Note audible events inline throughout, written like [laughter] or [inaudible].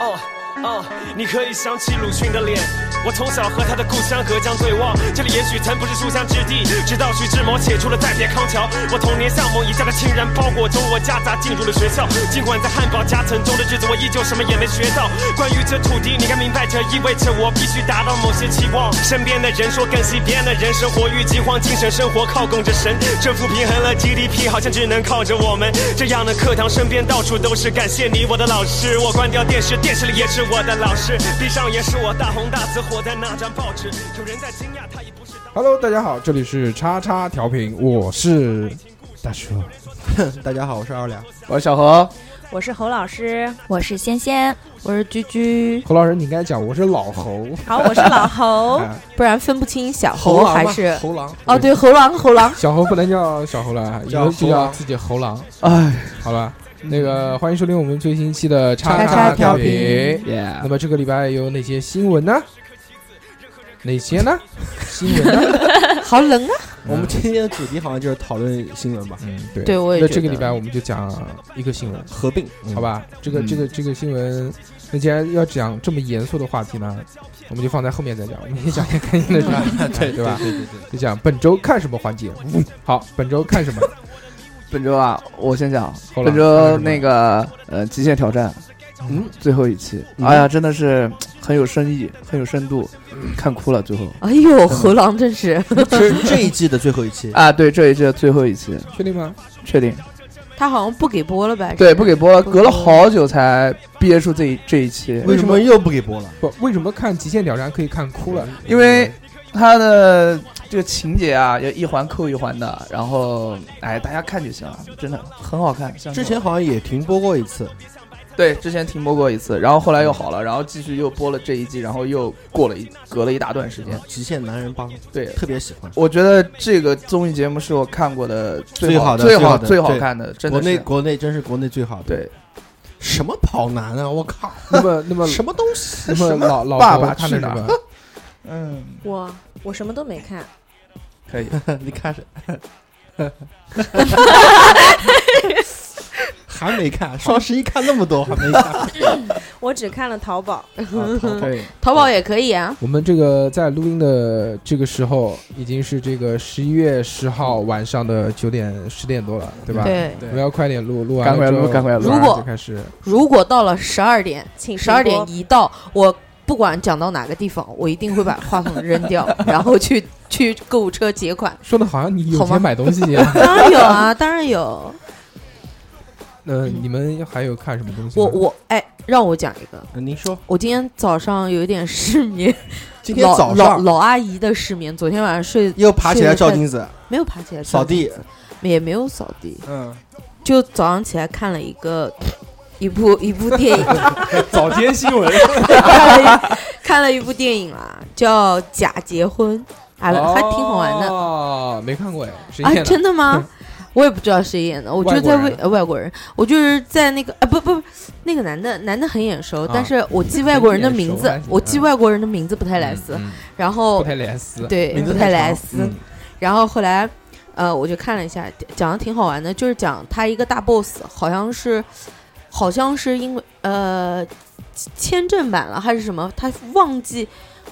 哦哦，你可以想起鲁迅的脸。我从小和他的故乡隔江对望，这里也许曾不是书香之地，直到徐志摩写出了《再别康桥》。我童年像梦一样的亲人包裹着我夹杂进入了学校，尽管在汉堡夹层中的日子，我依旧什么也没学到。关于这土地，你该明白，这意味着我必须达到某些期望。身边的人说更西边的人生活于饥荒，精神生活靠供着神，政府平衡了 GDP，好像只能靠着我们。这样的课堂身边到处都是，感谢你，我的老师。我关掉电视，电视里也是我的老师，闭上眼是我大红大紫火在那张报纸。有人在惊讶，他已不是当。 Hello，大家好，这里是叉叉调频，我是大叔，大家好，我是二两，我是小何，我是侯老师，我是仙仙，我是居居。侯老师，你应该讲我是老侯，好，我是老侯，哎 [laughs] 不然分不清小猴猴狼哦还吗是猴狼，哦，对，猴狼猴狼。小侯不能叫小侯了，以叫后就侯叫狼自己侯狼，哎，好吧？那个，欢迎收听我们最新一期的叉叉叉叉调调频频。耶那，么这个礼拜有哪些新闻呢？哪些呢？新 [laughs] 闻呢？好冷啊！我们今天的主题好像就是讨论新闻吧，嗯，对。对，我也那觉这个得礼拜我们就讲一个新闻，合并，嗯好，吧？这个嗯这个这个新闻，那既然要讲这么严肃的话题呢，我们就放在后面再讲。我们先讲点开心的，是吧？ [laughs] 对对吧对对对，就讲本周看什么环节。嗯好，本周看什么？本周啊，我先讲，后来本周那个呃《极限挑战》，嗯，最后一期，嗯哎呀，真的是很有深意，很有深度，看哭了最后哎呦，猴狼真是， [laughs] 这是这一季的最后一期，啊，对，这一季的最后一期，确定吗？确定，他好像不给播了吧？对，不给播了，不隔了播好久才憋出这一这一期， [laughs] 为什么又不给播了？不，为什么看《极限挑战》可以看哭了？因为他的这个情节啊，要一环扣一环的，然后哎，大家看就行了，真的很好看。像之前好像也停播过一次，对之前停播过一次，然后后来又好了，然后继续又播了这一季，然后又过了一隔了一大段时间。极限男人帮对，特别喜欢，我觉得这个综艺节目是我看过的最好、最最好的最最好的好看的，真国的内是。国内真是国内最好的，对，什么跑男啊，我靠，那么那么什么东西那？么老老爸婆爸看去的什哪儿么？嗯，我我什么都没看，可以。你看谁？ [laughs] 还没 [laughs] 看，双十一看那么多，还没看。啊我只看了淘宝。可以，淘宝也可以啊。我们这个在录音的这个时候，已经是这个十一月十号晚上的九点十点多了，对吧？，对，我们要快点录，录完赶快了之录后赶快录马上如果就开始，如果到了十二点，请十二点停一到，我不管讲到哪个地方，我一定会把话筒扔 [laughs] 掉，然后去去购物车结款。说的好像你有好吗钱买东西一样。当然有 [laughs] 啊，当然有。嗯、你们还有看什么东西我吗？我哎，让我讲一个，您说，我今天早上有一点失眠，今天早老老上老阿姨的失眠，昨天晚上睡又爬起来照镜子、没有爬起来扫地，也没有扫地，嗯，就早上起来看了一个一部一部电影， [laughs] 早间新闻看了一看了一部电影啊，叫《假结婚》，啊，还挺好玩的。哦，没看过哎，谁啊演，的？ [laughs] 真的吗？我也不知道谁演的，我就是在为呃外国人，我就是在那个啊不不不，那个男的男的很眼熟，啊但是我 [laughs] 记外国人的名字很眼熟还，行我记外国人的名字不太莱斯，嗯，嗯然不后太莱斯，对名字不太长莱斯，嗯然后后来呃我就看了一下，讲的挺好玩的，就是讲他一个大 boss 好像是好像是因为呃签证满了还是什么，他忘记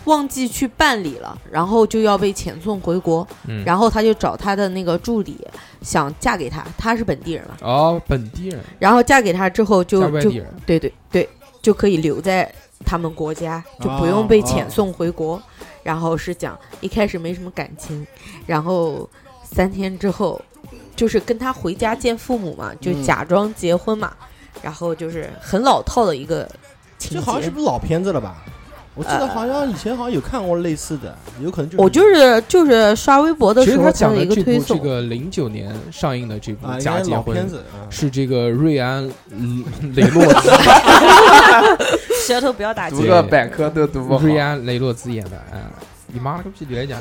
忘记去办理了，然后就要被遣送回国，嗯，然后他就找他的那个助理，想嫁给他，他是本地人嘛。哦，本地人然后嫁给他之后就加外就地人，哦对对对，就可以留在他们国家，就不用被遣送回国。然后是讲一开始没什么感情，然后三天之后就是跟他回家见父母嘛，就嗯假装结婚嘛，然后就是很老套的一个情这好像是节。不是老片子了吧？呃我记得好像以前好像有看过类似的，有可能就是我就是就是刷微博的其实时他候看讲了的一这推部这送，个零九年上映的这部啊， 《应假该结老婚片》，子啊。是这个瑞安嗯雷洛兹 [laughs] 舌头不要打读结。个百科都读不好。瑞安雷洛兹演的，哎，你妈了个逼！[laughs] 你来讲，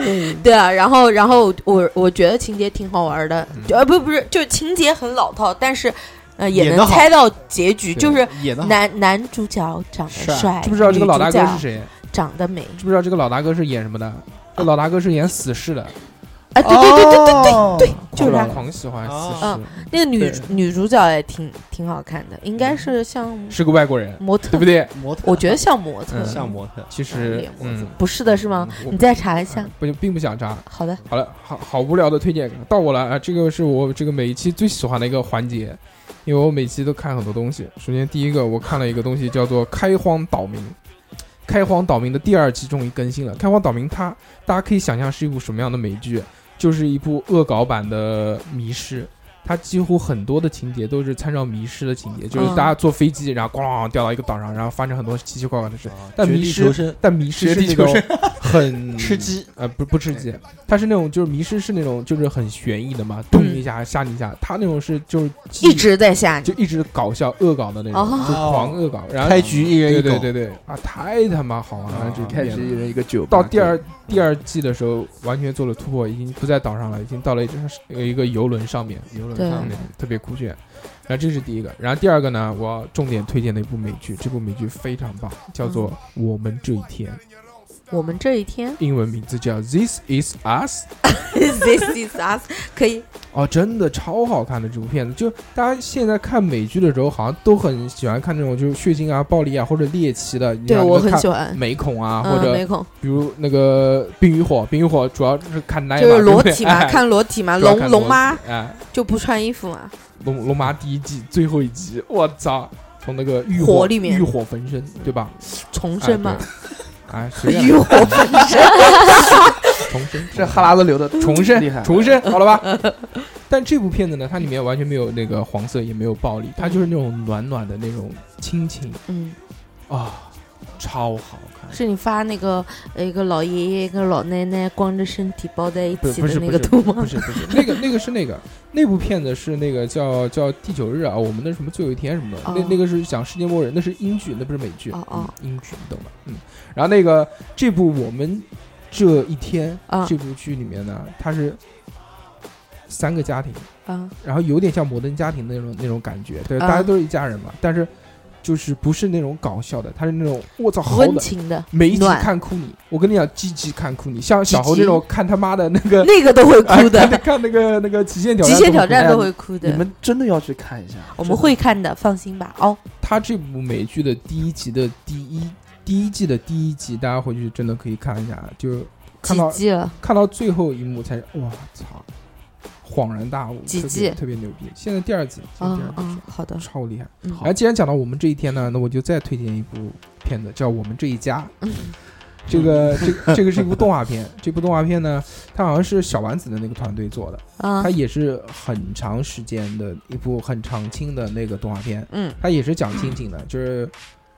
嗯对啊，然后然后我我觉得情节挺好玩的嗯，就呃不不是，就情节很老套，但是呃也演能得好猜到结局，对就是演的男男主角长是得啊帅，知不知道这个老大哥女哎主角是啊谁？长得美知不知道这个老大哥是演什么的？这老大哥是演死侍的，啊？对对对对对，对哦对对就是他狂喜欢啊死侍，嗯那个女对女主角也挺挺好看的，应该是像是个外国人，模嗯对特不，对？模特，我觉得像模特嗯，像模特。其实脸，模特嗯，不是的是吗？我你再查一下。不并不想扎。好的，好了，好好无聊的推荐到我了啊！这个是我这个每一期最喜欢的一个环节，因为我每期都看很多东西。首先第一个，我看了一个东西叫做《开荒岛民》，《开荒岛民》的第二季终于更新了。《开荒岛民》它大家可以想象是一部什么样的美剧，就是一部恶搞版的《迷失》。它几乎很多的情节都是参照《迷失》的情节，就是嗯大家坐飞机，然后咣啷掉到一个岛上，然后发生很多奇奇怪怪的事。但啊绝迷地失嗯求生但《迷失》绝是那地求种生 [laughs] 很吃鸡，呃，不不吃鸡，它是那种就是迷失是那种就是很悬疑的嘛，咚嗯一下吓你一下，它那种是就是记一直在吓你就一直搞笑恶搞的那种，哦就狂恶搞，然后开局一人对一狗对，对对啊，太他妈好玩了，啊这开片始子一人一个酒吧。到第二第二季的时候完全做了突破，已经不在岛上了，已经到了一个一个游轮上面，游轮对上面特别酷炫。然后这是第一个，然后第二个呢，我要重点推荐的一部美剧，这部美剧非常棒，叫做《我们这一天》，我们这一 [laughs] 天英文名字叫《This Is Us》。 ，This is us，可以，哦，真的超好看的这部片子，就大家现在看美剧的时候，好像都很喜欢看这种就是血腥啊、暴力啊或者猎奇的。你对像我你就很看喜欢，美恐啊，或嗯，者没空，比如那个《冰与火》，《冰与火》主要是看奶嘛，就是裸对不对体嘛，哎看裸体嘛，主要看龙裸龙妈体哎，就不穿衣服嘛，龙龙妈第一季最后一集，我操！从那个浴火火里面嗯浴火焚身，对吧？重哎生嘛，，对 [laughs] 哎，随便浴火焚身， [laughs] 重生，这哈喇子流的重厉 [laughs] 害生，，重生，好了吧？ [laughs] 但这部片子呢，它里面完全没有那个黄色，也没有暴力，它就是那种暖暖的那种亲情嗯，啊，超好看。是你发那个呃一个老爷爷一个老奶奶光着身体抱在一不起不的是那不个是图不吗？是 [laughs] 不是那个那个是那个那部片子是那个叫叫第九日啊，我们的什么最后一天什么的，那哦那个是讲世界末日，那是英剧，那不是美剧，哦嗯哦英剧你懂吧？嗯，然后那个这部我们这一天啊这部剧里面呢，它是三个家庭。啊，然后有点像《摩登家庭》那种那种感觉，嗯对，大家都是一家人嘛，但是就是不是那种搞笑的，他是那种我操，好温冷，情的，每一集暖看哭你，我跟你讲，积极看哭你，像小积猴极那种看他妈的那个， [laughs] 那个都会哎哭看那的，看那个那个《极限 [laughs] 挑极战》，限挑战哎呀都会哭你的，们真的要去看一下。我们会看的，放心吧。哦，他这部美剧的第一集的第一第一季的第一集，大家回去真的可以看一下，就看几到季了？看到最后一幕才是哇操，恍然大悟，几特别季特别牛逼。现在第二季，现在啊第二季。啊，好的，超厉害！嗯然后哎既然讲到我们这一天呢，那我就再推荐一部片子，叫《我们这一家》。嗯这个这个这个是一部动画片，这部动画片呢，它好像是小丸子的那个团队做的，啊它，也是很长时间的一部很长青的那个动画片，嗯，。它也是讲亲情的，就是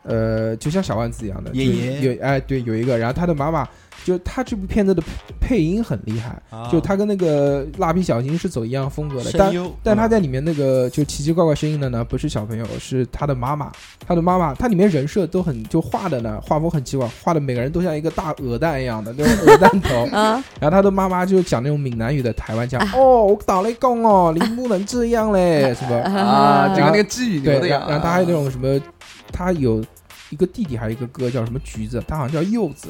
呃，就像小丸子一样的爷爷就是有哎对有一个，然后他的妈妈，就他这部片子的配音很厉害，就他跟那个蜡笔小新是走一样风格的，但啊声优，但他在里面那个就奇奇怪怪声音的呢，不是小朋友，是他的妈妈。他的妈妈，他里面人设都很就画的呢，画风很奇怪，画的每个人都像一个大鹅蛋一样的 [laughs] 那种鹅蛋头 [laughs] 啊，然后他的妈妈就讲那种闽南语的台湾腔，哦，我打雷公哦，你不能这样嘞，什么？啊， [laughs] 就这跟那个鲫鱼对牛，的一然样。后然后他还有那种什么，他有一个弟弟还有一个哥叫什么橘子，他好像叫柚子，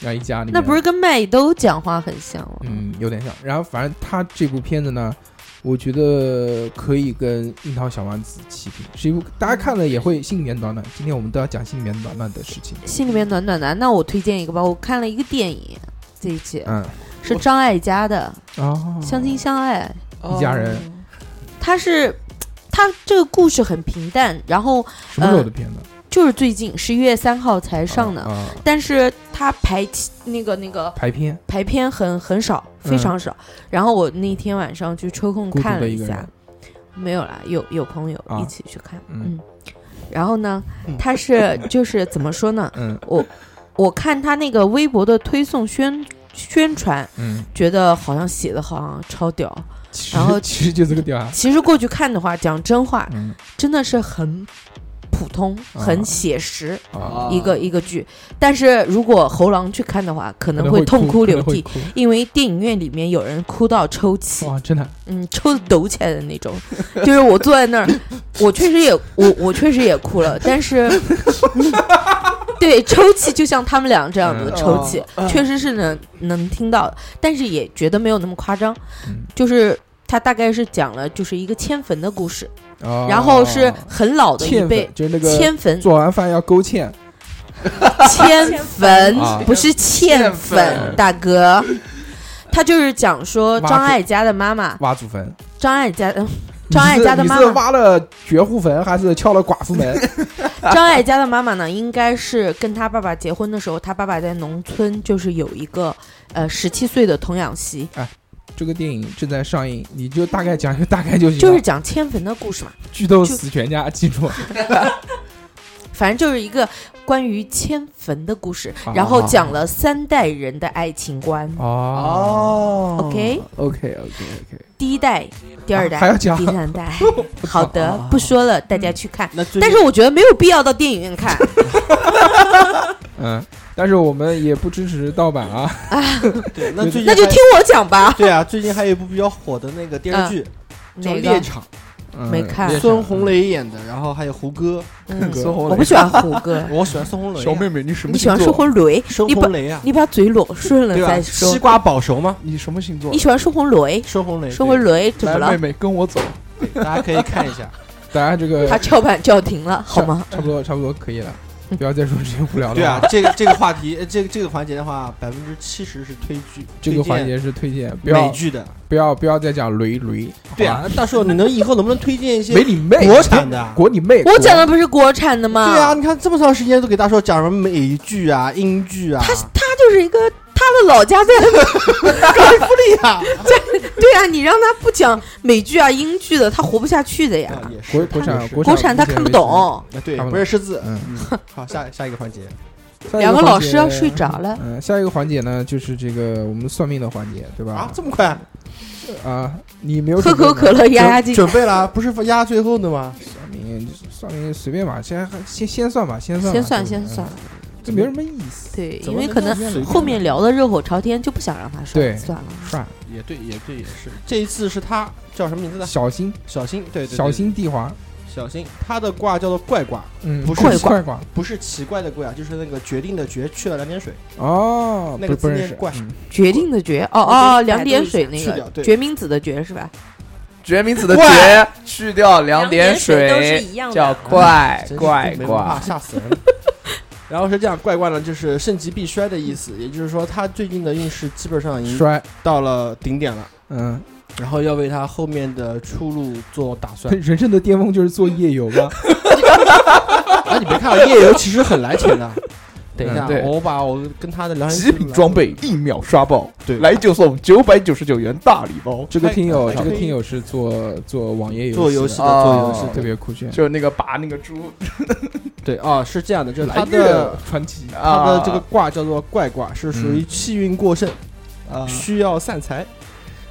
然后一家里面那不是跟麦兜讲话很像吗？嗯，有点像。然后反正他这部片子呢，我觉得可以跟《樱桃小丸子》齐平，是一部大家看了也会心里面暖暖。今天我们都要讲心里面暖暖的事情。心里面暖暖的。那我推荐一个吧，我看了一个电影，这一季嗯，是张艾嘉的哦《相亲相爱》，一家人它是它这个故事很平淡，然后什么时候的片子？就是最近十一月三号才呃上的，啊但是它排期那个那个排片，排片很很少，嗯非常少。然后我那天晚上就抽空孤独看了的一个下人，没有啦，有有朋友啊一起去看，嗯嗯。然后呢，他是就是怎么说呢？ [laughs] 嗯我我看他那个微博的推送宣宣传，嗯，觉得好像写的好像超屌。其然后实其实就这 [laughs] 个调啊，其实过去看的话，讲真话，嗯真的是很普通、啊很写实啊，一个一个剧。但是如果猴狼去看的话，可可能能会会痛哭哭流可能会涕， [laughs] 因为电影院里面有人哭到抽哭泣，哇，真的，嗯，抽的抖起来的那种。就是我坐在那 [laughs] 儿，我确实也我我确实也哭了，但是。对，抽泣就像他们俩这样子嗯抽泣，嗯确实是能能听到，但是也觉得没有那么夸张。嗯就是他大概是讲了就是一个迁坟的故事，哦然后是很老的一欠辈粉，就是那个迁坟做完饭要勾芡，迁坟 [laughs] 啊，不是欠欠粉，大哥。他就是讲说张艾嘉的妈妈，挖祖坟。张艾嘉，嗯张艾嘉的妈你是妈，挖了绝户坟还是敲了寡 [laughs] 妇门？ [laughs] 张艾嘉的妈妈呢，应该是跟他爸爸结婚的时候，他爸爸在农村就是有一个呃十七岁的童养媳，这个电影正在上映，你就大概讲一个大概就行了。就是讲迁坟的故事嘛。剧透死全家，记 [laughs] 住。反正就是一个关于迁坟的故事啊，然后讲了三代人的爱情观。哦啊哦 OK， ，OK OK OK，第一代、第二代、还要讲第三 [laughs] 代。好啊的，不说了，大家去看。那最但近是我觉得没有必要到电影院 [laughs] 看，嗯，但是我们也不支持盗版啊。对，那最近那就还听我讲 [laughs] 吧。 [laughs] 对啊，最近还有一部比较火的那个电视剧叫《哪猎个？场嗯没看》，孙红雷演的，然后还有胡歌，，嗯，孙红雷我不喜欢胡歌 [laughs] 我喜欢孙红雷啊，妹，你什你喜欢说红雷？孙你把红雷啊，你把嘴拢顺了对吧？再说西。瓜保熟吗？你什么星座你？喜欢说红雷？孙红雷，说红雷怎么来，妹了？妹跟我走。对大家可以看一 [laughs] 下。大家这个他嗯叫板叫停了，好吗？差不多差不多可以了，不要再说这些无聊的。对啊，，这个这个话题，呃这个这个环节的话，百分之七十是推剧，这个推荐环节是推荐，不美要剧的。不要不要再讲雷雷。对啊，大硕，你能以后能不能推荐一好吧，没些你妹，国产的啊？国你妹！我讲的不是国产的吗？对啊，，你看这么长时间都给大硕讲什么美剧啊、英剧啊，他他就是一个他的老家在对呀，对啊，你让他不讲美剧啊、英剧的，他活不下去的呀。啊也是国国产国国国产他看不。懂，对看不懂不认识字。嗯，好，下下一个环节，下一两个环老师要节睡着了。嗯，下一个环节呢，就是这个我们算命的环节，对吧啊，？这么快？啊，你没有喝准备口吗可乐压压惊。准备了，啊不是压最后的吗？算命，算命随便吧，先先先算吧，先算吧，先算对先算，，嗯这没什么意思。对，怎因么为可能随便后面聊的热火朝天，就不想让他睡，对算了。算，也对，也对，也是。这一次是他叫什么名字的？小心小新，对对对，小心地滑，小新，他的卦叫做怪卦，嗯，不是快怪快挂不是奇怪的怪啊，就是那个决定的决去了两点水，哦，那个不不字认念识，怪嗯决定的决，哦我给你哦，哦百度两点水一那去掉个对决明子的决是吧？决明子的怪决去掉两点两点水都是一样的叫哎怪真是怪没文化怪。吓死人了。然后是这样，怪卦呢就是盛极必衰的意思，也就是说他最近的运势基本上已经摔，到了顶点了，嗯，然后要为他后面的出路做打算。人生的巅峰就是做夜游 [laughs] 吧，哎、你别看啊夜游其实很来钱的。等一下嗯，对我把我跟他的聊天记极录品来装备一秒刷爆，对来就送九百九十九元大礼包，这个听友，还这个可以听友是做做网页做游游戏的的，做游戏哦的，特别酷炫，就是那个拔那个猪对啊、是这样的，就是来他日的传奇他啊的这个卦叫做怪卦，是属嗯于气运过盛，啊需要散财。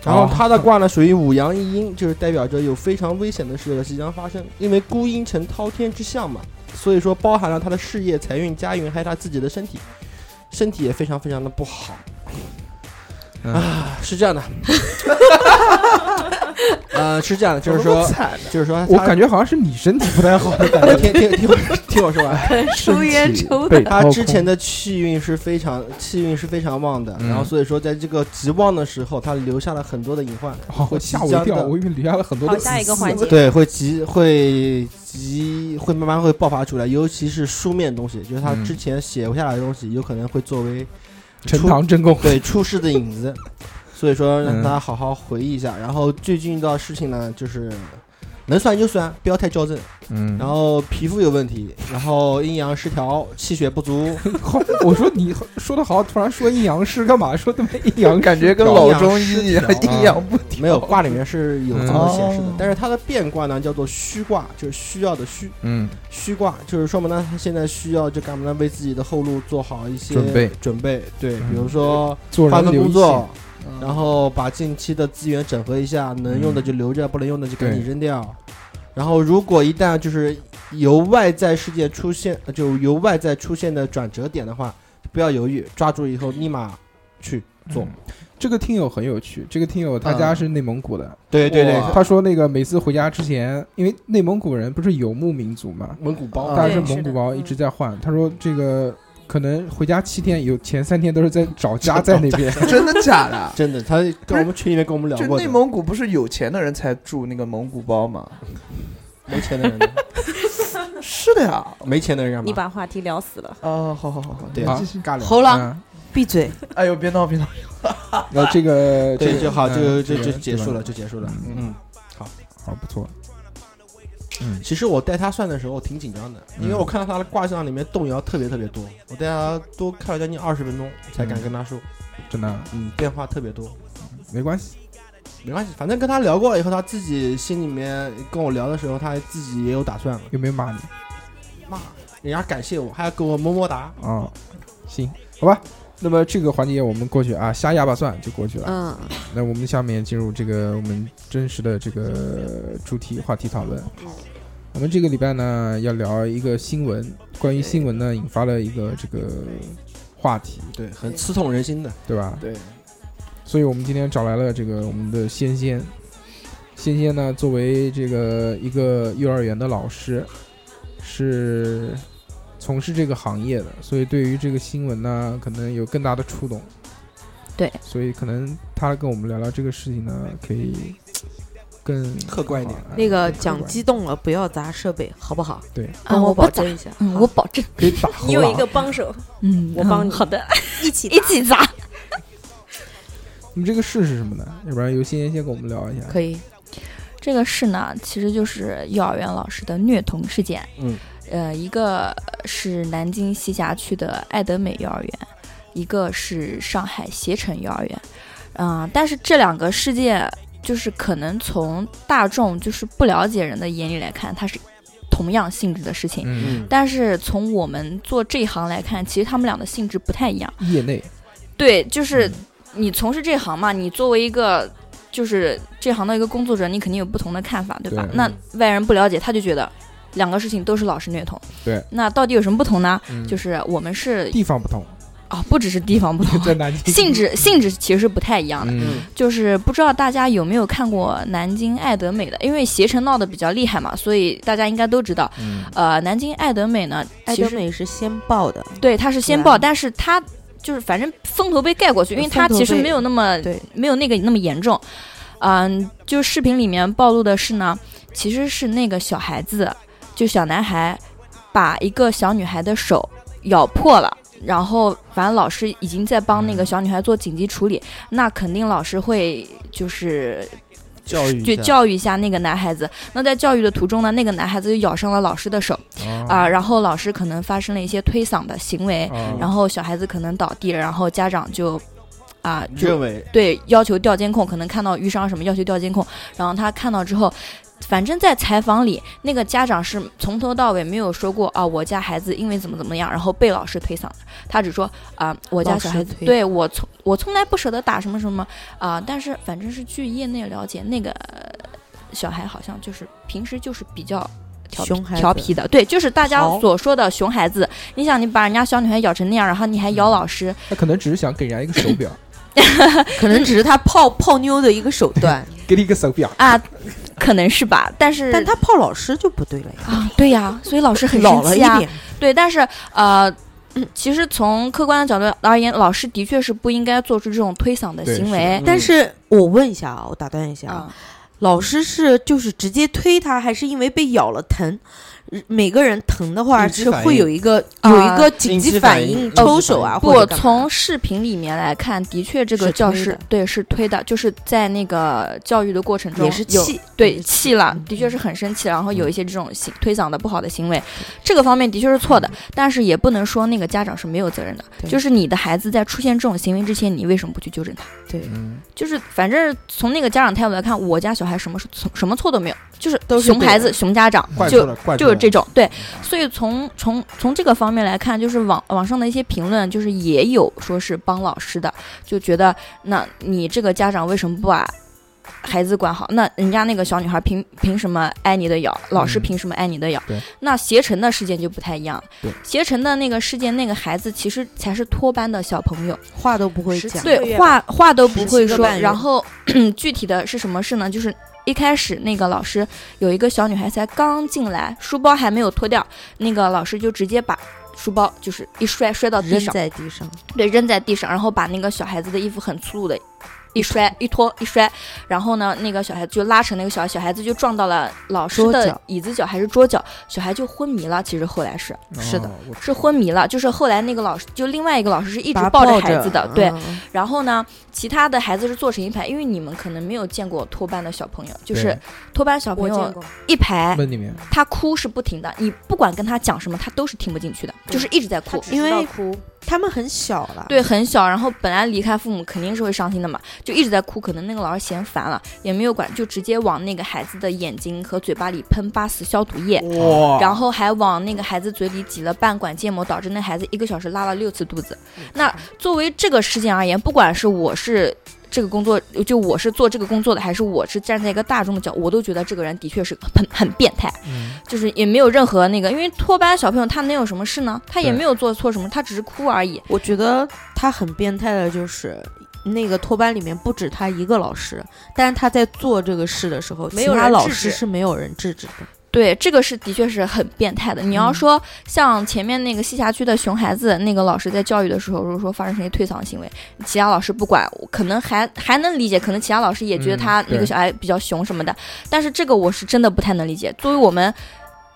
然后哦他的卦呢属于五阳一阴，就是代表着有非常危险的事即将发生，因为孤阴成滔天之象嘛，所以说包含了他的事业、财运、家运，还有他自己的身体，身体也非常非常的不好。嗯啊，是这 [laughs] 样的，呃，是这样的，就是说，就是说他，我感觉好像是你身体不 [laughs] 太好的感觉觉，听听听我听我说完， [laughs] 抽烟抽的被他掏之空前的气运是非常气运是非常旺的，嗯然后所以说在这个极旺的时候，他留下了很多的隐患，哦，会吓即我一将跳，的我以为留下了很多好，的下一个死环节，对，会急会急会慢慢会爆发出来，尤其是书面东西，就是他嗯之前写下来的东西，有可能会作为呈出堂证供，对出世的影子，所以说让嗯大家好好回忆一下。然后最近遇到的事情呢，就是能算就算，不要太较真，嗯，然后皮肤有问题，然后阴阳失调，气血不足， [laughs] 我说你说的好，突然说阴阳师干嘛？说他妈阴 [laughs] 阳感觉跟老中医一样，阴阳不调。没有卦里面是有这么显示的哦，但是它的变卦呢叫做虚卦，就是需要的虚嗯，虚卦，就是说明呢他现在需要就干嘛呢为自己的后路做好一些准备准备，对，嗯比如说做划人分留工一作，嗯然后把近期的资源整合一下，能嗯用的就留着，不能用的就赶紧扔掉。然后如果一旦就是由外在事件出现，呃就由外在出现的转折点的话，不要犹豫，抓住以后立马去做嗯。这个听友很有趣，这个听友他家嗯是内蒙古的，对对对，哇他说那个每次回家之前，因为内蒙古人不是游牧民族嘛，蒙古包啊但 [laughs] 是对蒙是古的包嗯一直在换。他说这个可能回家七天，有前三天都是在找家在 [laughs] 那边。真的假 [laughs] 的？真的，他跟我们群里面跟我们聊就过的，内蒙古不是有钱的人才住那个蒙古包吗？没钱的人呢，是的呀。没钱的人干嘛？你把话题聊死了，啊，好好好好，对你啊继续。尬聊。猴狼，嗯，闭嘴！哎呦，别闹别闹，然后这个这 [laughs] 对，个就好，嗯就就这就个结束了，对吧就结束了。嗯，好不错。其实我带他算的时候我挺紧张的，因为我看到他的卦象里面动摇特别特别多，我带他多看了将近二十分钟才敢跟他说，真的嗯，变化特别多。没关系，没关系，反正跟他聊过了以后，他自己心里面跟我聊的时候，他自己也有打算了。又没骂你骂人家感谢我，还要给我么么哒。啊。行，好吧。那么这个环节我们过去啊，瞎哑巴算就过去了。嗯，那我们下面进入这个我们真实的这个主题话题讨论。我们这个礼拜呢要聊一个新闻，关于新闻呢引发了一个这个话题，对，很刺痛人心的。对吧？对，所以我们今天找来了这个我们的仙仙，仙仙呢作为这个一个幼儿园的老师，是从事这个行业的，所以对于这个新闻呢可能有更大的触动。对，所以可能他跟我们聊聊这个事情呢，可以更客观一点好哎那个更客讲观激动了，不要砸设备，好不好？对，跟嗯我我不保砸证一下。嗯，我保证，可以打猴你有一狼个帮手，嗯我帮你 [laughs] 好的，一起一起砸。那么这个事是什么呢？要不然由仙仙先跟我们聊一下。可以，这个事呢，其实就是幼儿园老师的虐童事件。嗯，呃，一个是南京西峡区的爱德美幼儿园，一个是上海携程幼儿园。嗯、但是这两个事件，就是可能从大众就是不了解人的眼里来看，它是同样性质的事情。嗯，但是从我们做这一行来看，其实他们俩的性质不太一样。业内对，嗯就是你从事这行嘛，你作为一个就是这行的一个工作者，你肯定有不同的看法，对吧？对嗯那外人不了解，他就觉得两个事情都是老师虐童。对，那到底有什么不同呢？嗯就是我们是地方不同，，啊、不只是地方不同 [laughs] 在南京性质性质其实是不太一样的。嗯就是不知道大家有没有看过南京爱德美的，因为携程闹得比较厉害嘛，所以大家应该都知道。嗯呃，南京爱德美呢，爱其德实美是先报的，对，他是先对啊报，但是他就是反正风头被盖过去，因为他风头其实被没有那么对没有那个那么严重。嗯，就视频里面暴露的是呢，其实是那个小孩子，就小男孩把一个小女孩的手咬破了。然后，反正老师已经在帮那个小女孩做紧急处理，那肯定老师会就是教育就一下，教育一下那个男孩子。那在教育的途中呢，那个男孩子就咬伤了老师的手哦啊、然后老师可能发生了一些推搡的行为，啊然后小孩子可能倒地了，然后家长就啊、就认为对要求调监控，可能看到遇伤什么要求调监控，然后他看到之后。反正，在采访里，那个家长是从头到尾没有说过啊，我家孩子因为怎么怎么样，然后被老师推搡的。他只说啊，我家老小师孩子推对我从我从来不舍得打什么什么啊，但是反正是据业内了解，那个呃小孩好像就是平时就是比较调皮熊孩子调皮的，对，就是大家好所说的熊孩子。你想，你把人家小女孩咬成那样，然后你还嗯咬老师，他可能只是想给人家一个手表，可能只是他泡泡妞的一个手 [laughs] 段，给你一个手表，啊，可能是吧？但是但他泡老师就不对了呀，啊，对呀，所以老师 [laughs] 很老生了气啊一呀。点。对，但是呃。嗯其实从客观的角度而言，老师的确是不应该做出这种推搡的对行是为。但是我问一下啊，我打断一下啊，啊，老师是就是直接推他，还是因为被咬了疼，呃每个人疼的话应激是反会应有一个啊有一个紧应急激反反应嗯应激抽手啊，反或者不，干嘛从视频里面来看，的确这个是教推师的对是推的，就是在那个教育的过程中也是有气，嗯对也是气了，的确是很生气，然后有一些这种行推搡的不好的行为，这个方面的确是错的，但是也不能说那个家长是没有责任的，嗯对就是你的孩子在出现这种行为之前，你为什么不去纠正他？对，嗯，就是反正从那个家长态度来看，我家小孩什么是从什么错都没有，就是都是熊对孩的子熊家长怪就错了，怪就是这种对，所以从从从这个方面来看，就是网网上的一些评论，就是也有说是帮老师的，就觉得那你这个家长为什么不把孩子管好？那人家那个小女孩凭凭什么挨你的咬？老师嗯凭什么挨你的咬？对那携程的事件就不太一样对，携程的那个事件，那个孩子其实才是托班的小朋友，话都不会讲，对对，话话都不17会个说。半然人后 [clears throat] 具体的是什么事呢？就是一开始那个老师有一个小女孩才刚进来，书包还没有脱掉，那个老师就直接把。书包就是一摔，摔到地扔上，在地上，对，扔在地上，然后把那个小孩子的衣服很粗鲁的一摔，一拖一摔，然后呢，那个小孩子就拉扯那个小孩，小孩子就撞到了老师桌的角椅子角还是桌角，小孩就昏迷了。其实后来是是的哦，我是昏迷了，就是后来那个老师就另外一个老师是一直把他抱抱着孩子的，对，嗯嗯然后呢，其他的孩子是坐成一排，因为你们可能没有见过托班的小朋友，就是对托班小朋我见友过，一排，问里面他哭是不停的，你不管跟他讲什么，他都是听不进去的，就是一直在他哭只。因知道为哭，他们很小了，对，很小，然后本来离开父母肯定是会伤心的嘛，就一直在哭，可能那个老师嫌烦了，也没有管，就直接往那个孩子的眼睛和嘴巴里喷八四消毒液，哇，然后还往那个孩子嘴里挤了半管芥末，导致那孩子一个小时拉了六次肚子。那作为这个事件而言，不管是我是这个工作，就我是做这个工作的，还是我是站在一个大众的角，我都觉得这个人的确是很很变态，就是也没有任何那个，因为托班小朋友他能有什么事呢？他也对没有做错什么，他只是哭而已。我觉得他很变态的，就是那个托班里面不止他一个老师，但是他在做这个事的时候，没有其他人老制师止是没有人制止的。对，这个是的确是很变态的。你要说像前面那个西峡区的熊孩子，那个老师在教育的时候，如果说发生一些推搡行为，其他老师不管，我可能还还能理解，可能其他老师也觉得嗯他那对个小孩比较熊什么的。但是这个我是真的不太能理解。作为我们，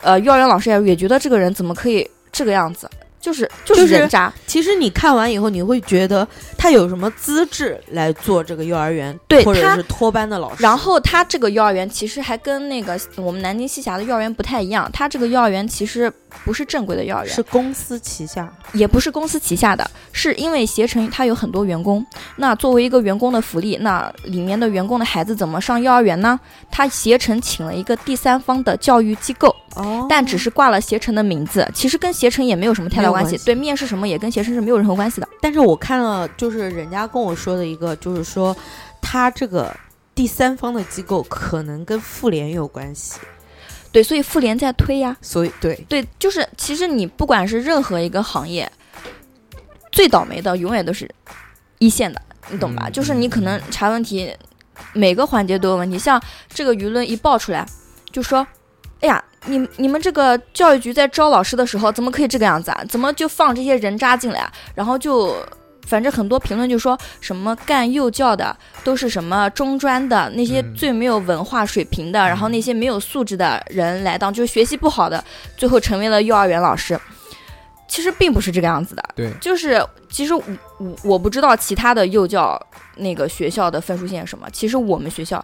呃，幼儿园老师也也觉得这个人怎么可以这个样子，就是就就是是人渣。其实你看完以后，你会觉得他有什么资质来做这个幼儿园，对或者他是托班的老师。然后他这个幼儿园其实还跟那个我们南京西峡的幼儿园不太一样，他这个幼儿园其实不是正规的幼儿园，是公司旗下，也不是公司旗下的，是因为携程它有很多员工。那作为一个员工的福利，那里面的员工的孩子怎么上幼儿园呢？他携程请了一个第三方的教育机构，哦但只是挂了携程的名字，其实跟携程也没有什么太没大有关系。关系对面试什么也跟携程是没有任何关系的。但是我看了，就是人家跟我说的一个，就是说他这个第三方的机构可能跟妇联有关系，对，所以妇联在推呀。所以对，对，就是其实你不管是任何一个行业，最倒霉的永远都是一线的，你懂吧？嗯就是你可能查问题，每个环节都有问题。像这个舆论一爆出来，就说：“哎呀，你你们这个教育局在招老师的时候，怎么可以这个样子啊？怎么就放这些人渣进来啊？然后就。”反正很多评论就说什么干幼教的都是什么中专的那些嗯最没有文化水平的，然后那些没有素质的人来当，就是学习不好的，最后成为了幼儿园老师。其实并不是这个样子的，对就是其实我我我不知道其他的幼教那个学校的分数线是什么，其实我们学校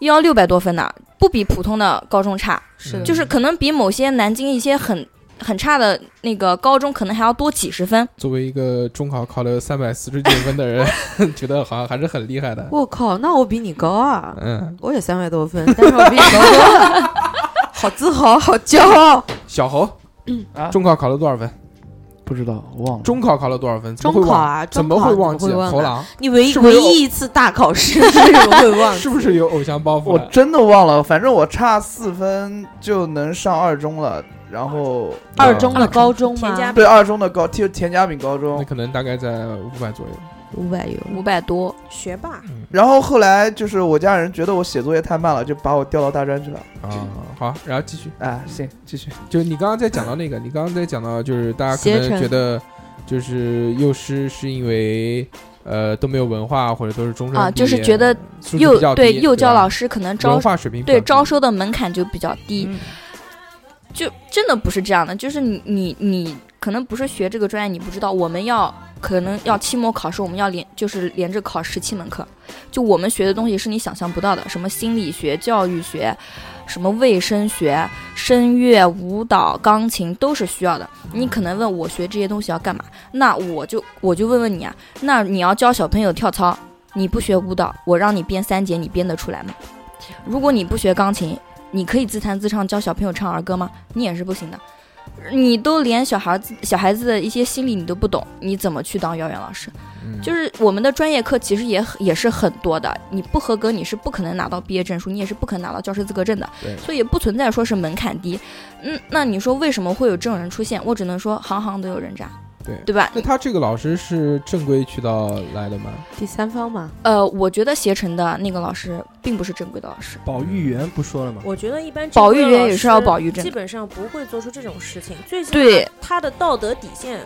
要六百多分呢，不比普通的高中差，是的就是可能比某些南京一些很很差的那个高中可能还要多几十分。作为一个中考考了三百四十九分的人， [laughs] 觉得好像还是很厉害的。我靠，那我比你高啊！嗯，我也三百多分，但是我比你高多了， [laughs] 好自豪，好骄傲。小侯啊，中考考了多少分？不知道我忘了，中考考了多少分？怎么中会考忘？啊，怎中么考会怎么忘记？啊侯狼你唯是不是唯有一一次大考 [laughs] 试为什么会忘记？是不是有偶像包袱啊我了？真的忘了，反正我差四分就能上二中了，然后 [laughs] 二中的高中田吗啊家？对二中的高就田家炳高那中，可能大概在五百左右。五百有五百多，学霸，然后后来就是我家人觉得我写作业太慢了，就把我调到大专去了。啊，好，然后继续，哎，行，继续。就你刚刚在讲到那个，你刚刚在讲到就是大家可携能程觉得就是幼师是因为呃都没有文化或者都是中专啊毕业就是觉得素质比幼较对低幼教吧老师可能招文化水平比对较低招收的门槛就比较低。就真的不是这样的，就是你你你可能不是学这个专业，你不知道我们要可能要期末考试，我们要连就是连着考十七门课，就我们学的东西是你想象不到的，什么心理学、教育学，什么卫生学、声乐、舞蹈、钢琴都是需要的。你可能问我学这些东西要干嘛？那我就我就问问你啊，那你要教小朋友跳操，你不学舞蹈，我让你编三节，你编得出来吗？如果你不学钢琴，你可以自弹自唱教小朋友唱儿歌吗？你也是不行的。你都连小孩子小孩子的一些心理你都不懂，你怎么去当幼儿园老师？嗯就是我们的专业课其实也也是很多的，你不合格你是不可能拿到毕业证书，你也是不可能拿到教师资格证的对，所以也不存在说是门槛低。嗯，那你说为什么会有这种人出现？我只能说行行都有人渣，对对吧？那他这个老师是正规渠道来的吗？第三方嘛，呃，我觉得携程的那个老师并不是正规的老师，保育员不说了吗？我觉得一般保育正规员老也是师要保育证基的本上不会做出这种事情。最起码对他的道德底线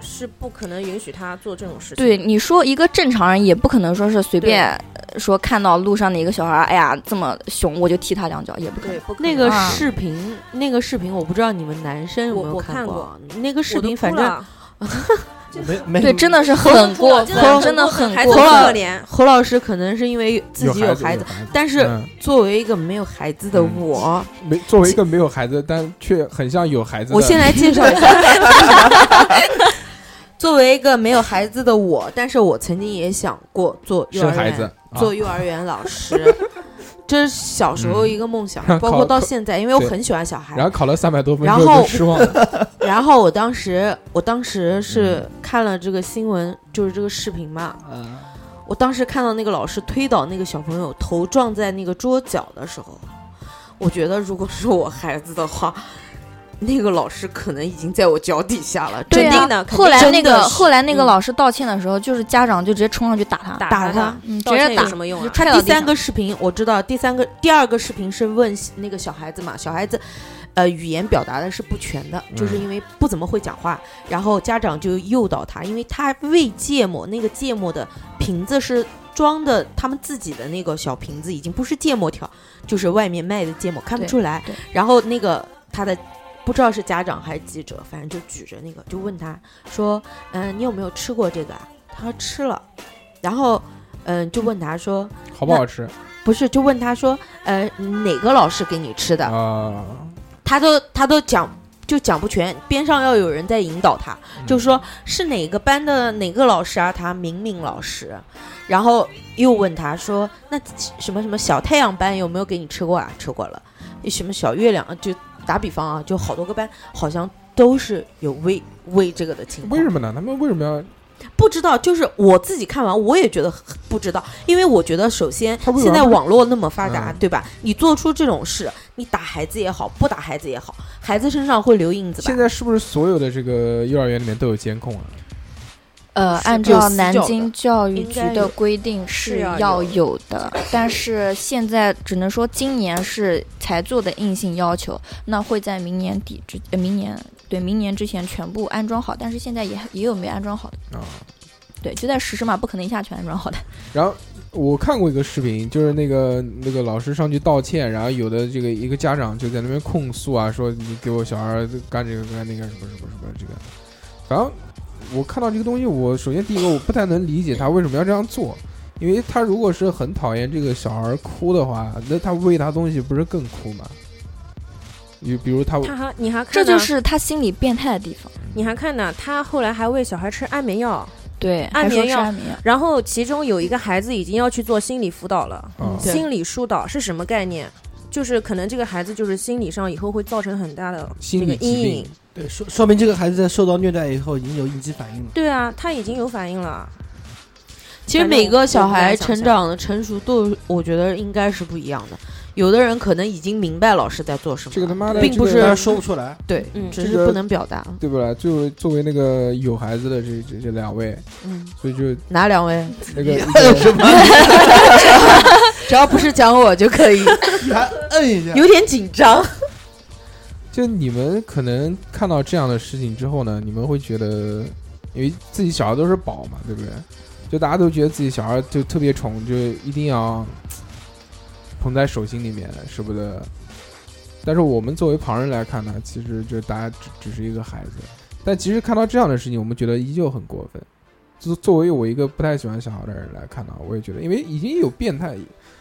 是不可能允许他做这种事情。对，你说一个正常人也不可能说是随便呃说看到路上的一个小孩儿，哎呀这么凶，我就踢他两脚，也不可能。对，不可那能个啊视频，那个视频我不知道你们男生有我没有我看看过啊过，那个视我都频，哭反正了没没对，真的是很过分，真的很孩子过很可分。怜。何老师可能是因为自己有孩孩子，子但是嗯作为一个没有孩子的嗯我，没作为一个没有孩子，但却很像有孩嗯子的。我先来介绍一下。作为一个没有孩子的我，但是我曾经也想过做幼儿生园孩子，啊做幼儿园老 [laughs] 师，这是小时候一个梦想，嗯包考括到现在，因为我对很喜欢小孩然。后考了三百多分然之后后就失望了。然后我当时，我当时是嗯看了这个新闻，就是这个视频嘛。嗯，我当时看到那个老师推倒那个小朋友，头撞在那个桌角的时候，我觉得如果是我孩子的话，那个老师可能已经在我脚底下了，对真的啊定的肯定后来那真的个是后来那个嗯老师道歉的时候，就是家长就直接冲上去打他，打打他嗯，直道接歉打有什。么用啊？踹到第地上三个视频我知道，第三个第二个视频是问那个小孩子嘛，小孩子，呃，语言表达的是不全的，嗯就是因为不怎么会讲话，然后家长就诱导他，因为他喂芥末，那个芥末的瓶子是装的他们自己的那个小瓶子，已经不是芥末条，就是外面卖的芥末，看不对出来对。然后那个他的。不知道是家长还是记者，反正就举着那个，就问他说：“嗯、你有没有吃过这个啊？”他说吃了，然后嗯、就问他说：“好不好吃不是，就问他说，呃，哪个老师给你吃的？啊？他都他都讲就讲不全，边上要有人在引导他，嗯就说是哪个班的哪个老师啊？他明明老师，然后又问他说，那什么什么小太阳班有没有给你吃过啊？吃过了，什么小月亮？就打比方啊，就好多个班好像都是有喂喂这个的情况为。什么呢？他们为什么要？不知道，就是我自己看完，我也觉得很不知道，因为我觉得首先他为什现么在不网络那么发达，嗯对吧？你做出这种事，你打孩子也好，不打孩子也好，孩子身上会留印子吧现？在是不是所有的这个幼儿园里面都有监控啊？呃，是按有照私南教的京教育应局该的有规定是要要有有的，但是现在只能说今年是才做的硬性要求，那会在明年底之，呃、明年对明年之前全部安装好，但是现在也也有没安装好的，啊，对，就在实施嘛，不可能一下全安装好的。然后我看过一个视频，就是那个那个老师上去道歉，然后有的这个一个家长就在那边控诉啊，说你给我小孩儿干这个干那个什么什么什么这个，反正我看到这个东西，我首先第一个我不太能理解他为什么要这样做。因为他如果是很讨厌这个小孩儿哭的话，那他喂他东西不是更哭吗？你比如他他还你还看这呢就是他心理变态的地方。你还看呢，他后来还喂小孩吃安眠药，对，安还说眠是药安眠药，然后其中有一个孩子已经要去做心理辅导了。啊，对心理疏导是什么概念？就是可能这个孩子就是心理上以后会造成很大的这心个理疾阴病影。，对，说说明这个孩子在受到虐待以后已经有应激反应了。对啊，他已经有反应了。其实反正每个我小不太孩想成象长的成熟度，我觉得应该是不一样的。有的人可能已经明白老师在做什么，这个他妈的并不这是个但是说不出来，对，嗯只这是个不能表达。对不啦？作为作为那个有孩子的这这这两位，嗯，所以就哪两 [laughs] 位？那个一个只要不是讲我就 [laughs] 可以，还摁一下，有点紧张。就你们可能看到这样的事情之后呢，你们会觉得，因为自己小孩都是宝嘛，对不对？就大家都觉得自己小孩就特别宠，就一定要捧在手心里面，舍不得。但是我们作为旁人来看呢，其实就大家只只是一个孩子，但其实看到这样的事情，我们觉得依旧很过分。作作为我一个不太喜欢小孩的人来看呢，我也觉得，因为已经有变态，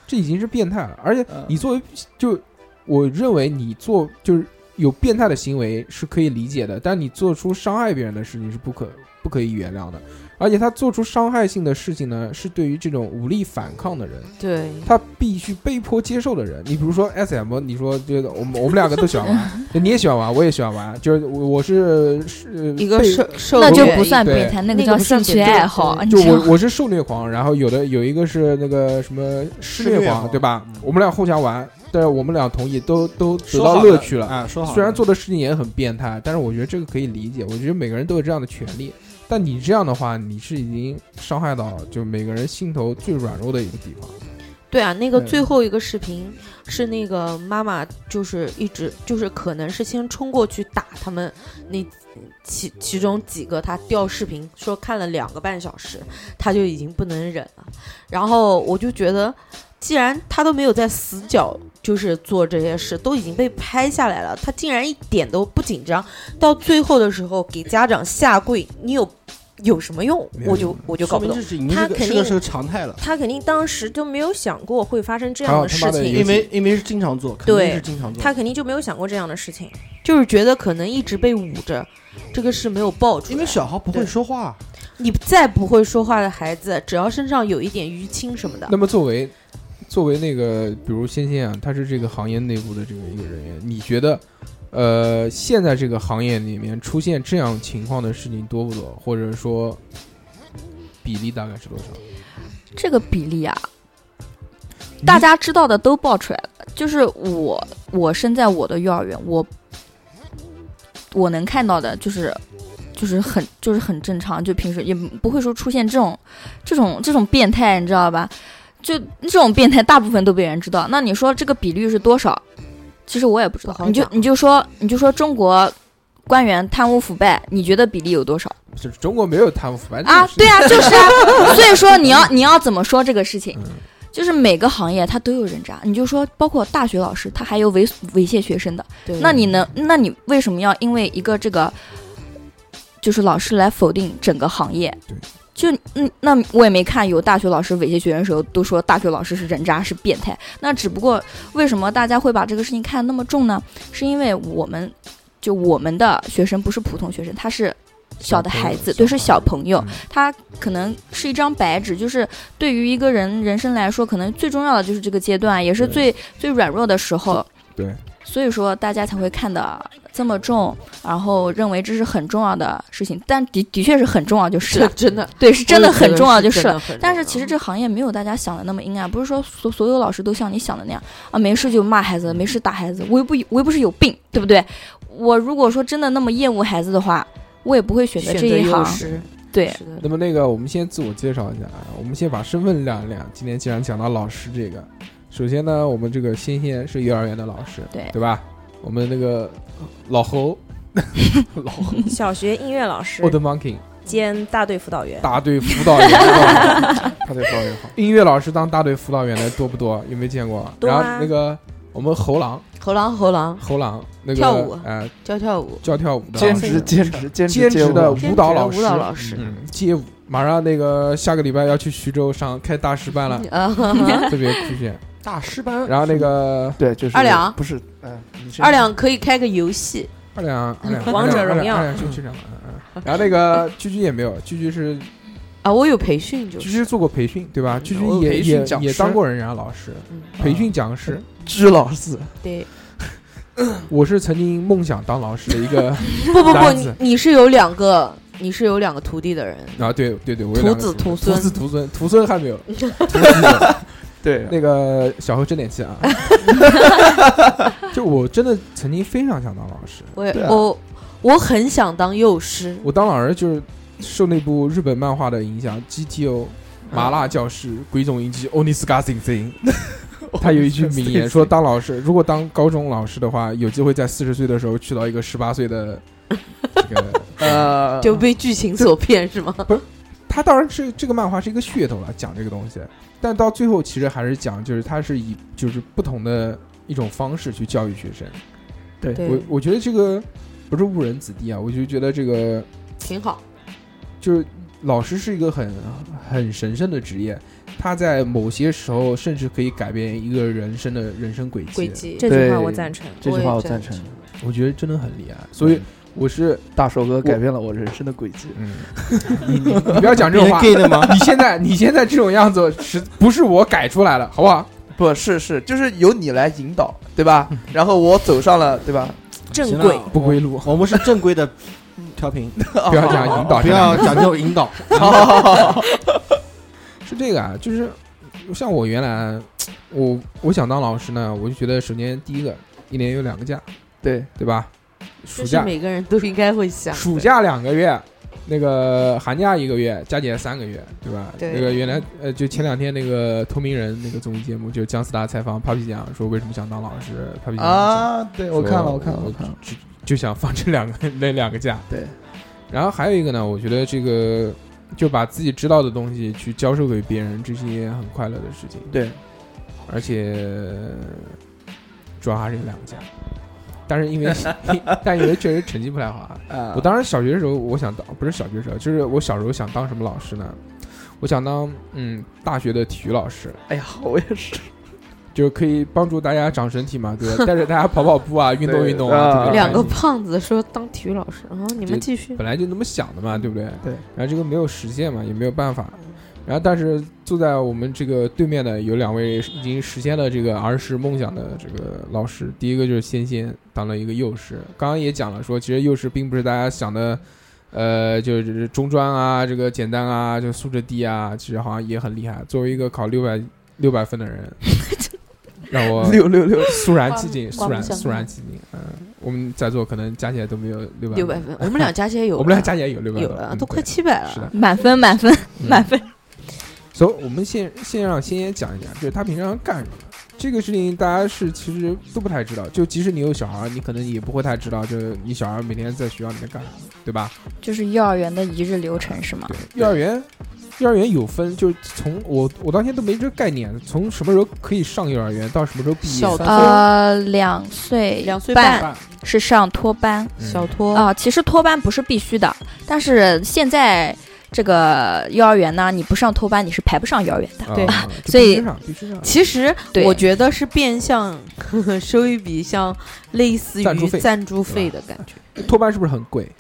这已经是变态了。而且你作为就，我认为你做就是有变态的行为是可以理解的，但你做出伤害别人的事情是不可不可以原谅的。而且他做出伤害性的事情呢，是对于这种武力反抗的人，对他必须被迫接受的人。你比如说 S M，你说这个我们我们两个都喜欢玩，你也喜欢玩，我也喜欢玩，就是我我是是一个被受受 [laughs] 那就虐不算对变态，那个那个叫不算兴趣变态爱好。你就知道我吗我是受虐狂，然后有的有一个是那个什么施虐虐狂，狂对吧？我们俩互相玩，但是我们俩同意，都都得说到好乐了趣了啊说好虽然了做的事情也很变态，但是我觉得这个可以理解。我觉得每个人都有这样的权利，但你这样的话，你是已经伤害到就每个人心头最软弱的一个地方。对啊，那个对最后一个视频是那个妈妈，就是一直就是可能是先冲过去打他们那其其中几个，她调视频说看了两个半小时，她就已经不能忍了。然后我就觉得，既然她都没有在死角就是做这些事，都已经被拍下来了，她竟然一点都不紧张，到最后的时候给家长下跪，你有有什么用？我就我就搞说不明懂这是已。经他是个肯是个定是个常态了。他肯定当时就没有想过会发生这还样有的他事妈的情，因为因为是经常做，肯定对是经常做。他肯定就没有想过这样的事情。就是觉得可能一直被捂着，这个是没有爆出来。因为小孩不会说话，你再不会说话的孩子，只要身上有一点淤青什么啊的，那么作为作为那个，比如仙仙啊，他是这个行业内部的这个一个人员，你觉得，呃，现在这个行业里面出现这样情况的事情多不多？或者说比例大概是多少？这个比例啊，大家知道的都爆出来了。就是我，我身在我的幼儿园，我我能看到的就是。就是很就是很正常，就平时也不会说出现这种这种这种变态，你知道吧？就这种变态，大部分都被人知道。那你说这个比率是多少？其实我也不知道。好你就讲你就说你就说中国官员贪污腐败，你觉得比例有多少？就是中国没有贪污腐败这啊个事，情对啊，就是 [laughs] 啊。所以说你要你要怎么说这个事情？就是每个行业他都有人渣，你就说包括大学老师，他还有猥猥亵学生的对。，那你能，那你为什么要因为一个这个，就是老师来否定整个行业？就嗯，那我也没看有大学老师猥亵学生的时候都说大学老师是人渣是变态，那只不过为什么大家会把这个事情看得那么重呢？是因为我们就我们的学生不是普通学生，他是小的孩子，对，是小朋友，他可能是一张白纸，就是对于一个人人生来说，可能最重要的就是这个阶段，也是最最软弱的时候。对，所以说大家才会看得这么重，然后认为这是很重要的事情，但的的确是很重要，就是了 [laughs] 真的对，是真的我也觉得很重要，是就是真的了很重要。但是其实这行业没有大家想的那么阴暗，不是说所所有老师都像你想的那样啊，没事就骂孩子，没事打孩子，我又不我又不是有病，对不对？我如果说真的那么厌恶孩子的话，我也不会选择这一行。对，那么那个，我们先自我介绍一下啊，我们先把身份亮一亮。今天既然讲到老师这个，首先呢，我们这个仙仙是幼儿园的老师，对对吧？我们那个老侯，老侯小学音乐老师，Old Monkey 兼大队辅导员，大队辅导员，大队辅导员好，音乐老师当大队辅导员的多不多？有没有见过？多然啊后那个我们猴狼，猴狼猴狼猴狼那个跳舞呃，教跳舞教跳舞的兼老职师兼职兼职街兼职舞的老师舞蹈老兼师，职的舞蹈老师嗯，街舞。马上那个下个礼拜要去徐州上开大师班了啊， [laughs] 特别酷炫。大啊师班然后那个对，就是二两不是，嗯、你先二两可以开个游戏，二两 [laughs] 二两，王者荣耀二两去去长。嗯嗯然后那个 [laughs] 居居也没有，居居是啊，我有培训就居是。居做过培训对吧？居居我有也培训也讲也师嗯当过人家老师，培训讲师。 [laughs] 知老四，嗯对， [laughs] 我是曾经梦想当老师的 [laughs] 一个 [laughs] 不不不，男你子你是有两个，你是有两个徒弟的人，啊，对对对，我有徒两个子徒徒孙子徒孙，徒孙还 [laughs] 没有， [laughs] 对，啊那个小侯真 [laughs] 点气啊！就我真的曾经非常想当老师，我也我我很想当幼师，啊我当老师就是受那部日本漫画的影响，GTO 麻辣教师鬼冢英吉 Oni s c a r s i n g 他有一句名言说：“当老师，如果当高中老师的话，有机会在四十岁的时候去到一个十八岁的这个呃就被剧情所骗是吗？ [laughs] 不是，他当然是这个漫画是一个噱头了，讲这个东西，但到最后其实还是讲，就是它是以就是不同的一种方式去教育学生。对我，我觉得这个不是误人子弟啊，我就觉得这个挺好。就是老师是一个很很神圣的职业，他在某些时候甚至可以改变一个人生的人生轨迹。轨迹这句话我赞成这句话我赞成。我觉得真的很厉害，所嗯以我是大手哥改变了我人生的轨迹。嗯， [laughs] 你你你不要讲这种话 gay 的 [laughs] 吗？你现在你现在这种样子是不是我改出来的，好不好？不是是，就是由你来引导，对吧？然后我走上了，对吧？ [laughs] 正轨啊不归路。啊 [laughs] 我们是正规的调频，不要讲引导， [laughs] 哦不要讲这种引导。是这个啊，就是像我原来，我我想当老师呢，我就觉得首先第一个一年有两个假，对对吧？暑这是假每个人都应该会想。暑假两个月，那个寒假一个月，加起来三个月，对吧？对那个原来呃，就前两天那个透明人那个综艺节目，就姜思达采访 Papi 酱，说为什么想当老师，Papi 酱啊，对说我看了，我看了，我我看了。只就想放这两个那两个假。对，然后还有一个呢，我觉得这个就把自己知道的东西去教授给别人，这是一件很快乐的事情。对，而且主要还是有两个假，但是因 [laughs] 为 [laughs] 但因为确实成绩不太好啊。啊，我当时小学的时候，我想当不是小学时候，就是我小时候想当什么老师呢？我想当嗯大学的体育老师，哎呀，我也是。就是可以帮助大家长身体嘛，对吧？带着大家跑跑步 [laughs] 啊，运动运动啊啊，特别两个开心胖子说当体育老师，然后你对们继续。本来就那么想的嘛，对不对？嗯对。嗯然后这个没有实现嘛，也没有办法。然后但是坐在我们这个对面的有两位已经实现了这个儿时梦想的这个老师，第一个就是仙仙当了一个幼师，刚刚也讲了说，其实幼师并不是大家想的。呃，就是中专啊，这个简单啊，就素质低啊，其实好像也很厉 [laughs] 害。作为一个考六百六百分的人，让我六六六，肃然起 [laughs] 敬，刮肃目然相看肃然起敬。嗯，我们在座可能加起来都没有六百六百分，我们俩加起来有了， [laughs] 我们俩加起来有六百，有了，嗯都快对七百了。是的，满分满分嗯满分，所以我们先先让先先讲一讲，就是他平常干什么。这个事情大家是其实都不太知道，就即使你有小孩，你可能也不会太知道，就是你小孩每天在学校里面干什么，对吧？就是幼儿园的一日流程是吗？幼儿园，幼儿园有分，就是从我我当天都没这个概念，从什么时候可以上幼儿园到什么时候毕业小，三呃，两岁两岁半半是上托班嗯小托啊、其实托班不是必须的，但是现在这个幼儿园呢，你不上托班你是排不上幼儿园的。啊对 [laughs] 啊就所以必须上必须上，其实对我觉得是变相 [laughs] 收一笔像类似赞助于费赞助费的感觉。托班是不是很贵？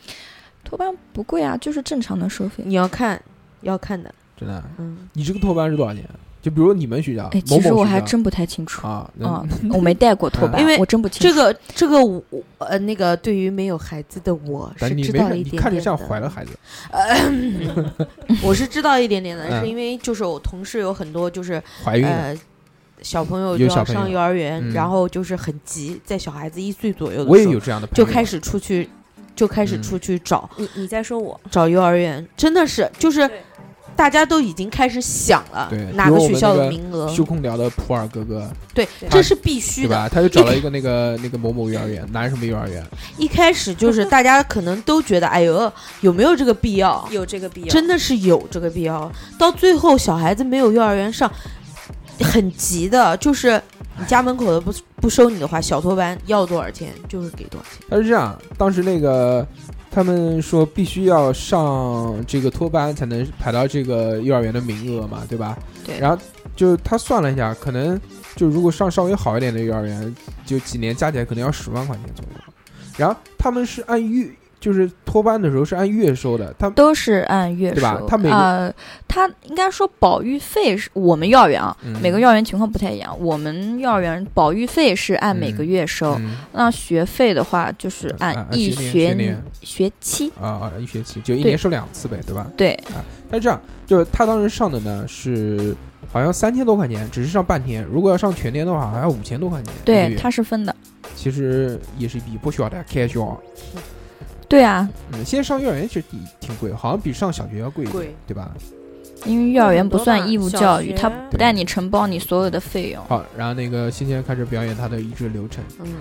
托班不贵啊，就是正常的收费。你要看，要看的，真的？啊嗯，你这个托班是多少钱？啊就比如你们学校，哎，某其某实我学还校真不太清楚。啊，嗯那啊，我没带过托班，因为我真不清这楚。个这个我呃那个对于没有孩子的我但是你知没道看，了一你点看着点像怀了的，呃孩子， [laughs] 我是知道一点点的，嗯是因为就是我同事有很多就是怀孕了。呃小朋友有就小要朋上友幼儿园嗯，然后就是很急，在小孩子一岁左右的我也时候有这样的朋就友，开始出去就开始嗯出去找你你在说我，找幼儿园，真的是就是对大家都已经开始想了对哪有个我学们校那的个名额，修空调的普洱哥哥，对，对这是必须对的。吧？他就找 [laughs] 了一个那个那个某某幼儿园，南什么幼儿园，一开始就是大家可能都觉得，哎呦，有没有这个必要？有这个必要，真的是有这个必要。到最后，小孩子没有幼儿园上，很急的，就是你家门口的不不收你的话，小托班要多少钱就是给多少钱。他是这样，当时那个他们说必须要上这个托班才能排到这个幼儿园的名额嘛，对吧？对然后就他算了一下，可能就如果上稍微好一点的幼儿园，就几年加起来可能要十万块钱左右。然后他们是按月，就是托班的时候是按月收的，他都是按月对收吧，他每个呃，他应该说保育费是我们幼儿园啊，嗯每个幼儿园情况不太一样。我们幼儿园保育费是按每个月收，嗯那学费的话就是按按按一学年学学年学期。啊啊一学期就一对年收两次呗，对吧？对，但是这样，啊就是他当时上的呢是好像三千多块钱，只是上半天。如果要上全天的话，好像五千多块钱。一个对，月它是分的。其实也是一笔不小的开销。对啊，嗯，现在上幼儿园其实挺挺贵，好像比上小学要贵一点贵，对吧？因为幼儿园不算义务教育，小学它不带你承包你所有的费用好，然后那个欣欣开始表演他的一致流程，嗯，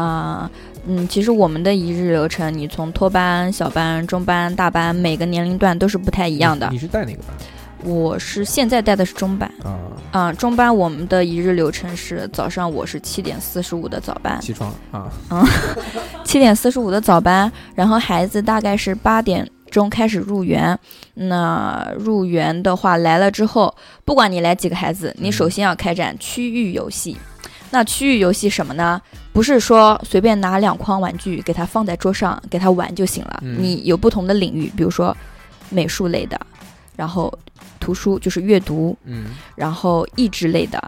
啊、嗯，其实我们的一日流程，你从托班、小班、中班、大班，每个年龄段都是不太一一样的你。是带哪个班？我是现在带的是中班啊，啊，中班我们的一日流程是早上我是七点四十五的早班起床啊，嗯，七点四十五的早班，然后孩子大概是八点钟开始入园。那入园的话来了之后，不管你来几个孩子，你首先要开展区域游戏。那区域游戏什么呢？不是说随便拿两筐玩具给他放在桌上给他玩就行了。嗯你有不同的领域，比如说美术类的，然后图书就是阅读，嗯，然后益智类的，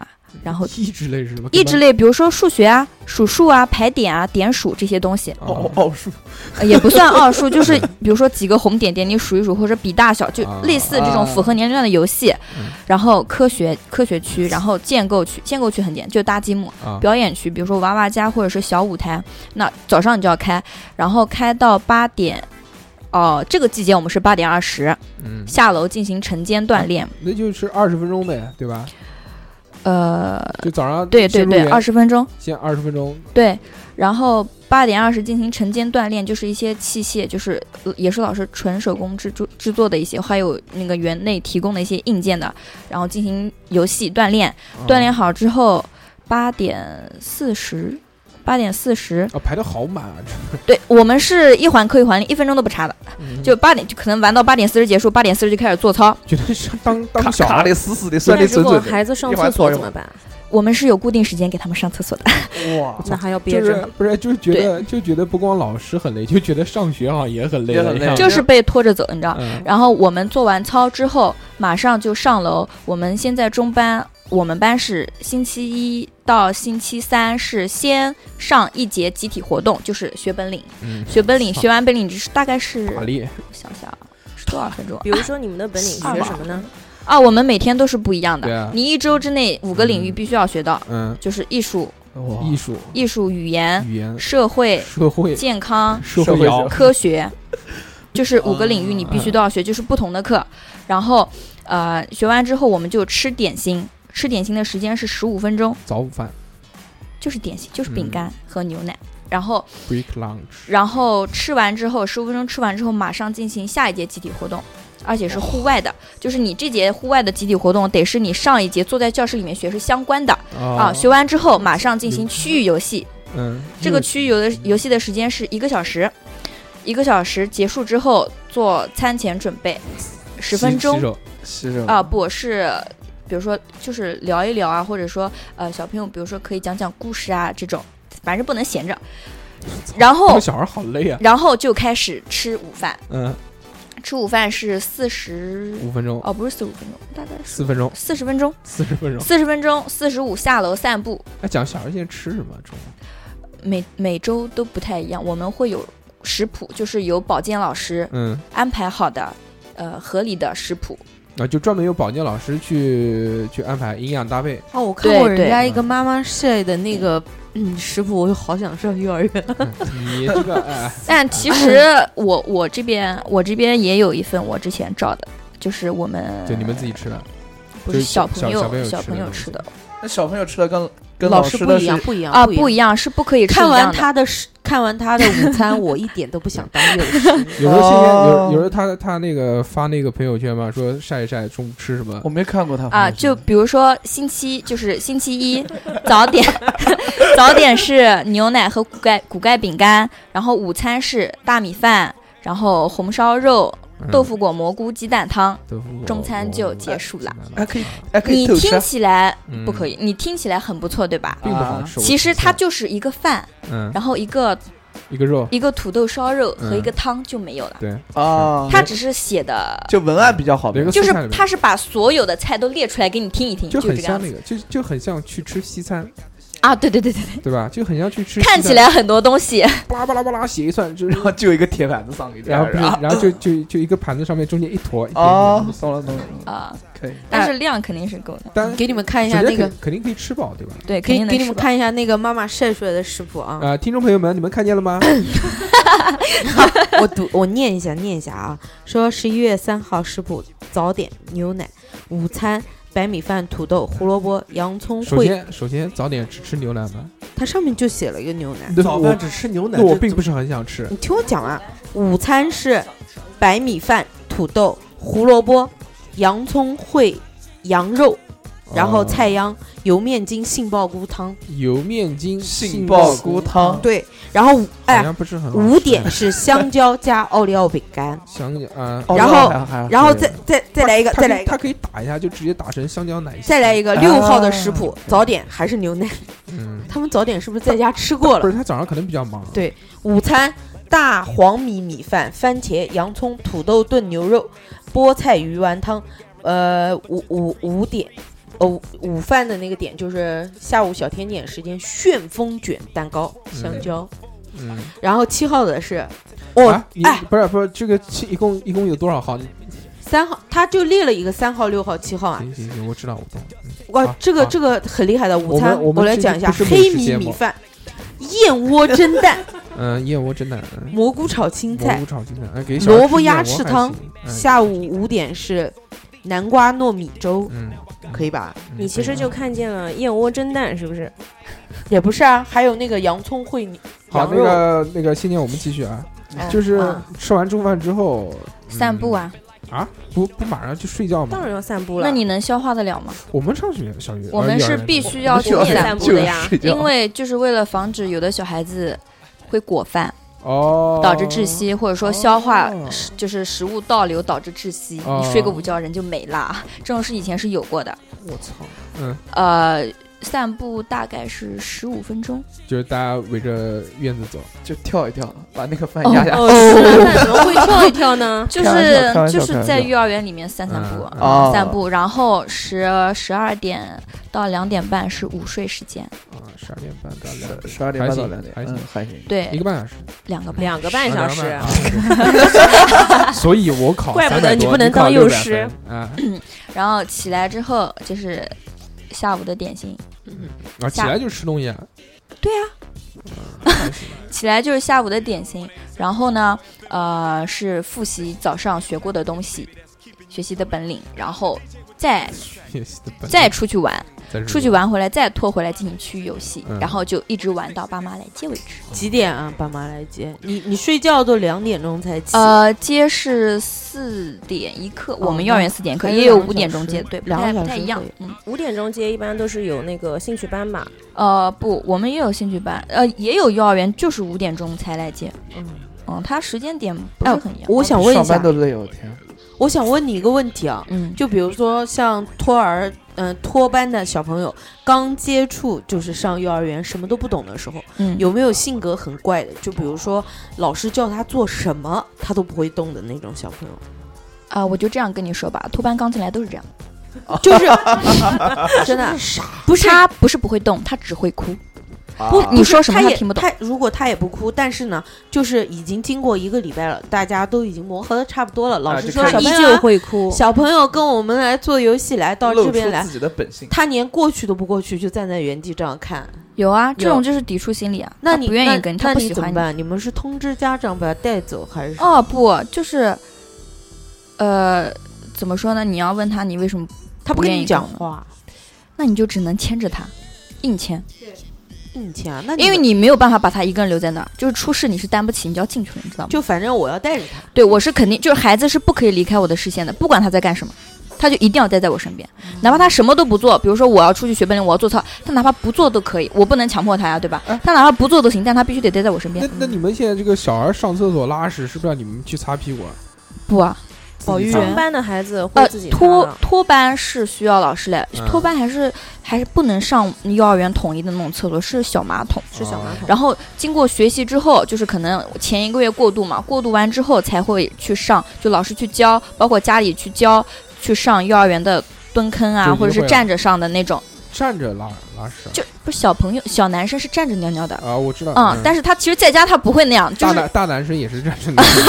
然后益智类是什么？益智类，比如说数学啊、数数啊、排点啊、点数这些东西。奥奥数呃也不算奥数，就是比如说几个红点点，你数一数，或者比大小，就类似这种符合年龄段的游戏。然后科学科学区，然后建构区，建构区很简单，就搭积木。啊表演区，比如说娃娃家或者是小舞台，那早上你就要开，然后开到八点。哦，这个季节我们是八点二十，嗯下楼进行晨间锻炼。那就是二十分钟呗，对吧？呃，就早上对对先入对，园二十分钟。先二十分钟，对，然后八点二十进行晨间锻炼，就是一些器械，就是呃也是老师纯手工制作制作的一些，还有那个园内提供的一些硬件的，然后进行游戏锻炼。嗯啊锻炼好之后，八点四十，八点四十啊，排的好满啊，这对我们是一环扣一环里，一分钟都不差的，嗯就八点就可能玩到八点四十结束，八点四十就开始做操。 [laughs] 觉得是当当卡小卡孩得死死的，算得准准的。一会儿搓一会儿？我们是有固定时间给他们上厕所的。哇那还要憋就是着不是就是觉得就觉得不光老师很累，就觉得上学好像也很累也了很一累样，就是啊被拖着走，你知道。嗯然后我们做完操之后，马上就上楼。我们现在中班，我们班是星期一到星期三是先上一节集体活动，就是学本领。嗯学本领，学完本领只是大概是法力，我想想啊，是多少分钟？比如说你们的本领二学吧什么呢？啊，我们每天都是不一样对的。啊你一周之内五个领域必须要学到，嗯就是艺术、艺术艺术、语言、语言社会、社会健康、社会摇 [laughs] 科学，就是五个领域你必须都要学，就是不同的课。然后，呃，学完之后我们就吃点心，吃点心的时间是十五分钟，早午饭就是点心，就是嗯饼干和牛奶。然后， break lunch，然后吃完之后，十五分钟吃完之后，马上进行下一节集体活动，而且是户外的。就是你这节户外的集体活动，得是你上一节坐在教室里面学是相关的、哦啊。学完之后，马上进行区域游戏。嗯，这个区域游的游戏的时间是一个小时，一个小时结束之后做餐前准备，十分钟洗手，洗手 [laughs] 啊，不是，比如说就是聊一聊啊，或者说呃小朋友，比如说可以讲讲故事啊这种，反正不能闲着。然他后们小孩好累啊，然后就开始吃午饭，嗯，吃午饭是四十五分钟哦，不是四五分钟，大概四分钟四十分钟，四十分钟，四十分钟，四十五下楼散步，哎，讲小孩现在吃什么中午？每每周都不太一样，我们会有食谱，就是有保健老师嗯安排好的，呃，合理的食谱。啊，就专门有保健老师去去安排营养搭配。哦，我看过对人家对一个妈妈晒的那个嗯食谱，我就好想上幼儿园。嗯你这个哎，但其实我我这边我这边也有一份我之前照的，就是我们就你们自己吃的，不就是小朋朋友友小吃的东西吃的那小朋友吃的跟跟老师师的不一样不一样啊，不一样是不可以吃看一完样的他的食看完他的午 [laughs] 餐，我一点都不想当幼师。有时候现在有哦有时候他他那个发那个朋友圈嘛，说晒一晒中午吃什么。我没看过他啊，就比如说星期 [laughs] 就是星期一早点， [laughs] 早点是牛奶和谷盖谷盖饼干，然后午餐是大米饭，然后红烧肉、嗯豆腐果、蘑菇、鸡蛋汤豆腐果，中餐就结束了。还可以，啊还哎可以你偷吃听起来嗯不可以，你听起来很不错，对吧？并不好吃我其实它就是一个饭，嗯然后一个一个肉一个土豆烧肉和一个嗯哦汤就没有了。对啊，它只是写的，就文案比较好呗，就是它是把所有的菜都列出来给你听一听，就就很这个样像子那个，就就很像去吃西 [laughs] 餐，啊！对对对对对。对吧？就很像去吃西餐。看起来很多东西，巴拉巴拉巴拉写一算，就是然后 [laughs] 就有一个铁板子上给你，然后不是，然后就就就一个盘子上面中间一坨一点哦点，懂了懂了 [laughs] 啊，可以。但是量肯定是够的。但给你们看一下首那先个肯，肯定可以吃饱，对吧？对给给你们看一下那个妈妈晒出来的食谱啊。啊，听众朋友们，你们看见了 [coughs] 吗？我读我念一下念一下啊，说十一月三号食谱：早点牛奶，午餐白米饭、土豆、胡萝卜、洋葱首烩。先，首先早点只吃牛奶吗？它上面就写了一个牛奶。那我那我并不是。是很想吃你。听我讲啊，午餐是白米饭、土豆、胡萝卜、洋葱烩羊肉，然哦后菜秧、油面筋、杏鲍菇汤。油面筋、杏鲍菇汤，对，然后好哎像，不是很好五吃点是香蕉加奥利奥饼干。香蕉啊，哦然后还还然后对再再哦再来一个它再可以来一个它可以打一下，就直接打成香蕉奶昔。再来一个六号哦的食谱，早点还是牛奶。嗯，他们早点是不是在家吃过不了是？他早上可能比较忙，对，午餐大黄米米饭、番茄、洋葱、土豆炖牛肉、菠菜鱼丸汤。呃，五五五点，呃，午午饭的那个点就是下午小甜点时间，旋风卷蛋糕、香蕉。嗯，然后七号的是，哦啊，你哎，不是不是这个七一共一共有多少号？你三号他就列了一个三号、六号、七号啊。行行行，我知道，我懂。哇，这个这个很厉害的午餐，啊我们我们来这讲期一下不是黑美食米节米目饭、燕窝蒸蛋、 [laughs] 嗯，燕窝真的，嗯蘑菇炒青蘑菜菇、炒青菜，哎，给小孩萝卜吃燕鸭窝翅还汤行。哎下午五点是南瓜糯米粥，嗯，可以吧？你其实就看见了燕窝蒸蛋，是不是？也不是啊，还有那个洋葱烩牛好，羊那肉。哎个那个，今天我们继续啊，就是啊吃完中饭之后散步啊，啊，不不马上去睡觉当吗？然要散步了。那你能消化得了吗？我们上学小学，我呃们幼儿是园必的 [laughs] 须时要我们去小学散散步步的呀睡觉因为就是为了防止有的小孩子会裹饭，候哦，导致窒息，或者说消化哦食就是食物倒流导致窒息，哦你睡个午觉人就没啦。这种事以前是有过的。我操，嗯，呃，散步大概是十五分钟。就是大家围着院子走，就跳一跳，把那个饭压下。 [laughs] 哦，是的， [laughs] 那怎么哦会跳一跳呢？就开玩笑是开玩笑就是在幼儿园里面散散步，嗯哦散步，然后十十二点到两点半是午睡时间，啊，十二点半到两点，十二点半到两点，还行嗯，还行。一对个，半小时，两个半。两个半小啊时两，个半 [laughs] 小时所以我考怪不得300你多不能考当幼600分师啊然后起来之后就是下午的点心，啊！起下来就吃东西啊， [laughs] 对啊，起来就是下午的点心，然后呢，呃，是复习早上学过的东西，学习的本领，然后再再出去玩，嗯再出去玩回来再拖回来进行区域游戏，嗯然后就一直玩到爸妈来嗯接为止。几点啊？爸妈来接你，你睡觉都两点钟才起，呃，接是四点一刻，哦我们幼儿园四点一刻，还有也有两个五点小钟时接，对，不两个太小不太时一样会有。嗯，五点钟接一般都是有那个兴趣班吧？呃，不，我们也有兴趣班，呃，也有幼儿园，就是五点钟才来接。嗯嗯，它时间点不哎是很一样。我想问一上下班，都累，我天！我想问你一个问题啊，嗯，就比如说像托儿，嗯、托班的小朋友刚接触就是上幼儿园什么都不懂的时候，嗯有没有性格很怪的？就比如说老师叫他做什么，他都不会动的那种小朋友。 [laughs] 啊、我就这样跟你说吧，托班刚进来都是这样，就是 [laughs] 真的不啊是啊他不是不会动，他只会哭。不啊，你说是什么他他也听不懂他如果他也不哭，但是呢，就是已经经过一个礼拜了，大家都已经磨合的差不多了。老啊师就说小看他朋依友旧啊，会哭。小朋友跟我们来做游戏，来到这露出边来自，己的本性。他连过去都不过去，就站在原地这样看。有啊，这种有就是抵触心理啊，那他你不愿意跟，那他那不你喜怎欢么你。办？你们是通知家长把他带走，还是？哦，不，就是，呃，怎么说呢？你要问他你为什么，他不不跟愿你意讲跟我话，那你就只能牵着他，硬牵，嗯，天啊，那因为们你没有办法把他一个人留在那儿，就是出事你是担不起，你就要进去了，你知道吗？就反正我要带着他，对我是肯定，就是孩子是不可以离开我的视线的，不管他在干什么，他就一定要待在我身边，哪怕他什么都不做，比如说我要出去学本领，我要做操，他哪怕不做都可以，我不能强迫他呀，对吧？哎他哪怕不做都行，但他必须得待在我身那边。那你们现在这个小孩上厕所拉屎，是不是让你们去擦屁股啊？不啊，保育上员班的孩子会呃自己，托上的托班是需要老师来嗯，托班还是还是不能上幼儿园统一的那种厕所，是小马桶。是小马桶。然后经过学习之后，就是可能前一个月过渡嘛，过渡完之后才会去上，就老师去教，包括家里去教，去上幼儿园的蹲坑就啊，是或会者是啊站着上的那种，站着拉拉屎啊就不是小朋友小男生是站着尿尿的，啊？我知道，嗯，但是他其实在家他不会那样，就大是男大男生也是站着拉屎，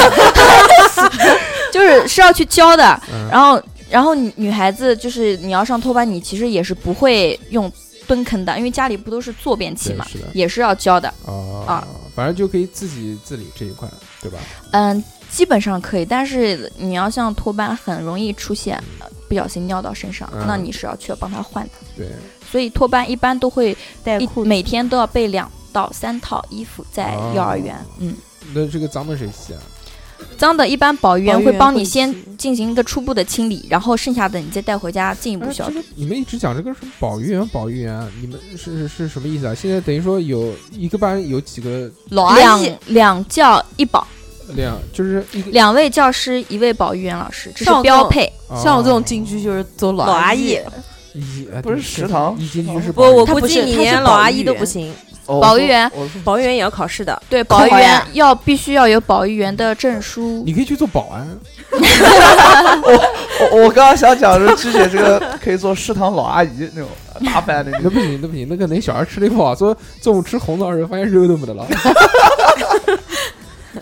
[laughs] 就是是要去教的，嗯然后，然后女女孩子就是你要上托班，你其实也是不会用蹲坑的，因为家里不都是坐便器对嘛，是的也是要教的。啊啊，反正就可以自己自理这一块，对吧？嗯，基本上可以，但是你要像托班，很容易出现呃不小心尿到身上，嗯那你是要去帮他换的。对，所以托班一般都会带一裤子每天都哦要备两到三套衣服在幼儿园。嗯，那这个脏的谁洗啊？脏的一般保育员保育会员帮会你先进行一个初步的清理，然后剩下的你再带回家进一嗯啊步消毒。你们一直讲这个什么保育员，保育员，你们是是是什么意思啊？现在等于说有一个班有几个两两教一保，两，就是一个两位教师，一位保育员老师，这像是我这种标配。像我这种进去就是走老阿姨，一啊哎不是对食堂一进去是不保育我员估计你连老阿姨都不行。哦保育员，保育员也要考试的，对，考保育完员要必须要有保育员的证书。你可以去做保安，哦我我刚刚想讲的是，芝姐这个可以做食堂老阿姨那种打扮的 [laughs] 那那种。不行，那不行，那个那小孩吃了一不好，说中午吃红枣的时候发现肉都没得 [laughs] 了。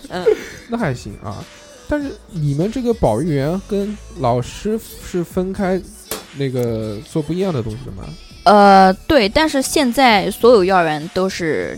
嗯，那还行啊。但是你们这个保育员跟老师是分开那个做不一样的东西的吗？呃，对，但是现在所有幼儿园都是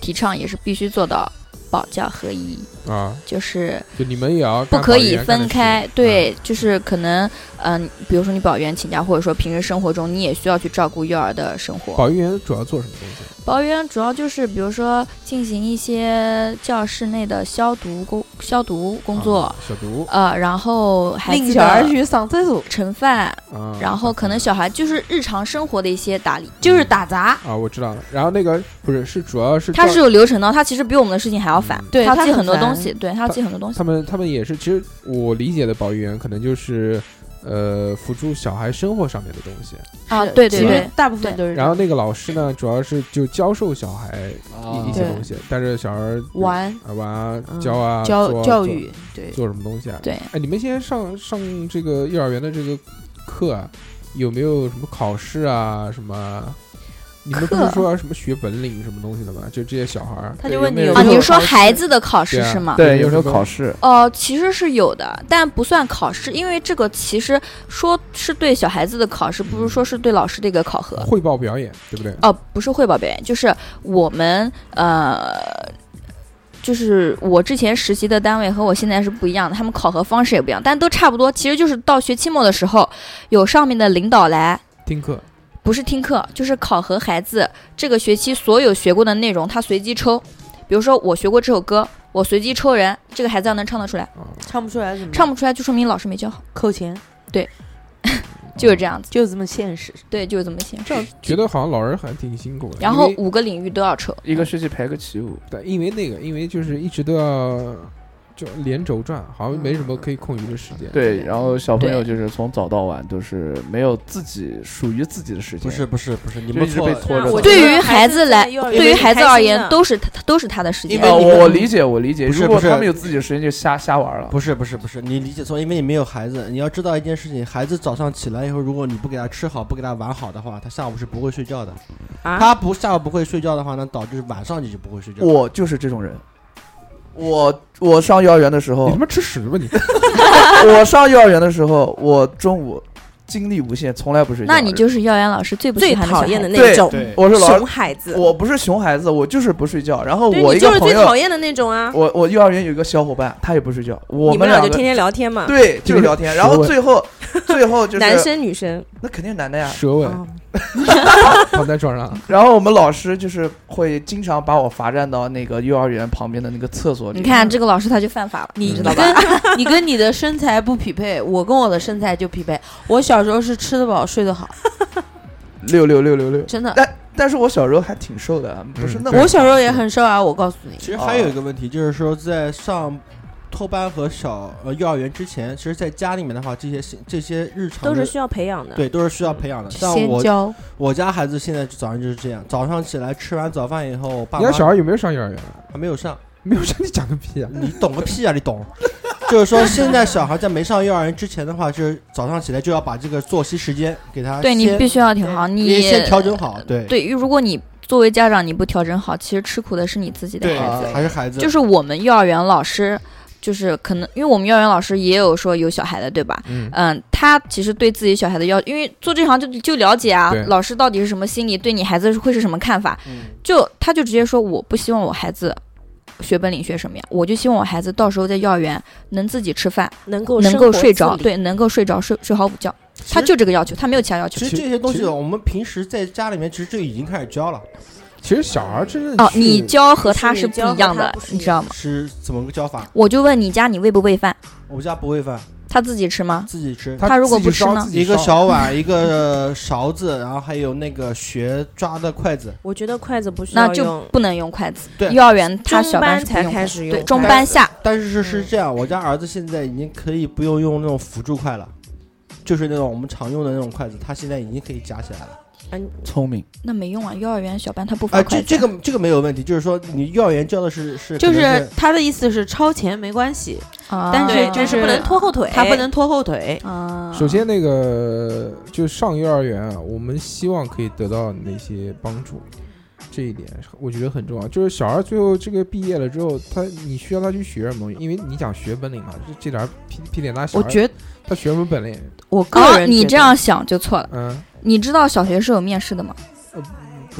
提倡，也是必须做到保教合一，啊，就是就你们也要不干可保育以员干的分事开。啊对，就是可能，嗯、比如说你保育员请假，或者说平时生活中你也需要去照顾幼儿的生活。保育员主要做什么东西？保育员主要就是，比如说进行一些教室内的消毒工消毒工作，啊小毒呃，然后孩领子小孩的去上厕所，盛饭，啊，呃然后可能小孩就是日常生活的一些打理，就是打杂。啊，我知道了。然后那个不是是主要是他教是有流程的，他其实比我们的事情还要烦，嗯对他他记很很多东烦西，对他记很多东西。他们他们也是，其实我理解的保育员可能就是呃辅助小孩生活上面的东西。啊是对对其对实大部分都是这然样。后那个老师呢，主要是就教授小孩啊哦一一些对东西，带着小孩儿玩啊玩啊嗯教啊教做教做育， [laughs] 对，做什么东西啊？对，哎，你们现在上上这个幼儿园的这个课啊，有没有什么考试啊什么？你们不是课说要什么学本领什么东西的吗？就这些小孩儿，他对就问没你有有啊，没什么你有说考试孩子的考对试啊是吗？ [laughs] 对，有有时时候候考考试哦，其实是有的，但不算考试，因为这个其实说是对小孩子的考试，不如说是对老师的一个考核。嗯汇报表演，对不对？哦，不是汇报表演，就是我们呃，就是我之前实习的单位和我现在是不一样的，他们考核方式也不一样，但都差不多。其实就是到学期末的时候，有上面的领导来，听课不是听课，就是考核孩子这个学期所有学过的内容，他随机抽。比如说我学过这首歌，我随机抽人，这个孩子要能唱得出来，啊，唱不出来怎么唱不出来就说明老师没教好，扣钱，就是这样子。就这么现实。对，就是这么写。觉得好像老人还挺辛苦的。然因后为五个领域都要抽。一个学期排个起舞，对，因为那个，因为就是一直都要就连轴转，好像没什么可以空余的时间。对，然后小朋友对就是从早到晚都是没有自己属于自己的时间，不是不是不是，你就们一直错被了。拖着我觉得走。对于孩孩子子来在幼儿，园对于是孩子开而心言的都是他都是他的时因间为。哎呃，你们我我理解，我理解。不是如果不是他们有自己的时间，就瞎瞎玩了。不是不是不是，你理解错，因为你没有孩子，你要知道一件事情：孩子早上起来以后，如果你不给他吃好，不给他玩好的话，他下午是不会睡觉的。啊他不下午不会睡觉的话，那导致晚上你就不会睡觉。我就是这种人。我我上幼儿园的时你候他，妈吃屎吧你！ [laughs] 我上幼儿园的时候，我中午精力无限，从来不睡觉。那你就是幼儿园老师最不最喜欢讨小厌孩的子那种嗯对我是老熊孩子，我不是熊孩子，我就是不睡觉。然后对我你一就个是朋最友讨，厌的那种啊！我我幼儿园有一个小伙伴，他也不睡觉，我你们两就个天天聊天嘛，对就是聊 [laughs] 天，然舌后吻最后最后就是男生女生，那肯定是男的呀。舌吻哦躺在床上，然后我们老师就是会经常把我罚站到那个幼儿园旁边的那个厕所里。你看这个老师他就犯法了，你知你道跟 [laughs] 你跟你的身材不匹配，我跟我的身材就匹配。我小时候是吃得饱睡得好，六六六六六，真的。但但是我小时候还挺瘦的，不是那么、对我小时候也很瘦啊，我告诉你，其实还有一个问题，就是说在上托班和小呃幼儿园之前，其实在家里面的话，这些兴这些日常都的是需要培养的。对都是需要培养的。像先我教我家孩子现在早上就是这样，早上起来吃完早饭以后，我爸你妈家小孩有没有上幼儿园？还没有上，没有上，你讲个屁啊！你懂个屁啊！你懂？ [laughs] 就是说，现在小孩在没上幼儿园之前的话，就是早上起来就要把这个作息时间给他对你先必须要挺好，你呃先先调整好，对对，如果你作为家长你不调整好，其实吃苦的是你自己的对，孩子。啊还是嗯孩子，就是我们幼儿园老师，就是可能因为我们幼儿园老师也有说有小孩的，对吧？嗯，嗯，他其实对自己小孩的要，因为做这行就就了解啊对，老师到底是什么心理，对你孩子会是什么看法，嗯就他就直接说我不希望我孩子学本领学什么呀，我就希望我孩子到时候在幼儿园能自己吃饭，能够能生够活睡自着，理，对，能够睡着睡睡好午觉，其实他就这个要求，他没有其他要求其。实这些东其西，实我们平时在家里面其实就已经开始教了。其实小孩真是哦，你教和他是不一样的，你知道吗？是怎么个教法？我就问你家你喂不喂饭？我们家不喂饭，他自己吃吗？自己吃。他如果不吃呢？一个小碗，一个呃勺子，然后还有那个学抓的筷子。我觉得筷子不需要那就不能用筷子。对幼儿园他小班是不才用筷开子始对用中筷班子下。但是是这样，我家儿子现在已经可以不用用那种辅助筷了，就是那种我们常用的那种筷子，他现在已经可以夹起来了。聪明。那没用啊，幼儿园小班他不发啊，这筷子。这个这个没有问题，就是说你幼儿园教的是是就可能是是他的意思是超前没关系，啊但对是但是不能拖后腿他不能拖后腿。啊首先，那个就上幼儿园啊，我们希望可以得到哪些帮助，这一点我觉得很重要。就是小孩最后这个毕业了之后，他你需要他去学什么东西？因为你讲学本领嘛，这这点儿屁屁点大小我孩觉得哦他学什么本领？我啊个人你觉得这样想就错了。嗯，你知道小学是有面试的吗？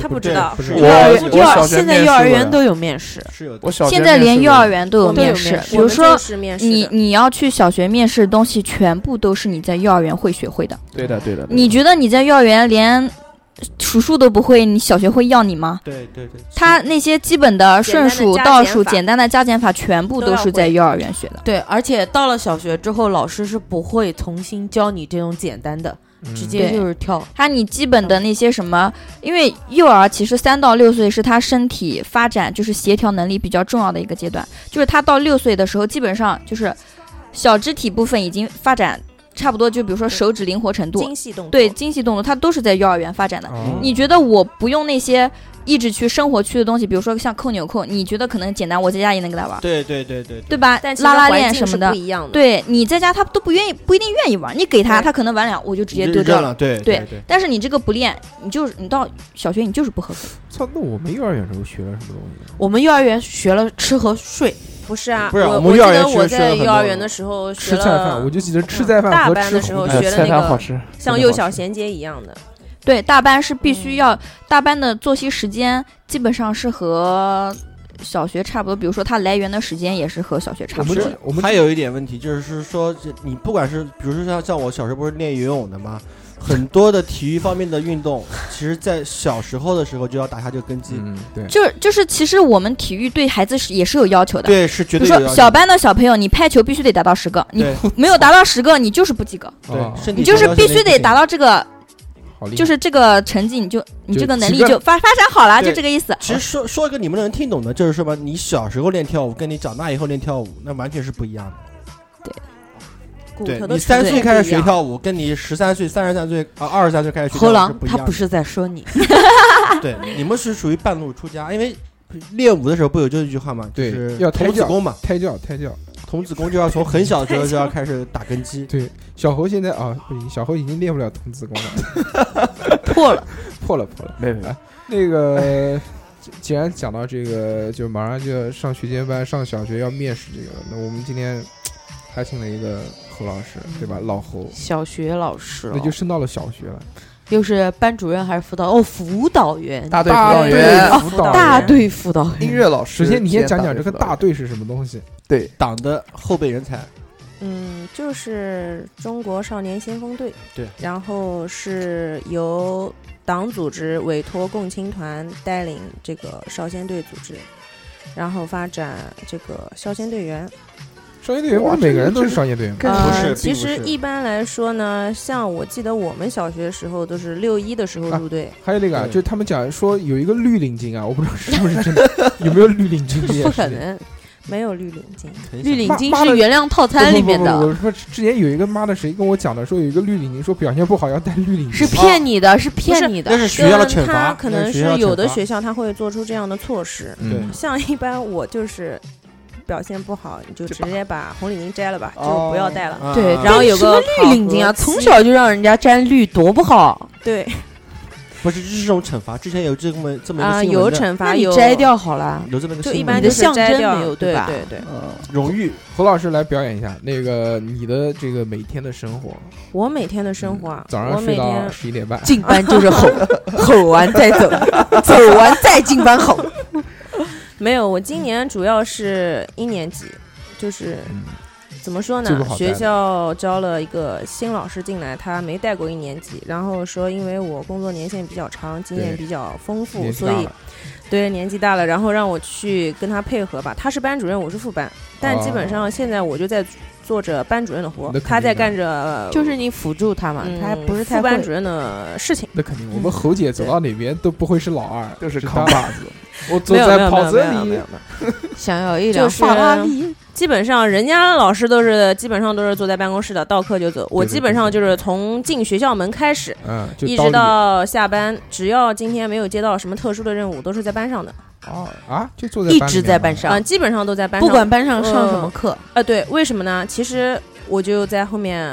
他不知道不是我幼儿我园幼儿小学现在面试幼儿过园的都有面试，是有的我小学现在连面试幼过儿园都都有有面面试，试比我如们说就是面试你的你要去小学面试的东西，全部都是你在幼儿园会学会的。对的，对的。对的你觉得你在幼儿园连数数都不会，你小学会要你吗？对对对，他那些基本的顺简数、单的加减法倒数、简单的加减法，全部都是在幼儿园学的。对，而且到了小学之后，老师是不会重新教你这种简单的，嗯直接对就是跳。他你基本的那些什么，因为幼儿其实三到六岁是他身体发展就是协调能力比较重要的一个阶段，就是他到六岁的时候，基本上就是小肢体部分已经发展差不多，就比如说手指灵活程度，精细动作，对精细动作，它都是在幼儿园发展的。哦嗯你觉得我不用那些益智区、生活区的东西，比如说像扣纽扣，你觉得可能简单，我在家也能给他玩，对对对对对对吧但？其实拉拉环链境什是么的不，一样的。对你在家他都不愿意，不一定愿意玩。你给他，对他可能玩两，我就直接你丢就这掉样了。了，对对对。但是你这个不练，你就是你到小学你就是不合格。操！那我们幼儿园时候学了什么东西？我们幼儿园学了吃和睡，不是啊，不是我我们幼儿园记得我学学了在很多幼儿园的时候学吃了嗯菜饭，我就记得吃菜饭大和班吃的时糊候涂学的菜那饭好个吃，像幼小衔接一样的，对，大班是必须要，大班的作息时间基本上是和小学差不多，比如说它来源的时间也是和小学差我不们多。这我们还有一点问题就是说，这你不管是比如说像像我小时候不是练游泳的吗？很多的体育方面的运动，其实在小时候的时候就要打下这个根基。嗯对，就就是，其实我们体育对孩子是也是有要求的。对，是比绝如对有说要求小班的小朋友，你拍球必须得达到十个，你对没有达到十个，你就是不及格，哦对，身体你就是必须得达打。到这个，好厉害，就是这个成绩，你就你就这个能力及格就发发展好了，对就这个意思。其实说说一个你们能听懂的，就是什么？你小时候练跳舞，跟你长大以后练跳舞，那完全是不一样的。骨对头你的三程度岁也开不始一学样跳舞，跟你十三岁、三十三岁啊二十三岁开始学跳猴舞是狼不一他样不的。是在说你，对，你们是属于半路出家，因为练舞的时候不有这一句话嘛，就对是要胎童子教功嘛，胎教胎教。童子功就要从很小的时候就要开始打根 [laughs] 基。对，小猴现在啊，不行，小猴已经练不了童子功了，破了。破了破了。没有没有，那个，既既然讲到这个，就马上就要上学前班、上小学要面试这个，那我们今天还请了一个侯老师，对吧？老侯，小学老师、哦那就升到了小学了，又是班主任还是辅导哦，辅导员，大队辅大导队员、哦辅导大员队辅导音员。乐老首师。先，你先兼讲讲这个辅导大员队是什么东西？对党的后备人才，嗯，就是中国少年先锋队，对，然后是由党组织委托共青团带领这个少先队组织，然后发展这个少先队员。少先队员不哇是每这个个人都是这少先队员吗？更不是呃，并其不实是一般来说呢，像我记得我们小学时候都是六一的时候啊入队，还有那个啊，对就是他们讲说有一个绿领巾啊，我不知道是不是真的，有没有绿领巾这件事情？不可能，没有绿领巾。绿领巾妈妈的是原谅套餐里面不不不的，我说之前有一个妈的谁跟我讲的，说有一个绿领巾，说表现不好要戴绿领巾，是骗你的，是骗你那的。是学校的跟惩啊他罚，可那能是是学校有惩的罚学校他会做出这样的措施，嗯对 [laughs] 像一般我就是表现不好，你就直接把红领巾摘了吧，就哦不要戴了。啊对，啊然后有什么个绿绿领领巾巾啊啊，从从小小就让人家沾绿，多不好对不是这种惩罚，之前有这么这么一啊，个新有闻的，惩那罚，你有摘，掉好了。有这么一个就新一闻般你就的是象摘征掉没有对对吧对对，嗯，荣誉，侯老师来表演一下那个你的这个每天的生活，我每天的生活啊嗯，早我上每睡天到十一点半，进班就是吼，吼完再走，走完再进班吼。没有，我今年主要是一年级，就是嗯怎么说最不呢？好带学的校招了一个新老师进来，他没带过一年级，然后说因为我工作年限比较长，经验对比较丰富，年纪所大以了对年纪大了，然后让我去跟他配合吧。他是班主任，我是副班，但基本上现在我就在做着班主任的活哦那，肯他在定的干着就是你辅助他嘛，嗯他还不是副太班会主任的事情。那肯定，我们侯姐走到哪边都不会是老二，就是扛把子。我走没有没在有跑没车有没有没里有，想要一啊就辆是法拉利。基本上人家老师都是基本上都是坐在办公室的，到课就走。我对对基本上就是从进学校门开始，嗯，就一刀直里到下班，只要今天没有接到什么特殊的任务，都是在班上的。哦啊，就坐在一班里直面在吗班嗯、上，基本上都在班上。不管班上上什么课，呃，对，为什么呢？其实我就在后面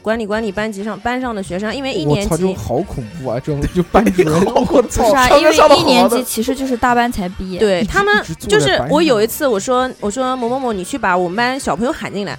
管理管理班级上班上的学生，因为一我年操，这种级好恐怖啊！这种就班主任，我操是啊，上因课为上的一好年的级，其实就是大班才毕业。对一他直们一直坐就在是班我上有一次我说我说某某某，你去把我们班小朋友喊进来。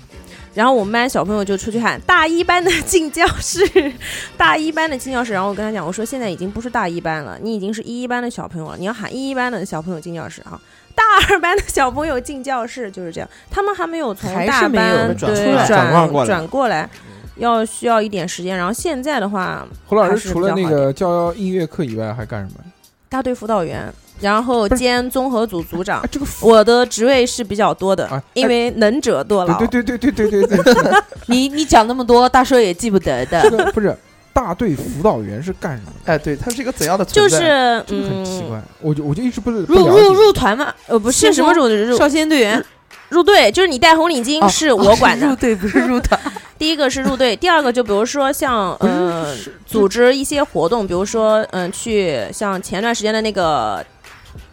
然后我们班小朋友就出去喊大一班的进教室， [laughs] 大一班的进教室。然后我跟他讲，我说现在已经不是大一班了，你已经是一一班的小朋友了，你要喊一一班的小朋友进教室啊，大二班的小朋友进教室就是这样。他们还没有从还是大没有班转对出来转化转过来转过来，要需要一点时间。然后现在的话，胡老还师是除比了较那好一点个教音乐课以外还干什么？大队辅导员，然后不是兼综合组组长啊，。这个我的职位是比较多的，啊因为能者多劳。对对对对对对对对，你你讲那么多，大叔也记不得这的。个不是大队辅导员是干什么？哎，对，它是一个怎样的存就在？是这个很奇嗯，怪，我就我就一直不是不入了入解。入团嘛，呃，不是什么时候入少先队员入队，就是你戴红领巾哦是我管入的。队不是入团，第一个是入队，第二个就比如说像嗯呃组织一些活动，比如说嗯、去像前段时间的那个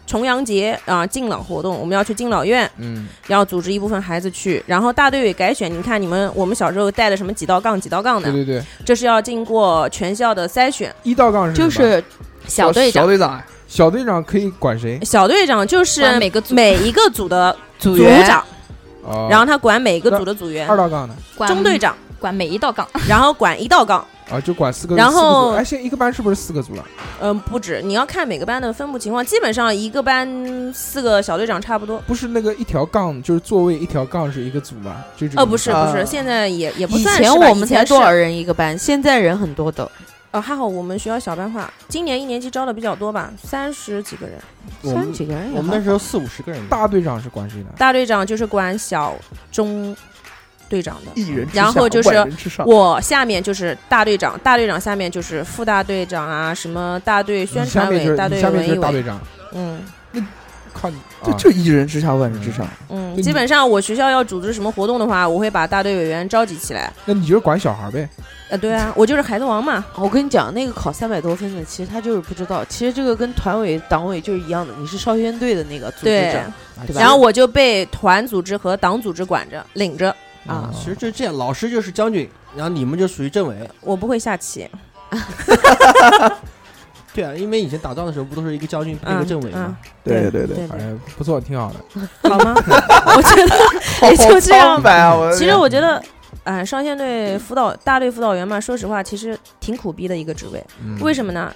重阳节啊敬老活动，我们要去敬老院，嗯，要组织一部分孩子去，然后大队委改选。你看你们我们小时候带的什么几道杠几道杠对的，对对，这是要经过全校的筛选。一道杠是什 [laughs] 就么是小小队小长队长哎，小队长可以管谁？小队长就是管每个组每一个组的组组员，长，哦，然后他管每一个组的组员二，道杠呢？管中队长，管每一道杠，然后管一道杠。啊，就管四个，然四个组后哎，现在一个班是不是四个组了？嗯，不止，你要看每个班的分布情况。基本上一个班四个小队长差不多。不是那个一条杠，就是座位一条杠是一个组嘛？就这个呃，不是啊不是，现在也也不嗯以算是吧。前我们才是多少？人一个班，现在人很多的。哦，还好我们学校小班化，今年一年级招的比较多吧，三十几个人。我三们几个人也我们好那时候四五十个人，大队长是管谁的？大队长就是管小中队长的，一人之然下后就是万人之上。我下面就是大队长，大队长下面就是副大队长啊，什么大队宣你下传面委、就是大你队下面文就艺是大委，队长，嗯靠你就啊！就一人之下，万人之上。嗯，就基你本上我学校要组织什么活动的话，我会把大队委员召集起来。那你就是管小孩呗？呃，对嗯啊，我就是孩子王嘛，我跟你讲，那个考三百多分的，其实他就是不知道，其实这个跟团委、党委就是一样的。你是少先队的那个组织对啊长，对吧？然后我就被团组织和党组织管着领着，嗯啊其实就这样，老师就是将军，然后你们就属于政委。我不会下棋，对啊，因为以前打仗的时候不都是一个将军配一嗯个政委吗？对对对，对哎，不错，挺好的。对，好吗？ [laughs] 我觉得也就这样苍白啊！我的其天实我觉得，哎、少先队辅导大队辅导员嘛，说实话，其实挺苦逼的一个职位。嗯为什么呢？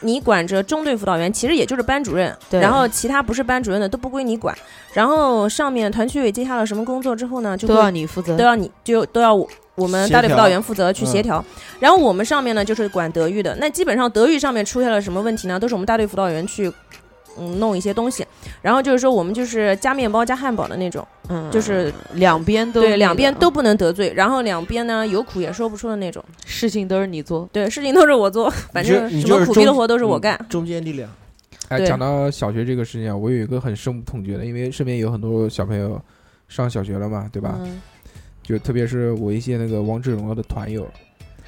你管着中队辅导员，其实也就是班主任，对然后其他不是班主任的都不归你管。然后上面团区委接下了什么工作之后呢，就都要会你负责都。要你就都要我我们协大队辅调导员负责去嗯协调。然后我们上面呢就是管德育的，那基本上德育上面出现了什么问题呢，都是我们大队辅导员去嗯弄一些东西。然后就是说我们就是加面包加汉堡的那种，嗯，就是两边都对，两边那个都嗯不能得罪，然后两边呢有苦也说不出的那种。事情都是你做，对，事情都是我做，反正你什就么是苦逼的中嗯活都是我干。中间力量，哎，对讲到小学这个事情啊，我有一个很深恶痛绝的，因为身边有很多小朋友上小学了嘛，对吧？嗯就特别是我一些那个王者荣耀的团友，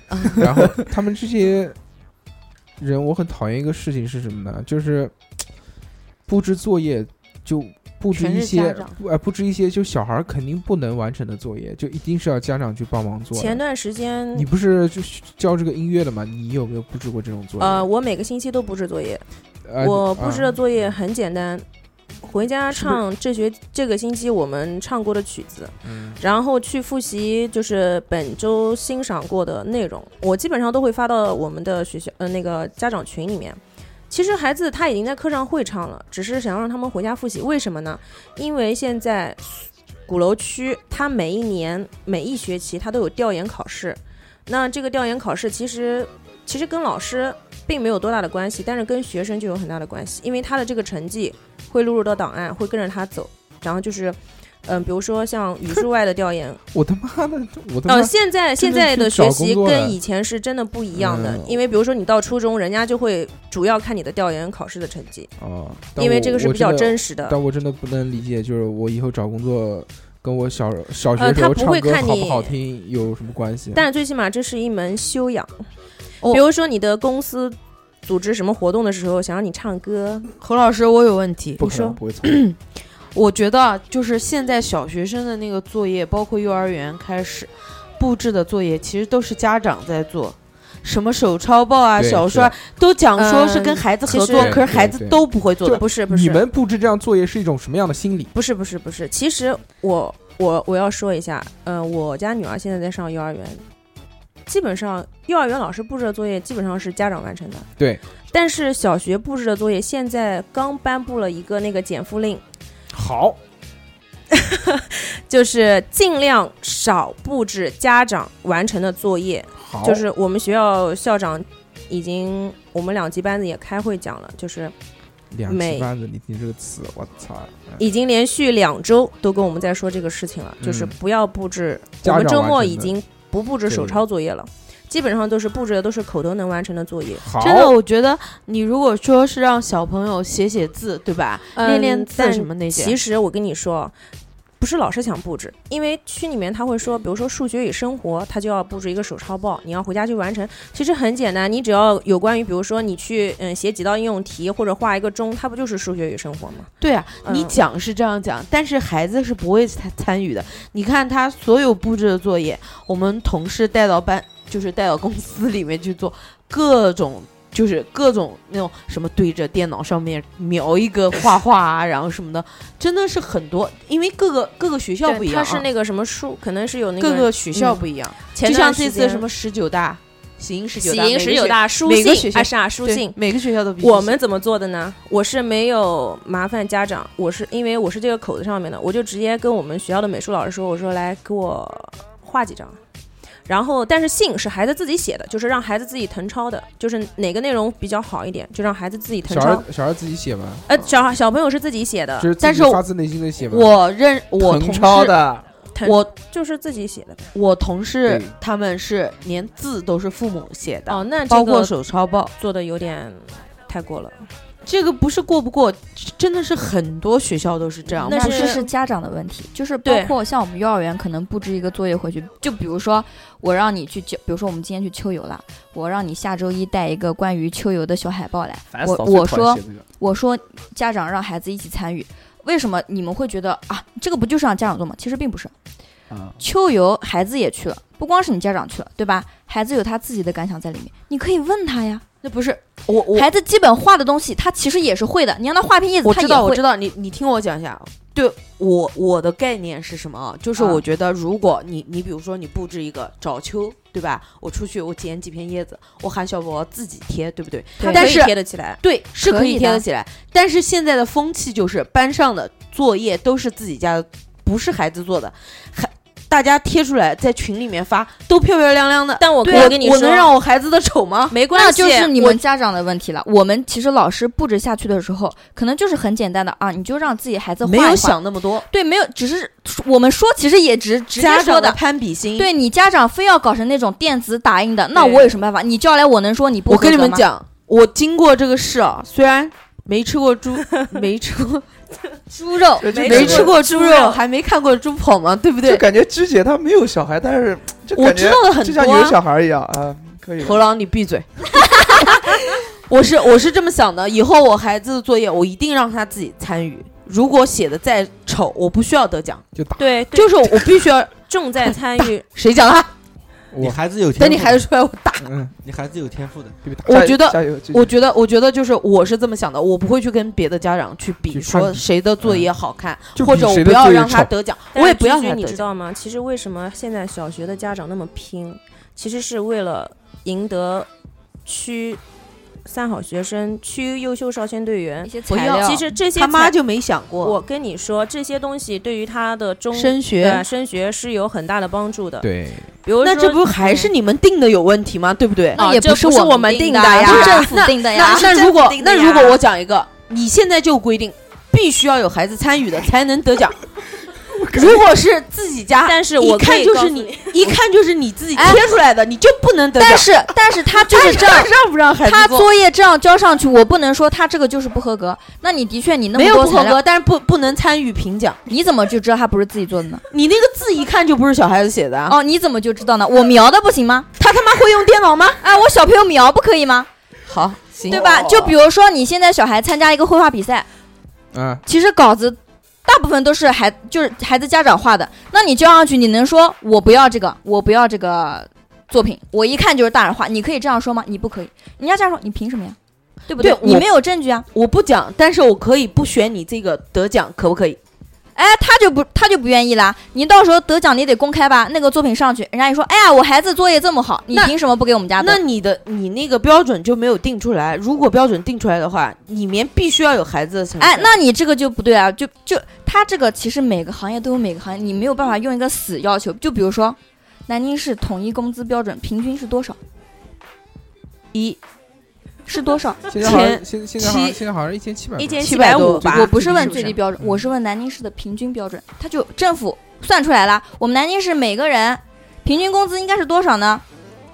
啊 [laughs] 然后他们这些人，我很讨厌一个事情是什么呢？就是布置作业就布置全一是些家长，不呃，布置一些就小孩儿肯定不能完成的作业，就一定是要家长去帮忙做的。前段时间你，不是就教这个音乐的吗？你有没有布置过这种作业？呃，我每个星期都布置作业，呃，我啊布置的作业很简单，回家是不是唱这学这个星期我们唱过的曲子，嗯然后去复习就是本周欣赏过的内容，我基本上都会发到我们的学校呃那个家长群里面。其实孩子他已经在课上会唱了，只是想让他们回家复习。为什么呢？因为现在鼓楼区，它每一年每一学期它都有调研考试。那这个调研考试其实其实跟老师并没有多大的关系，但是跟学生就有很大的关系，因为他的这个成绩会录入到档案，会跟着他走。然后就是，嗯、比如说像语数外的调 [laughs] 研，我他妈的，我他妈呃，现在现真的在去的找学习工作了跟以前是真的不一样的，嗯因为比如说你到初中，人家就会主要看你的调研考试的成绩。哦，因为这个是比较真实的但我真的不能理解，就是我以后找工作跟我小小学呃时他候不唱会歌看好不你好听有什么关系？啊但最起码这是一门修养。哦比如说你的公司组织什么活动的时候，想让你唱歌，何老师，我有问题，不你可能说不会错。 [clears throat] 我觉得啊就是现在小学生的那个作业，包括幼儿园开始布置的作业，其实都是家长在做。什么手抄报啊、对小是说啊，都讲说嗯是跟孩子其合实作，对可是孩对子对都不会做就的。不是不是呃你们布置这样作业是一种什么样的心理？不是不是不是，其实我我我要说一下，呃，我家女儿现在在上幼儿园，基本上幼儿园老师布置的作业基本上是家长完成的，对，但是小学布置的作业现在刚颁布了一个那个减负令，好， [laughs] 就是尽量少布置家长完成的作业，好，就是我们学校校长已经我们两级班子也开会讲了，就是两每级班子，你听这个词，我操！已经连续两周都跟我们在说这个事情了，嗯就是不要布置。家我长们周末完成的已经不布置手抄作业了，基本上都是布置的都是口头能完成的作业。好真的，我觉得你如果说是让小朋友写写字，对吧？练练字嗯但什么那些，其实我跟你说，不是老师想布置，因为区里面他会说，比如说数学与生活，他就要布置一个手抄报，你要回家去完成。其实很简单，你只要有关于，比如说你去嗯写几道应用题或者画一个钟，它不就是数学与生活吗？对啊，你嗯讲是这样讲，但是孩子是不会参参与的。你看他所有布置的作业，我们同事带到班，就是带到公司 [laughs] 里面去做各种。就是各种那种什么对着电脑上面描一个画画啊，然后什么的，真的是很多，因为各个各个学校对不一样、它啊，是那个什么数，可能是有那各个个学校嗯不一样。啊前就段像这时次间什么十九大、喜迎十九喜大、迎每个十九学大书每个学信校啊是啊书对信每个学校都必须我写们怎么做的呢？我是没有麻烦家长，我是因为我是这个口子上面的，我就直接跟我们学校的美术老师说，我说来给我画几张。然后，但是信是孩子自己写的，就是让孩子自己誊抄的，就是哪个内容比较好一点，就让孩子自己誊小孩抄。小孩自己写吧，呃，小孩小朋呃友是自己写的，就是自但己是我发自内心的写吧。我认我同事的，誊我就是自己写的。我同事对他们是连字都是父母写的，哦，那这包括个手抄报，做的有点太过了。这个不是过不过，真的是很多学校都是这样。那不是是是家长的问题，就是包对括像我们幼儿园可能布置一个作业回去，就比如说我让你去，比如说我们今天去秋游了，我让你下周一带一个关于秋游的小海报来烦，死我了我最讨说厌写这个我说家长让孩子一起参与，为什么你们会觉得啊这个不就是让家长做吗？其实并不是，啊，秋游孩子也去了，不光是你家长去了，对吧？孩子有他自己的感想在里面，你可以问他呀。那不是我我孩子基本画的东西，他其实也是会的。你让他画片叶子，我他知也道我会知。道，你你听我讲一下，对我我的概念是什么啊？就是啊我觉得如果你你比如说你布置一个早秋，对吧？我出去我捡几片叶子，我喊小宝宝自己贴，对不对？他但可以是贴得起来，对，是可可以以贴得的起来。但是现在的风气就是班上的作业都是自己家的，不是孩子做的，还大家贴出来在群里面发，都漂漂亮亮的。但我对我啊跟你我说，能让我孩子的丑吗？没关那系，就是你我们家长的问题了。我们其实老师布置下去的时候，可能就是很简单的啊，你就让自己孩子画没一画有想那么多，对，没有，只是我们说，其实也直直接家说长的。攀比心。对你家长非要搞成那种电子打印的，那我有什么办法？你叫来我能说你不我合跟你格们吗，讲，我经过这个事啊，虽然没吃过猪，没吃过猪肉就就没感觉吃过猪猪肉肉，还没看过猪跑嘛，对不就对？感觉鞠姐她没有小孩，但是就我感知觉道的很就多像啊有小孩一样啊，可以。头狼，你闭嘴。 [laughs] 我是我是这么想的，以后我孩子的作业，我一定让他自己参与。如果写的再丑，我不需要得奖，就打对，对就是我必须要重在参与。谁讲他，你我，孩子有天赋的，等你孩子出来我打。嗯，你孩子有天赋的，别打。我觉得加油，加油我觉得，我觉得就是我是这么想的，我不会去跟别的家长去嗯比去攀说比谁的作业好看，就比或者我谁不的要作业让丑他得奖，但我也是不要其实让他你得知奖。道吗？其实为什么现在小学的家长那么拼，其实是为了赢得区三好学生、区优秀少先队员，一些材料其实这些他妈材就没想过我跟你说，这些东西对于他的中升学对啊升学是有很大的帮助的。，对，比如那这说不还是你们定的有问题吗？对不对？那也这哦不是我们们定的的呀是呀，政府那定的呀那是那政府如果定的那呀如果我讲一个，你现在就规定必须要有孩子参与的才能得 [laughs] 奖。如果是自己家，但是我啊一看可以就告是诉你，一看就是你自己贴出来的，你就不能得奖。，哎但是但是他就是这样让不让孩子他做作业这样交上去，我不能说他这个就是不合格。那你的确你那没么有多不合材料格，但是不不能参与评奖。你怎么就知道他不是自己做的呢？你那个字一看就不是小孩子写的啊！哦，你怎么就知道呢？我描的不行吗？他他妈会用电脑吗？哎，我小朋友描不可以吗？好，行哦对吧？就比如说你现在小孩参加一个绘画比赛，啊，其实稿子大部分都是孩就是孩子家长画的，那你交上去，你能说我不要这个，我不要这个作品，我一看就是大人画，你可以这样说吗？你不可以，人家这样说，你凭什么呀？对不对你我没有证据啊。我不讲，但是我可以不选你这个得奖，可不可以？哎，他就不他就不愿意啦。你到时候得奖你得公开吧，那个作品上去，人家一说，哎呀，我孩子作业这么好，你那凭什么不给我们家得那你的你那个标准就没有定出来。如果标准定出来的话，里面必须要有孩子的成分。哎，那你这个就不对啊，就就他这个其实每个行业都有每个行业，你没有办法用一个死要求。就比如说，南京市统一工资标准平均是多少？一是多少？现在好像前现现在好像七现在好像一千七百， 700多吧我不是问最是低标准，嗯我是问南京市的平均标准。他就政府算出来了，我们南京市每个人平均工资应该是多少呢？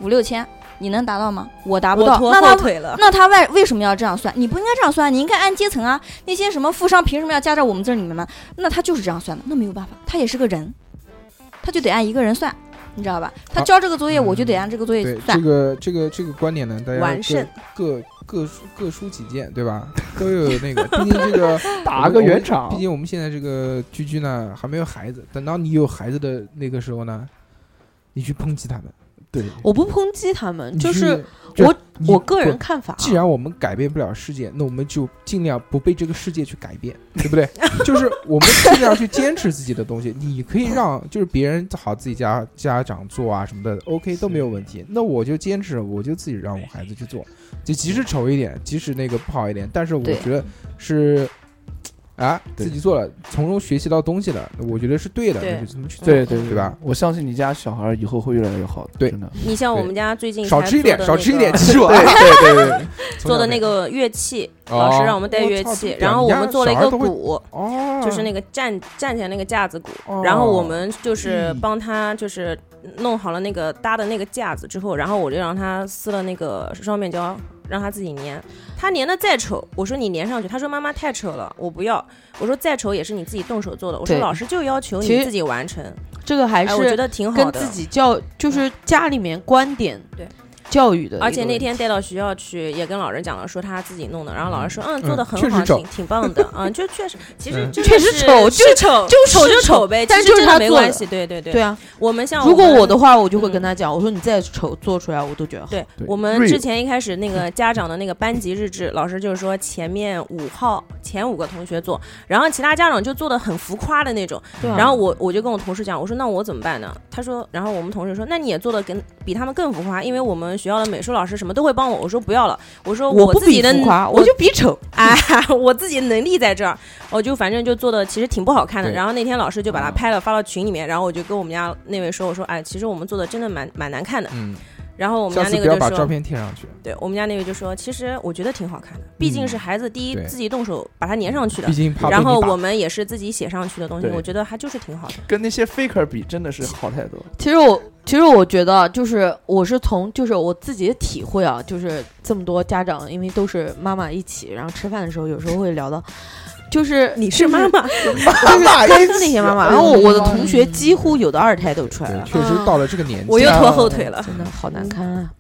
五六千，你能达到吗？我达不我到。拖那后他腿了。那他为为什么要这样算？你不应该这样算，你应该按阶层啊。那些什么富商凭什么要加到我们这里面呢？那他就是这样算的，那没有办法，他也是个人，他就得按一个人算，你知道吧？他好嗯交这个作业，我就得按这个作业对算这。个这个这个观点呢，大家完各胜各各抒各抒己见，对吧？都有那个，毕竟这 [laughs] 个打我们个我们圆场毕竟我们现在这个居居呢还没有孩子，等到你有孩子的那个时候呢，你去抨击他们。对，我不抨击他们，你就去是就我你我个人不看法啊。既然我们改变不了世界，那我们就尽量不被这个世界去改 [laughs] 变，对不对？就是我们尽量去坚持自己的东西。你可以让就是别人好自己家家长做啊什么的，OK 都没有问题。那我就坚持，我就自己让我孩子去做，就即使丑一点，即使那个不好一点，但是我对觉得是。啊，自己做了，从中学习到东西了，我觉得是对的，对那就这么去做，对对对吧？？我相信你家小孩以后会越来越好的，对真的。你像我们家最近少才吃一做点，的少那吃一个点，记住啊！ [laughs] 对对对， [laughs] 做的那个乐器，老师哦让我们带我乐操这器么，然屌后你我家们做了一小孩个都会鼓，嗯哦，就是那个站站起来那个架子鼓，哦然后我们就是嗯帮他就是弄好了那个搭的那个架子之后，然后我就让他撕了那个双面胶，让他自己粘。他粘的再丑，我说你粘上去，他说妈妈太丑了，我不要。我说再丑也是你自己动手做的，我说对老师就要求其你实自己完成，这个还哎，我觉是得挺好跟的自。己教，嗯就是家里面观点对教育的一个问而题。且那天带到学校去，也跟老师讲了，说他自己弄的，然后老师说，嗯，嗯做的确很实好，丑挺挺棒的，嗯，就确实，其实嗯真的确实是丑就是丑，就是丑就丑呗，但其实就是真的他没做关的系，对对对对，啊，我们像如果我我们的话，我就会跟他讲，我说你再丑做出来，我都觉得好。对对我们瑞之前一开始那个家长的那个班级日志，老师就是说前面五号前五个同学做，然后其他家长就做的很浮夸的那种。对啊然后我我就跟我同事讲，我说那我怎么办呢？他说，然后我们同事说，那你也做的跟比他们更浮夸，因为我们学校的美术老师什么都会帮我。我说不要了，我说我不自己比的浮夸，我我就比丑。哎， [laughs] 我自己能力在这儿，我就反正就做的其实挺不好看的。对然后那天老师就把它拍了发到群里面，然后我就跟我们家那位说，我说哎，其实我们做的真的蛮蛮难看的。嗯，然后我们下家次那不要个把就照说，片贴上去。对我们家那位就说，其实我觉得挺好看的，毕竟是孩子第一嗯对自己动手把它粘上去的毕，竟怕被然你后打我们也是自己写上去的东西，对我觉得它就是挺好的。跟那些 faker 比，真的是好太多。嗯其实我其实我觉得，就是我是从就是我自己的体会啊，就是这么多家长，因为都是妈妈一起，然后吃饭的时候有时候会聊到，就是你是妈妈，妈跟那些妈妈，然后我我的同学几乎有的二胎都出来对，嗯了，确实到了这个年 [laughs] 纪，[laughs] 我又拖后腿了。真的好难看啊！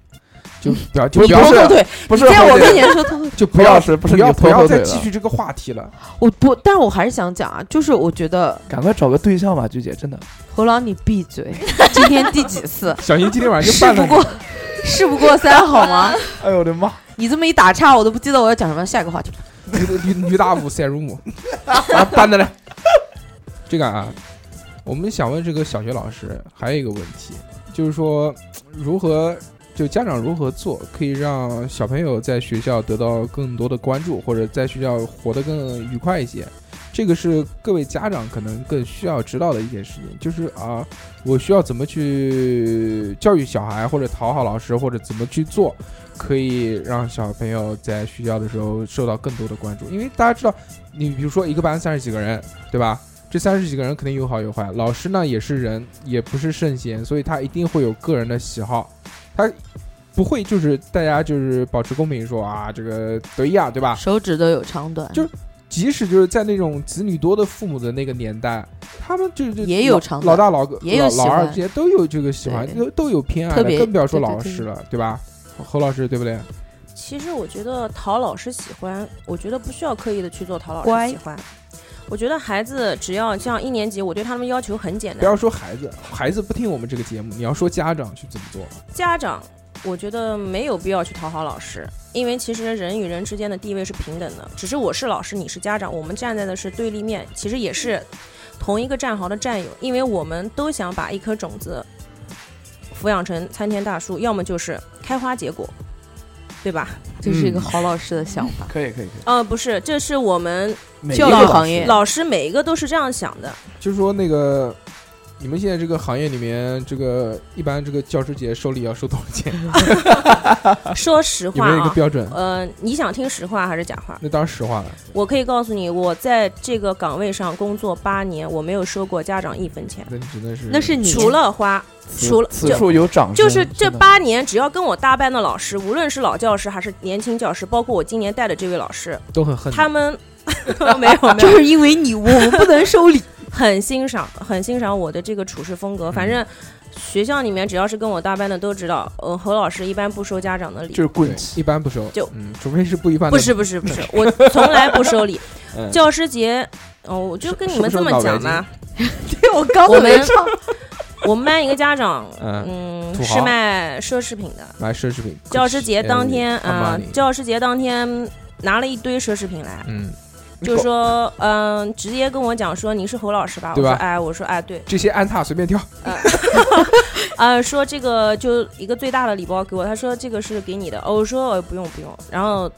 就不啊要就不不要是后腿，不是在后我腿面前说他会，就不何要老师不是不要你拖不要后腿再了继续这个话题 [laughs] 了。我不，但我还是想讲啊，就是我觉得赶快找个对象吧，鞠姐，真的。侯狼你闭嘴，今天第几次？小英今天晚上就事办不了过， [laughs] 事不过三，好吗？哎呦我的妈！你这么一打岔，我都不记得我要讲什么，下一个话题。你女女女大五赛如母， [laughs] 啊，搬 [laughs] 的嘞。这个啊，我们想问这个小学老师还有一个问题，就是说如何就家长如何做可以让小朋友在学校得到更多的关注，或者在学校活得更愉快一些。这个是各位家长可能更需要知道的一件事情，就是啊，我需要怎么去教育小孩，或者讨好老师，或者怎么去做，可以让小朋友在学校的时候受到更多的关注。因为大家知道，你比如说一个班三十几个人，对吧？这三十几个人肯定有好有坏，老师呢也是人，也不是圣贤，所以他一定会有个人的喜好，他不会就是大家就是保持公平说啊，这个得一啊，对吧？手指都有长短，就是即使就是在那种子女多的父母的那个年代，他们就是也有长短老大老也有老喜老欢二之间都有这个喜欢，对都都有偏爱特的，别更不要说对对老对师了，对吧？侯老师对不对？ [laughs] 其实我觉得讨老师喜欢，我觉得不需要刻意的去做讨老乖师喜欢。我觉得孩子只要像一年级，我对他们要求很简单。不要说孩子，孩子不听我们这个节目，你要说家长去怎么做。家长，我觉得没有必要去讨好老师，因为其实人与人之间的地位是平等的，只是我是老师，你是家长，我们站在的是对立面，其实也是同一个战壕的战友，因为我们都想把一颗种子抚养成参天大树，要么就是开花结果， [laughs] 对吧？这是一嗯个好老师的想法。可以可以可以，嗯、不是，这是我们每教育一个老行师业老师每一个都是这样想 [laughs] 的。就是说那个，你们现在这个行业里面，这个一般这个教师节收礼要收多少钱？说实话、啊，有没有一个标准呃，你想听实话还是假话？那当然实话了。我可以告诉你，我在这个岗位上工作八年，我没有收过家长一分钱。那你真的是，除啊了花，此除了此就处有掌声就是这真嗯的八年，只要跟我搭班的老师，无论是老教师还是年轻教师，包括我今年带的这位老师，都很恨你他们没有， [laughs] 没有就是因为你，我们不能收礼。很欣赏，很欣赏我的这个处事风格。反正学校里面只要是跟我搭班的都知道，呃，侯老师一般不收家长的礼，棍，一般不收，就嗯，除非是不一般的。。不是不是不是，我从来不收礼嗯教师节，哦，我就跟你们这么讲嘛。对，我刚我准备们唱。 [laughs] 我们班一个家长，嗯嗯，土豪是卖奢侈品的。买奢侈品。教师节当天啊 Armani，教师节当天拿了一堆奢侈品来，嗯，就说，嗯，直接跟我讲说你是侯老师吧？我对吧说，哎，我说，哎，对，这些安踏随便挑，啊，说这个就一个最大的礼包给我，他说这个是给你的，哦，我说呃不用不用，然 [laughs] 后。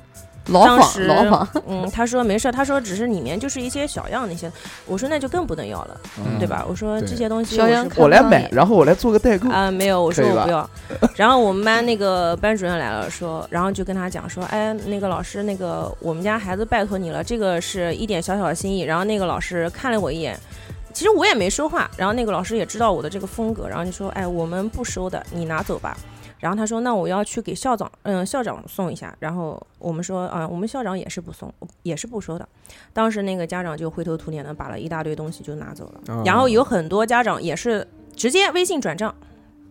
牢当房时牢房嗯，他说没事儿，他说只是里面就是一些小样那些，我说那就更不能要了，嗯对吧？我说对这些东西小我样是不我来买，然后我来做个代 [laughs] 购啊、没有，我说可以我吧不要。 [laughs] 然后我们班那个班主任来了，说，然后就跟他讲说，哎，那个老师，那个我们家孩子拜托你了，这个是一点小小的心意。然后那个老师看了我一眼，其实我也没说话。然后那个老师也知道我的这个风格，然后就说，哎，我们不收的，你拿走吧。然后他说：“那我要去给校长，嗯、校长送一下。”然后我们说：“啊、我们校长也是不送，也是不收的。”当时那个家长就灰头土脸的把了一大堆东西就拿走了，嗯啊然后有很多家长也是直接微信转账，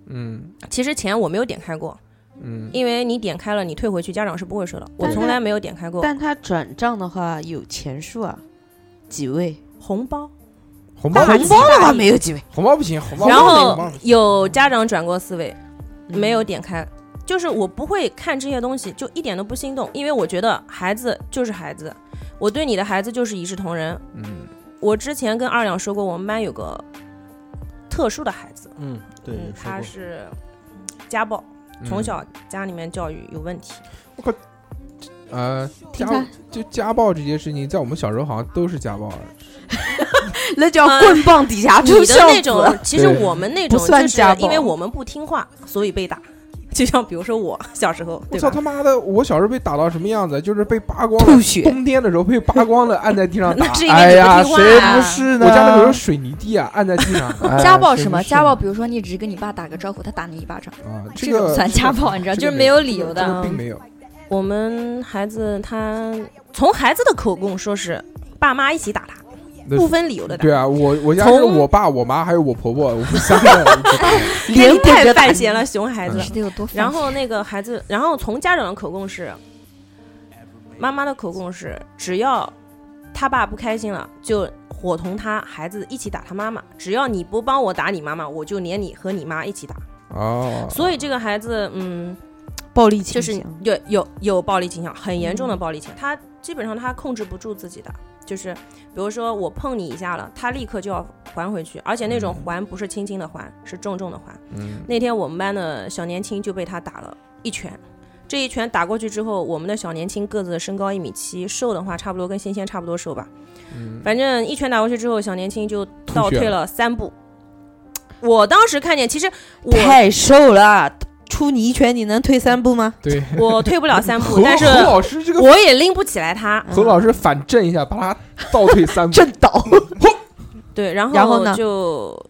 嗯其实钱我没有点开过，嗯，因为你点开了，你退回去家长是不会收的。我但从他来没有点开过但他转账的话有钱数啊，几位红包。红包红包啊的话没有几位，红包不行，红包不然行后红包不行有家长转过四位，没有点开，就是我不会看这些东西，就一点都不心动，因为我觉得孩子就是孩子，我对你的孩子就是一视同仁。嗯，我之前跟二两说过，我们班有个特殊的孩子，嗯，对，嗯有，说他过是家暴，从嗯小家里面教育有问题。呃，听家他就家暴这些事情，在我们小时候好像都是家暴，那叫棍棒底下出 [laughs] 你的孝那种啊子，。其实对我们那种不算就是家暴因为我们不听话，所以被打。就像比如说我小时候，我对操吧？他妈的！我小时候被打到什么样子？就是被扒光吐了，血冬天的时候被扒光了，按在地上打 [laughs] 那。是因哎为你不呀，听话、谁啊不是呢？我家那时候水泥地啊，按在地上。哎家暴谁什么？不是家呢暴，比如说你只跟你爸打个招呼，他打你一巴掌，啊，这这种个算家暴，你知道，就是没有理由这个的。并没有。我们孩子他从孩子的口供说是爸妈一起打他，那不分理由的打。对啊，我我家是从我爸、我妈还有我婆婆，我们三个人一起打。那你连滚太着打犯闲了，熊孩子是。得有多啊烦然后那个孩子，然后从家长的口供是，妈妈的口供是，只要他爸不开心了，就伙同他孩子一起打他妈妈；只要你不帮我打你妈妈，我就连你和你妈一起打。哦，所以这个孩子，嗯，暴力倾就是向，嗯有有有暴力倾向，很严重的暴力倾向，他基本上他控制不住自己的。就是比如说我碰你一下了，他立刻就要还回去，而且那嗯种还不是轻轻的还，是重重的还。嗯那天我们班的小年轻就被他打了一拳，这一拳打过去之后，我们的小年轻个子身高一米七，瘦的话差不多跟仙仙差不多瘦吧，嗯反正一拳打过去之后，小年轻就倒吐血退了了三步。我当时看见，其实我太瘦了，出你一拳你能退三步吗？对， [laughs] 我退不了三步何，但是何老师这个我也拎不起来他。何老师反震一下，把他倒退 [laughs] 三步，震倒。对，然后然后呢就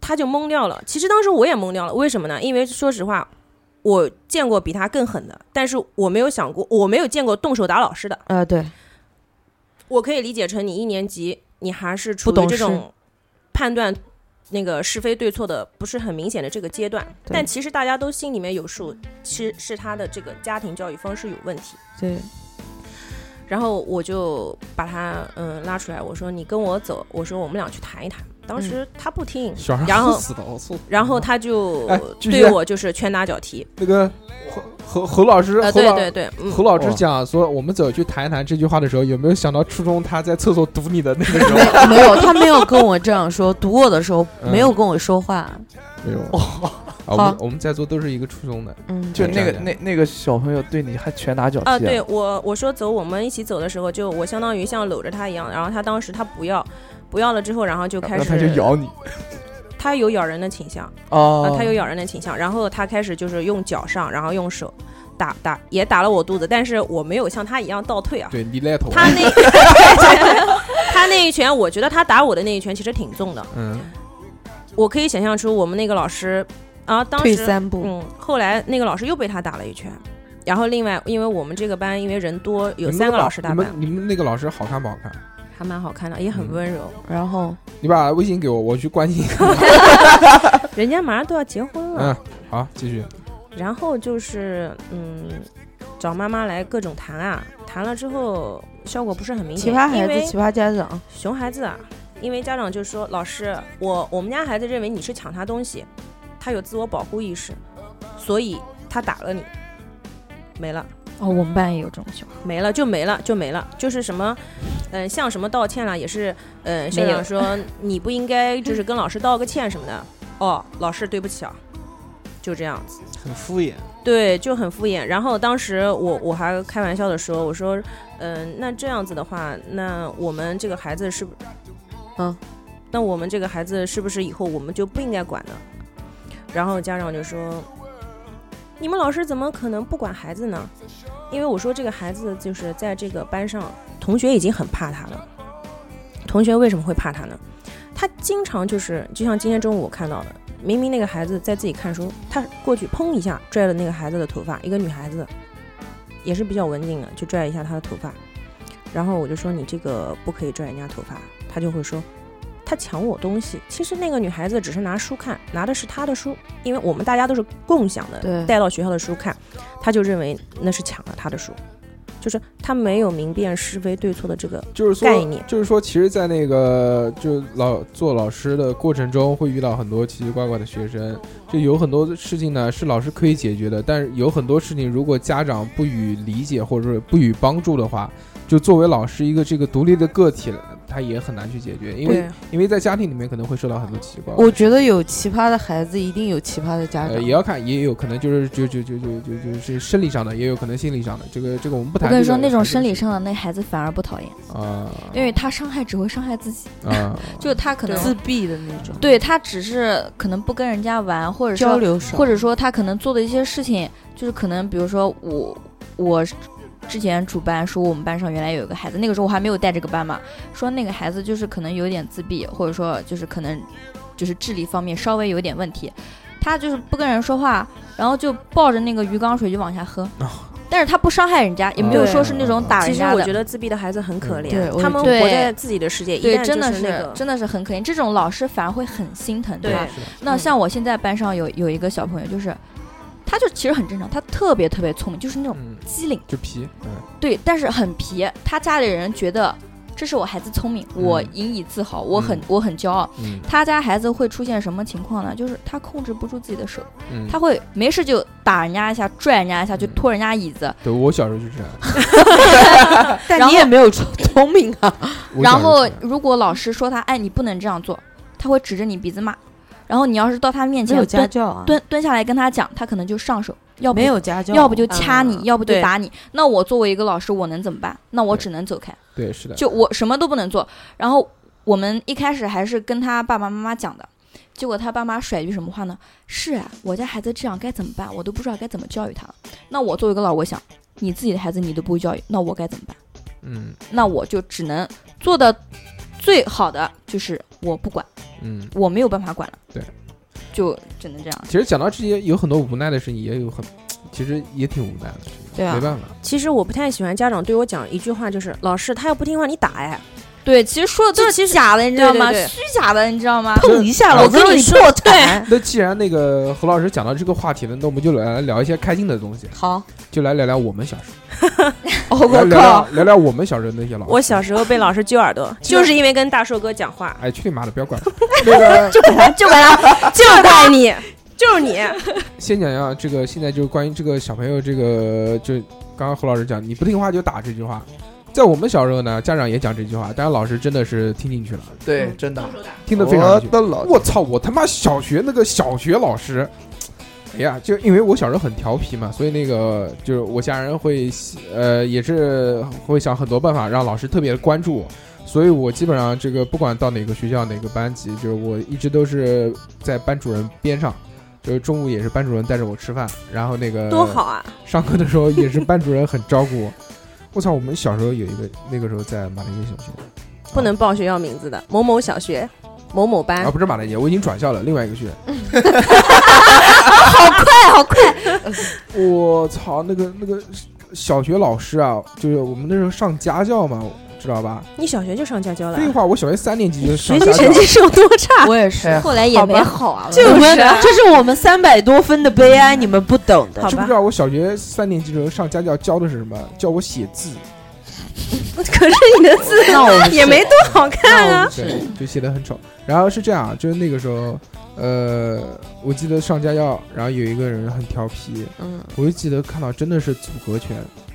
他就懵掉了。其实当时我也懵掉了，为什么呢？因为说实话，我见过比他更狠的，但是我没有想过，我没有见过动手打老师的。呃，对，我可以理解成你一年级，你还是处不于懂这事种判断那个是非对错的不是很明显的这个阶段，对但其实大家都心里面有数，其实是他的这个家庭教育方式有问题。对，然后我就把他嗯拉出来，我说你跟我走，我说我们俩去谈一谈。当嗯时他不听，小孩然后会死的我操然后他就哎继续对我就是拳打脚踢。那个何何何老师，呃何老对对对嗯何老师讲说，我们走去谈一谈这句话的时候，有没有想到初中他在厕所堵你的那个时 [laughs] 候？ [laughs] 没有，他没有跟我这样说，堵我的时候没有跟我说话。没有。啊，我好们我们在座都是一个初中的，嗯就那个对那那个小朋友对你还拳打脚踢啊，对我我说走，我们一起走的时候，就我相当于像搂着他一样，然后他当时他不要，不要了之后，然后就开然始后他就咬啊你，他有咬人的倾向哦呃他有咬人的倾向，然后他开始就是用脚上，然后用手打打，也打了我肚子，但是我没有像他一样倒退啊。对你赖头，他 [laughs] 那他那一拳，我觉得他打我的那一拳其实挺重的，嗯，我可以想象出我们那个老师啊，当时退三步嗯，后来那个老师又被他打了一拳。然后另外，因为我们这个班因为人多，有你们三个老老师大你班们，嗯你们那个老师好看不好看？还蛮好看的，也很温 [laughs] 柔。然后你把微信给我，我去关心。 [laughs] 人家马上都要结婚了，嗯，好，继续。然后就是嗯，找妈妈来各种谈啊，谈了之后效果不是很明奇显。葩孩因为子，奇葩家长，熊孩子啊，因为家长就说老师，我我们家孩子认为你是抢他东西，他有自我保护意识，所以他打了你，没了。哦，我们班也有这种小孩。没了就没了就没了，就是什么，嗯、像什么道歉啦，也是，呃，校没有长说你不应该就是跟老师道个歉什么的，哦，老师对不起啊，就这样子，很敷衍。对，就很敷衍。然后当时我我还开玩笑的说，我说，嗯、那这样子的话，那我们这个孩子是不，嗯，那我们这个孩子是不是以后我们就不应该管呢？然后家长就说，你们老师怎么可能不管孩子呢？因为我说这个孩子就是在这个班上，同学已经很怕他了。同学为什么会怕他呢？他经常就是，就像今天中午我看到的，明明那个孩子在自己看书，他过去砰一下拽了那个孩子的头发，一个女孩子，也是比较文静的，就拽一下她的头发。然后我就说你这个不可以拽人家头发，他就会说他抢我东西。其实那个女孩子只是拿书看，拿的是他的书，因为我们大家都是共享的，对带到学校的书看，他就认为那是抢了他的书，就是他没有明辨是非对错的这个就是说概念。就是说，其实，在那个就老做老师的过程中，会遇到很多奇奇怪怪的学生，就有很多事情呢是老师可以解决的，但是有很多事情如果家长不予理解或者是不予帮助的话，就作为老师一个这个独立的个体，他也很难去解决，因为对因为在家庭里面可能会受到很多奇奇怪怪我的。觉得有奇葩的孩子，一定有奇葩的家呃，长。也要看，也有可能就是就就就就就就是生理上的，也有可能心理上的。这个这个我们我不谈跟这个你事说，情。那种生理上的那孩子反而不讨厌，啊因为他伤害只会伤害自己。啊，就他可能自闭的那种，对他只是可能不跟人家玩，或者说交流少或者说他可能做的一些事情，就是可能比如说我我之前主办说我们班上原来有一个孩子，那个时候我还没有带这个班嘛，说那个孩子就是可能有点自闭，或者说就是可能就是智力方面稍微有点问题，他就是不跟人说话，然后就抱着那个鱼缸水就往下喝。但是他不伤害人家，也没有说是那种打人其实家的。我觉得自闭的孩子很嗯可怜，对我他们对活在自己的世界，一对，旦真的就是那个真的是很可怜。这种老师反而会很心疼对嗯他是的。那像我现在班上有有一个小朋友，就是他就其实很正常，他特别嗯特别聪明，就是那种机灵，就皮，嗯，对，但是很皮。他家里人觉得这是我孩子聪明，我嗯引以自豪，我很我很骄傲。嗯他家孩子会出现什么情况呢？就是他控制不住自己的手，嗯他会没事就打人家一下，拽人家一下，嗯就拖人家椅子。对我小时候就这 [laughs] 样，啊然后没有聪聪明啊。我然小时候后如果老师说他，哎，你不能这样做，他会指着你鼻子骂。然后你要是到他面前 [laughs] 没有蹲家教啊蹲蹲下来跟他讲，他可能就上手，要不没有家教要不就掐你，嗯要不就对打你。那我作为一个老师，我能怎么办？那我只能走开。对，是的，就我什么都不能做。然后我们一开始还是跟他爸爸妈妈讲的，结果他爸妈甩一句什么话呢？是啊，我家孩子这样该怎么办？我都不知道该怎么教育他了。那我作为一个老师，我想你自己的孩子你都不会教育，那我该怎么办？嗯那我就只能做的最好的就是我不管，嗯，我没有办法管了，对，就只能这样。其实讲到这些，有很多无奈的事情，也有很，其实也挺无奈的，对啊，没办法。其实我不太喜欢家长对我讲一句话，就是老师他要不听话你打哎。对，其实说的都是假的，你知道吗？对对对虚假的，你知道吗？碰一下我老子跟让你你说，破对，那既然那个何老师讲到这个话题了，那我们就来聊一些开心的东西。 [laughs] [laughs] 好，就来聊聊我们小时候。来聊聊聊聊我们小时候那些老师。我小时候被老师揪耳朵，就是因为跟大硕哥讲话，哎，去你妈的，不要管我。就给哎他，就给他，就怪你，就是你。先讲讲这个，现在就是关于这个小朋友，这个就刚刚何老师讲，你不听话就打这句话，在我们小时候呢，家长也讲这句话，但是老师真的是听进去了，对，嗯真的听得非常进去我的老我操，我他妈小学那个小学老师，哎呀，就因为我小时候很调皮嘛，所以那个就是我家人会呃也是会想很多办法让老师特别的关注我。所以我基本上这个不管到哪个学校哪个班级，就是我一直都是在班主任边上，就是中午也是班主任带着我吃饭，然后那个 [laughs] 多好啊！上课的时候也是班主任很照顾我。我操，我们小时候有一个那个时候在马来西亚小学，不能报学校名字的，某某小学，某某班啊，。不是马来街，我已经转校了，另外一个学 [laughs] 院。好快，好快！我操，那个那个小学老师啊，就是我们那时候上家教嘛，知道吧？你小学就上家教了啊废？话，我小学三年级就上学家习教成绩是有多差？ [laughs] 我也是 [laughs] 哎后来也没好啊，就是这是我们三百多分的悲哀，你们不懂的。知不知道我小学三年级的时候上家教教的是什么？教我写字，可是你的字那我们也是没多好看啊。对，就写的很丑。然后是这样，啊就是那个时候，呃，我记得上家教，然后有一个人很调皮，嗯，，我就记得看到真的是组合拳，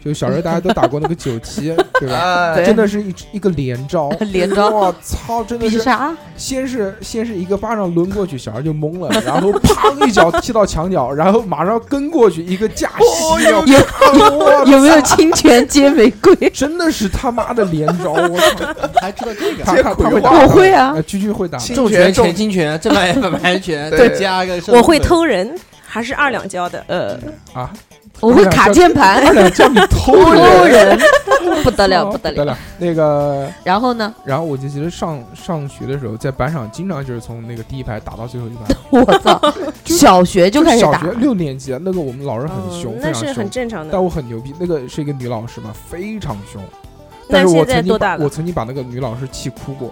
就小时候大家都打过那个九七，对吧？哎对真的是一一个连招连招 [laughs] 我操，真的比是啥？先是先是一个巴掌抡过去，小孩就懵了， [laughs] 然后砰一脚踢到墙角，然后马上跟过去一个架膝，哦有有 [laughs] 有没有清泉接玫瑰？真的是他妈的连招，我操！ [laughs] 还知道这个他他他会打，我会啊居居会打轻重拳拳轻拳正反反反拳再加一个我会偷人，还是二两教的。呃，啊！我会卡键盘二两叫你偷偷人人，不得了，不不得得了。了。那个，然后呢？然后我就记得上上学的时候，在班上经常就是从那个第一排打到最后一排， [laughs] 我 [laughs] 操，小学就开始小打学六年级，那个我们老师很凶，哦非那常是凶很正嗯常的但我很牛逼，那个是一个女老师嘛，非常凶。那但是我现在曾经多把大了我曾经把那个女老师气哭过。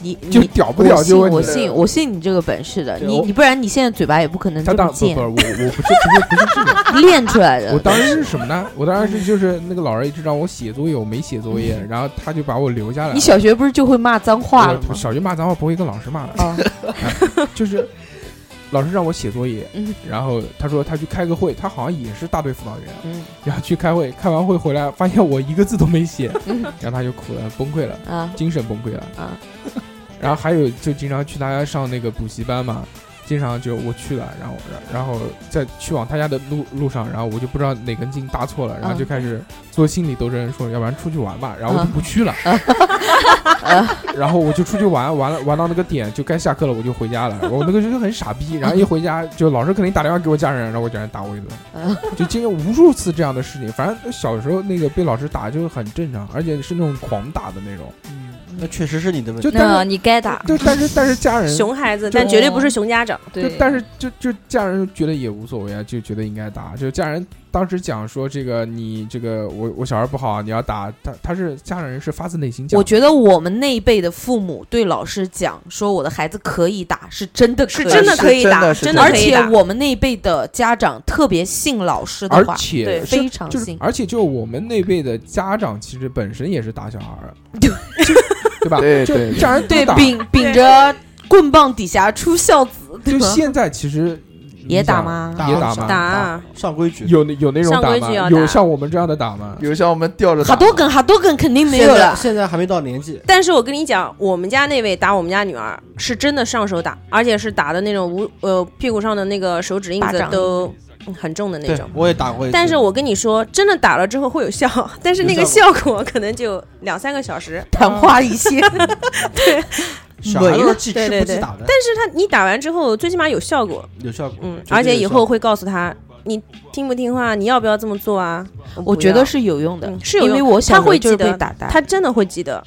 你就你屌不屌我就信问我你信我信你这个本事的，对你我你不然你现在嘴巴也不可能他这当哎么不不，贱我，我不是不是不是这 [laughs] 个，练出来的。我当时是什么呢？我当时是就是那个老师一直让我写作业，我没写作业，然后他就把我留下来了。嗯你小学不是就会骂脏话我了吗？哦小学骂脏话不会跟老师骂的， [laughs] 哎就是老师让我写作业，嗯然后他说他去开个会，他好像也是大队辅导员嗯，然后去开会，开完会回来发现我一个字都没写，嗯然后他就哭了，崩溃了，啊精神崩溃了。啊！ [laughs] 然后还有就经常去他家上那个补习班嘛，经常就我去了，然后然后在去往他家的路路上，然后我就不知道哪根筋搭错了，然后就开始做心理斗争，说要不然出去玩吧，然后我就不去了，然后我就出去玩，玩了玩到那个点就该下课了，我就回家了。我那个时候很傻逼，然后一回家就老师肯定打电话给我家人，然后我家人打我一顿。就经历无数次这样的事情。反正小时候那个被老师打就很正常，而且是那种狂打的那种。那确实是你的问就题。但那是你该打。就但是但是家人熊孩子，就但绝对不是熊家长。就但是就就家人觉得也无所谓啊，就觉得应该打。就家人当时讲说这个你这个我我小孩不好，啊你要打他，他是家长人是发自内心讲的。我觉得我们那一辈的父母对老师讲说我的孩子可以打，是真的可是以，真的可以打是真的而是真的可以且打我们那一辈的家长特别信老师的而话，且对是非常就是信。而且就我们那辈的家长，其实本身也是打小孩儿，对吧？对对家人都对打秉秉着棍棒底下出孝子，对就吧现在其实你也打想啊吗也打啊打啊上吗？打上规矩，有那有那种上打规矩吗？要有打像我们这样的打吗？有像我们吊着哈多根哈多根肯定没有现在了。现在还没到年纪，但是我跟你讲，我们家那位打我们家女儿是真的上手打，而且是打的那种无呃屁股上的那个手指印巴子掌都嗯很重的那对种。我也打过一次，但是我跟你说，真的打了之后会有效，但是那个有效果可能就两三个小时。昙花一现，小孩没都了是记对吃对不对记打的，但是他你打完之后，最起码有效果，有效果。嗯绝，对而且有以效后会告诉他你听不听话，你要不要这么做啊？我不觉得要是有用的，嗯是有因为用我小他时候会就是记得被打大。他真的会记得。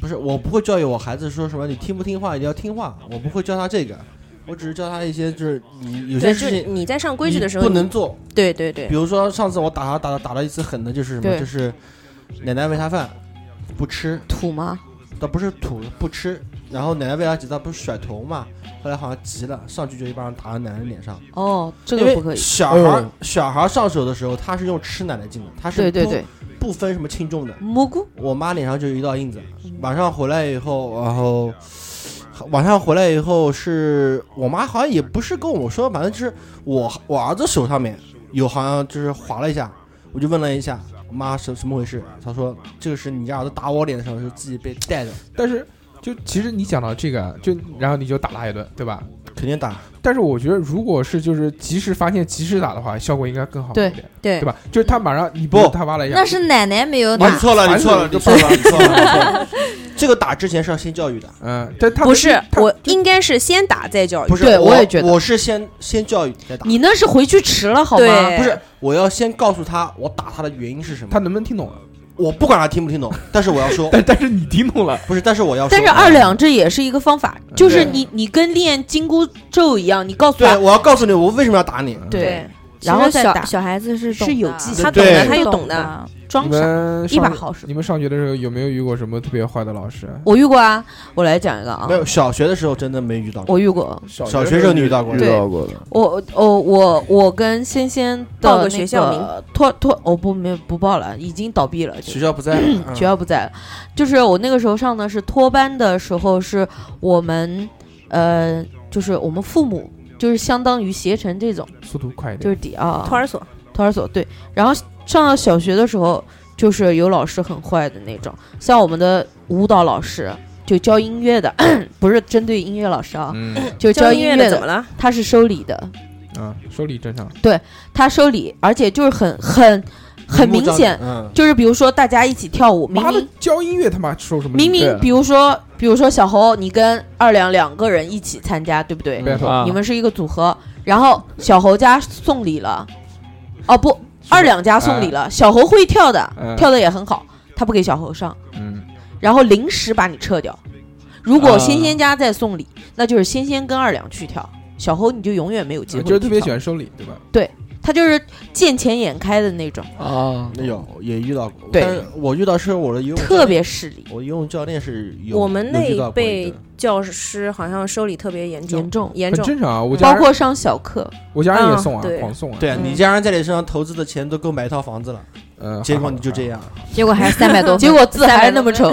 不是，我不会教育我孩子说什么你听不听话，你要听话，我不会教他这个，我只是教他一些就是你有对，些事就是情你在上规矩的时候你不能。做，你对对对比，如说上次我打他打了打了一次狠的，就是什么，对就是奶奶喂他饭不吃，土吗？倒不是吐不吃，然后奶奶喂他几次不是甩头嘛，后来好像急了，上去就一巴掌打到奶奶脸上。哦，这因个为不可以。小孩儿哦小孩儿上手的时候，他是用吃奶奶劲的，他是对对不对，不分什么轻重的。蘑菇我妈脸上就有一道印子。晚上回来以后，然后晚上回来以后是我妈好像也不是跟我说，反正就是我我儿子手上面有好像就是划了一下，我就问了一下妈什什么回事，她说这个是你家儿子打我脸上是自己被带的，但是就其实你讲到这个，就然后你就打他一顿，对吧？肯定打。但是我觉得，如果是就是及时发现、及时打的话，效果应该更好一对点，对对吧？就是他马上你不是他挖了一下，那是奶奶没有打，错了你错了你错了，你错了。 [laughs] 这个打之前是要先教育的，嗯，但他不是他我应该是先打再教育不。是？对我我也觉得我是先先教育再打。你那是回去迟了好吗？对，不是，我要先告诉他我打他的原因是什么。他能不能听懂啊？我不管他听不听懂， [laughs] 但是我要说，但但是你听懂了，不是，但是我要说，哎但是二两这也是一个方法，就是你你跟练金箍咒一样，你告诉对他，我要告诉你我为什么要打你。嗯对，其实然后再小打小孩子是懂是有的技他巧，懂的，对他又懂懂的。。装你傻。们一把上好手你们上学的时候有没有遇过什么特别坏的老师？我遇过啊，我来讲一个啊没，有，小学的时候真的没遇到过。我遇过，小学时候你遇到过遇对到过的，我我我我跟仙仙报个的学校名名，托托，我不没不报了，已经倒闭了，就学校不在了，嗯学校不在了。就是我那个时候上的是托班的时候，是我们呃，就是我们父母，就是相当于携程这种，速度快一就点，是底啊托儿所，托儿所对。然后上到小学的时候，就是有老师很坏的那种，像我们的舞蹈老师，就教音乐的， [coughs] 不是针对音乐老师啊，嗯就教音音乐的，怎么了？他是收礼的，啊，收礼正常，他收礼，而且就是很很很明显，嗯，就是比如说大家一起跳舞，明妈的明教音乐他妈收什么礼？啊明明，比如说比如说小侯，你跟二两两个人一起参加，对不对？对嗯你们是一个组合，然后小侯家送礼了，哦不，是哎二两家送礼了，小侯会跳的，嗯跳的也很好，他不给小侯上，嗯，然后临时把你撤掉。如果啊仙仙家在送礼，那就是仙仙跟二两去跳，小侯你就永远没有机嗯就会。是特别喜，欢收礼，对吧？他就是见钱眼开的那种，啊，那有也遇到过，对但是我遇到是我的游泳教练嗯特，别势利，我游泳教练是有我们那有遇一到过一辈个教师好像收礼特别严重严，重，严很重。正常啊，我包家人括上小课，我家人也送嗯啊，对狂送啊，对啊，嗯你家人在你身上投资的钱都够买一套房子了，嗯，结还好果你就这，样， [laughs] 结果还是三百 [laughs] 多分，结果字还是那么丑，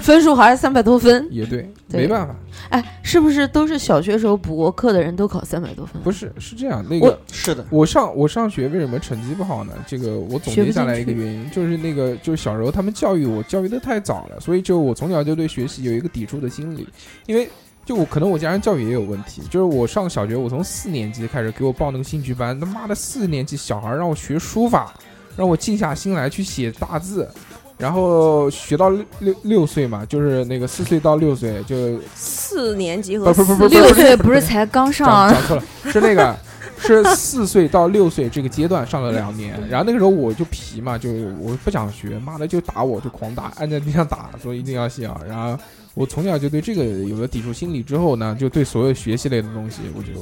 分数还是三百多分还好。也对，对没办法，哎，是不是都是小学时候补过课的人都考三百多分？不是是这样，那个是的，我上我上学为什么成绩不好呢？这个我总学不结下进来一个去原因，就是那个就是小时候他们教育我教育的太早了，所以就我从小就对学习有一个抵触的心理，因为就我可能我家人教育也有问题，就是我上小学我从四年级开始给我报那个兴趣班，他妈的四年级小孩让我学书法，让我静下心来去写大字。然后学到六六六岁嘛，就是那个四岁到六岁，就四年级不和不不不不六岁不是才刚讲上讲错了，是那个是四岁到六岁这个阶段上了两年，然后那个时候我就皮嘛，就我不想学，妈的就打我就狂打，按在地上打，说一定要写啊。然后我从小就对这个有了抵触心理，之后呢，就对所有学习类的东西我就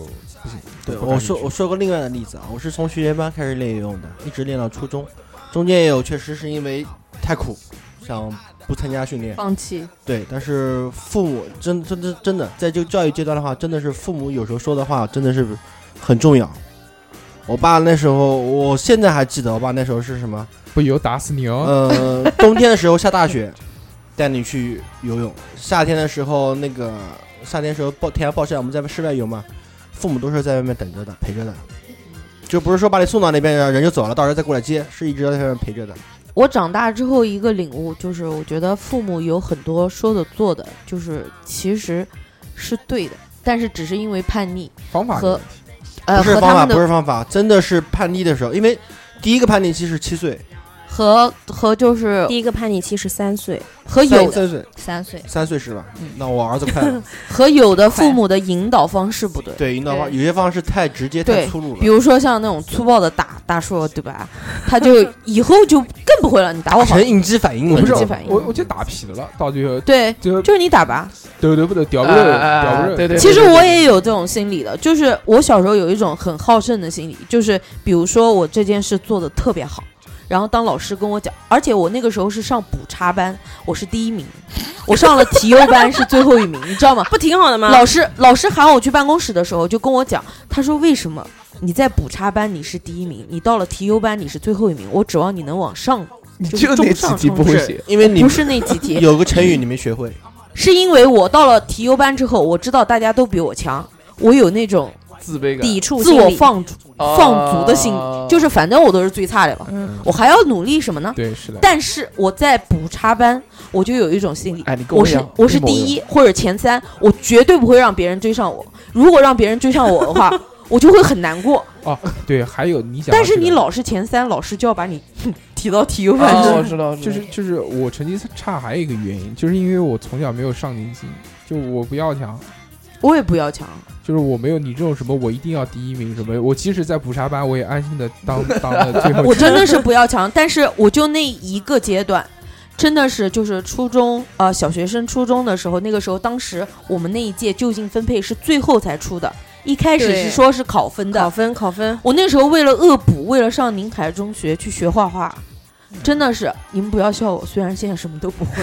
不行。对，不感我兴说趣我说过另外的例子啊，我是从学前班开始练游泳的，一直练到初中，中间也有确实是因为太苦，想不参加训练，放弃。对，但是父母真真真真的在这个教育阶段的话，真的是父母有时候说的话真的是很重要。我爸那时候，我现在还记得，我爸那时候是什么？不游打死你哦！呃， [laughs] 冬天的时候下大雪，带你去游泳；夏天的时候，那个夏天时候暴太阳暴晒，我们在室外游嘛，父母都是在外面等着的，陪着的，就不是说把你送到那边人就走了，到时候再过来接，是一直在外面陪 [laughs] 着的。我长大之后一个领悟就是，我觉得父母有很多说的做的，就是其实是对的，但是只是因为叛逆方法和呃不是和方他法，们不是的方法，真的是叛逆的时候，因为第一个叛逆期是七岁，和和就是第一个叛逆期是三岁，和呃三有嗯三岁三岁三岁是吧？那我儿子 [laughs] 快了。和有的父母的引导方式不对，对，引导方有些方式太直接、太对粗鲁了。比如说像那种粗暴的打打说，对吧？[laughs] 他就以后就更不会了，你打我好了成，应激反应，我我不不知知道道应激反应我我就打皮了，到最后对，就就是你打吧。抖抖不抖，屌不啊抖，啊啊屌不抖。对对对其实我也有这种心理的，就是我小时候有一种很好胜的心理，就是比如说我这件事做的特别好，然后当老师跟我讲，而且我那个时候是上补差班，我是第一名，我上了体优班是最后一名，你知 [laughs] 道吗？不挺好的吗？老师老师喊我去办公室的时候就跟我讲，他说为什么你在补差班你是第一名，你到了体优班你是最后一名，我指望你能往上，你就是那中几上题冲不会刺写，因为你不是嗯那几题，有个成语你没学会，是因为我到了体优班之后，我知道大家都比我强，我有那种自卑感，抵触自心我理放逐哦放逐的心理，就是反正我都是最差的了，我还要努力什么呢？对，是的。但是我在补差班，我就有一种心理，哎，你跟我我是一我是第一或者前三，我绝对不会让别人追上我。如果让别人追上我的话， [laughs] 我就会很难过。哦，对，还有你想到这个，但是你老是前三，老师就要把你 [laughs] 哼提到体育模一班样。去哦，我知道，就就是就是我成绩差还有一个原因，就是因为我从小没有上进心，就我不要强，我也不要强，就是我没有你这种什么我一定要第一名什么，我即使在补啥班，我也安心的当当 [laughs] 了 [laughs] 最后我几名。真的是不要强，但是我就那一个阶段，真的是就是初中呃小学生初中的时候，那个时候当时我们那一届就近分配是最后才出的，一开始对是说是考分考的。分考分，我那时候为了恶补，为了上宁海中学去学画画，真的是你们不要笑我，虽然现在什么都不会，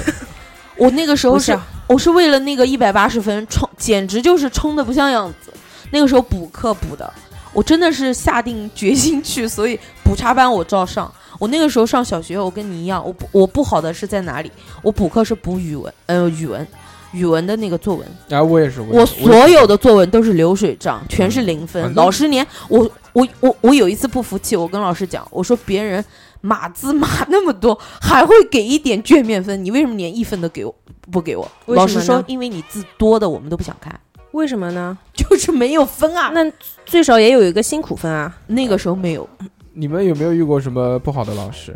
我那个时候不是是我是为了那个一百八十分冲，简直就是冲的不像样子。那个时候补课补的，我真的是下定决心去，所以补差班我照上。我那个时候上小学，我跟你一样，我不我不好的是在哪里？我补课是补语文，呃，语文，语文的那个作文，啊，我也是，我我也是我也所有的作文都是流水账，全是零分。嗯老师连我我我我有一次不服气，我跟老师讲，我说别人码字码那么多，还会给一点卷面分，你为什么连一分都给我不给我？为什么呢老师说，因为你字多的我们都不想看， [laughs] 为什么呢？就是没有分啊。那最少也有一个辛苦分啊。那个时候没有，你们有没有遇过什么不好的老师？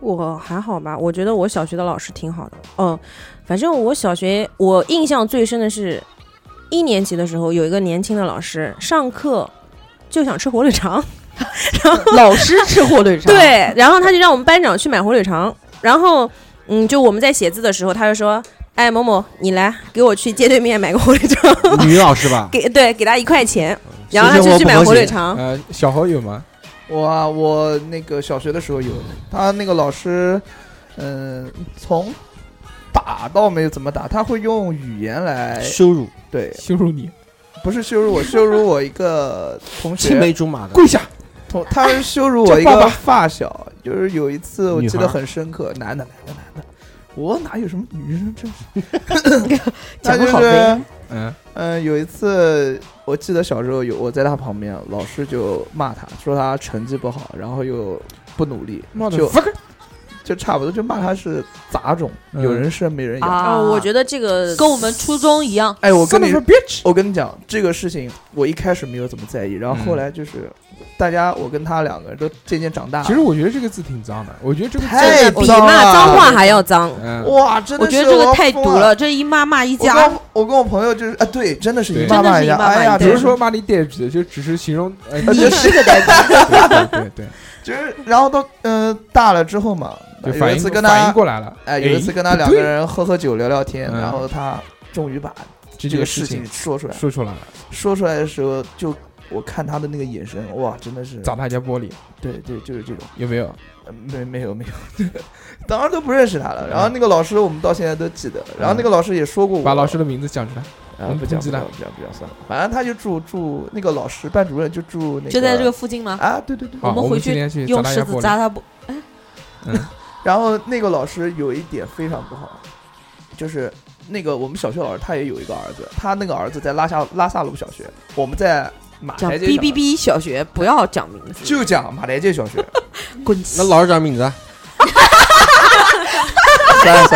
我还好吧，我觉得我小学的老师挺好的。嗯，反正我小学我印象最深的是，一年级的时候有一个年轻的老师，上课就想吃火腿肠， [laughs] 老师吃火腿肠，，对，然后他就让我们班长去买火腿肠，然后嗯，就我们在写字的时候，他就说：“哎，某某，你来给我去街对面买个火腿肠，，女老师吧 [laughs] 嗯给对给他一块钱。”私然后他生活就去不买和火腿谐啊肠，呃，小侯有吗？我啊，我那个小学的时候有，他那个老师，嗯、从打倒没有怎么打，他会用语言来，羞辱，对，羞辱你，不是羞辱我，羞辱我一个同青学梅，竹马的，跪下！同他是羞辱我一叫爸个爸发小，就是有一次我女记孩得儿很深刻，男的男的男的，我哪有什么女生真是，他讲就个好是呗。嗯，嗯，有一次我记得小时候有我在他旁边，老师就骂他说他成绩不好，然后又不努力，妈的就 fucker 就差不多就骂他是杂种，嗯有人生没人养。啊，我觉得这个跟我们初中一样，哎，我跟 Son 你 of a bitch，嗯我跟你讲这个事情，我一开始没有怎么在意，然后后来就是大家我跟他两个人都渐渐长大了。其实我觉得这个字挺脏的，我觉得这个字啊太比脏骂了脏话还要脏。嗯哇，真的我觉得是这个要太疯毒了。了，这一骂骂一我家跟。我跟我朋友就是啊，对，真的是对一骂真的骂是一家。骂哎骂呀，一比家就如是说骂你爹指，就只是形容，呃，呃你 [laughs] 就是是个呆逼，对对对，就是，然后到嗯大了之后嘛， [laughs] 就有反一应次跟反他应过来了，哎，有一次跟他哎两不个对人喝喝酒聊聊天，嗯然后他终于把这这个个事事情情说出来。说出来了，说出来的时候，就我看他的那个眼神，哇，真的是，砸他家玻璃对对，就是这种，有没有？呃没没有没有， [laughs] 当然都不认识他了。然后那个老师，我们到现在都记得。然后那个老师也说过我，嗯把老师的名字讲出来，啊不通讲知不他讲不讲不讲算了，反正他就住住那个老师班主任就住那个就在这个附近吗？啊，对对对。好，我们我回们去今天去砸用他石家子玻砸璃，他不？然后那个老师有一点非常不好，就是那个我们小学老师他也有一个儿子，他那个儿子在拉萨拉萨路小学，我们在马讲台街哔哎小哔哔小学不要讲名字，就讲马台街小学。滚！那老师长名字啊？算了算了算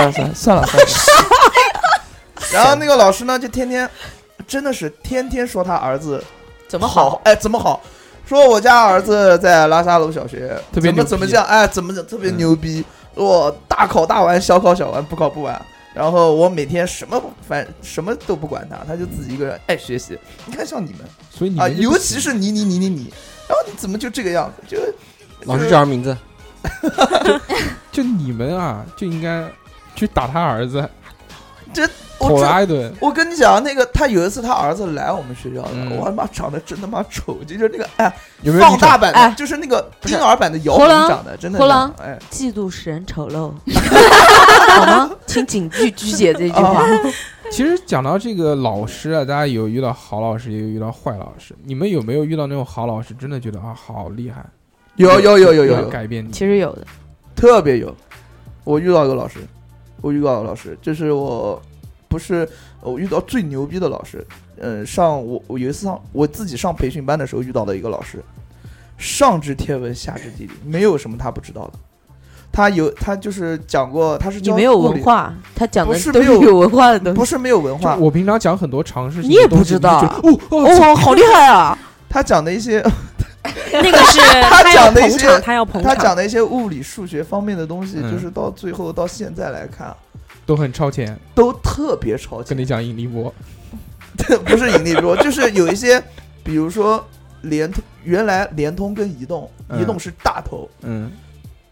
了算了算了。 [laughs] 然后那个老师呢，就天天，真的是天天说他儿子怎么好？，哎，怎么好？说我家儿子在拉萨鲁小学，特别怎牛么逼怎么讲，哎，怎么讲特别牛逼，我、大考大完，小考小完，不考不完。然后我每天什么反什么都不管他，他就自己一个人爱学习。你看像你们所以你啊，们就尤其是你你你你你，然后你怎么就这个样子？就老师长名字？啊就你们啊，就应该去打他儿子，我吼哦这他一顿，我跟你讲，那个他有一次他儿子来我们学校了，嗯我他妈长得真他妈丑，就是那个哎，有没有放你长？大版的，哎就是那个婴儿版的姚胡明狼长得真的胡是狼哎，嫉妒使人丑陋，好吗？请谨记鞠姐这句话。其实讲到这个老师啊，大家有遇到好老师，也有遇到坏老师。你们有没有遇到那种好老师，真的觉得啊好厉害？有有有有有要有，改变你，其实有的，特别有。我遇到一个老师，我遇到一个老师，就是我不是我遇到最牛逼的老师，嗯，上我我有一次上我自己上培训班的时候遇到的一个老师，上知天文下知地理，没有什么他不知道的。他有他就是讲过，他是你教没有物理文，化，他讲的不是都没是有有文化的东西。不是没有文就化，我平常讲很多常识性你的也东不西，知道你就觉得哦哦，哦，好厉害啊！他讲的一些那个是他要讲的一捧些场，他要捧他讲场。的一些物理数学方面的东西，嗯就是到最后到现在来看都很超前。都特别超前跟。你讲引力波， [laughs] 不是引力波，就是有一些，比如说联通，原来联通跟移动，嗯移动是大头，嗯，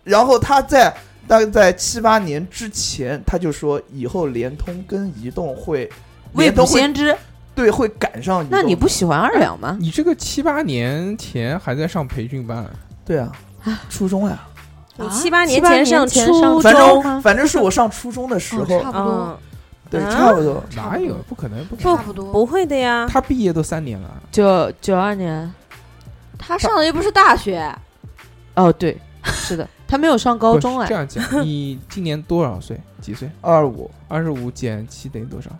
然后他在大概在七八年之前，他就说以后联通跟移动会，未联卜通会先知，对会赶上移动。那你不喜欢二两吗？你这个七八年前还在上培训班，对啊？初中呀、你啊七八年七八前年上前初上中，反啊正反正是我上初中的哦时候，差不多，嗯，对，啊差不多。哪有不可能？不嗯可差能！不多。不会的呀。他毕业都三年了，九九二年。他上的又不是大学，哦，对，是的，他没有上高中不是哎这，样讲，你今年多 [laughs] 少岁？几岁？二五，二十五减七等于多少？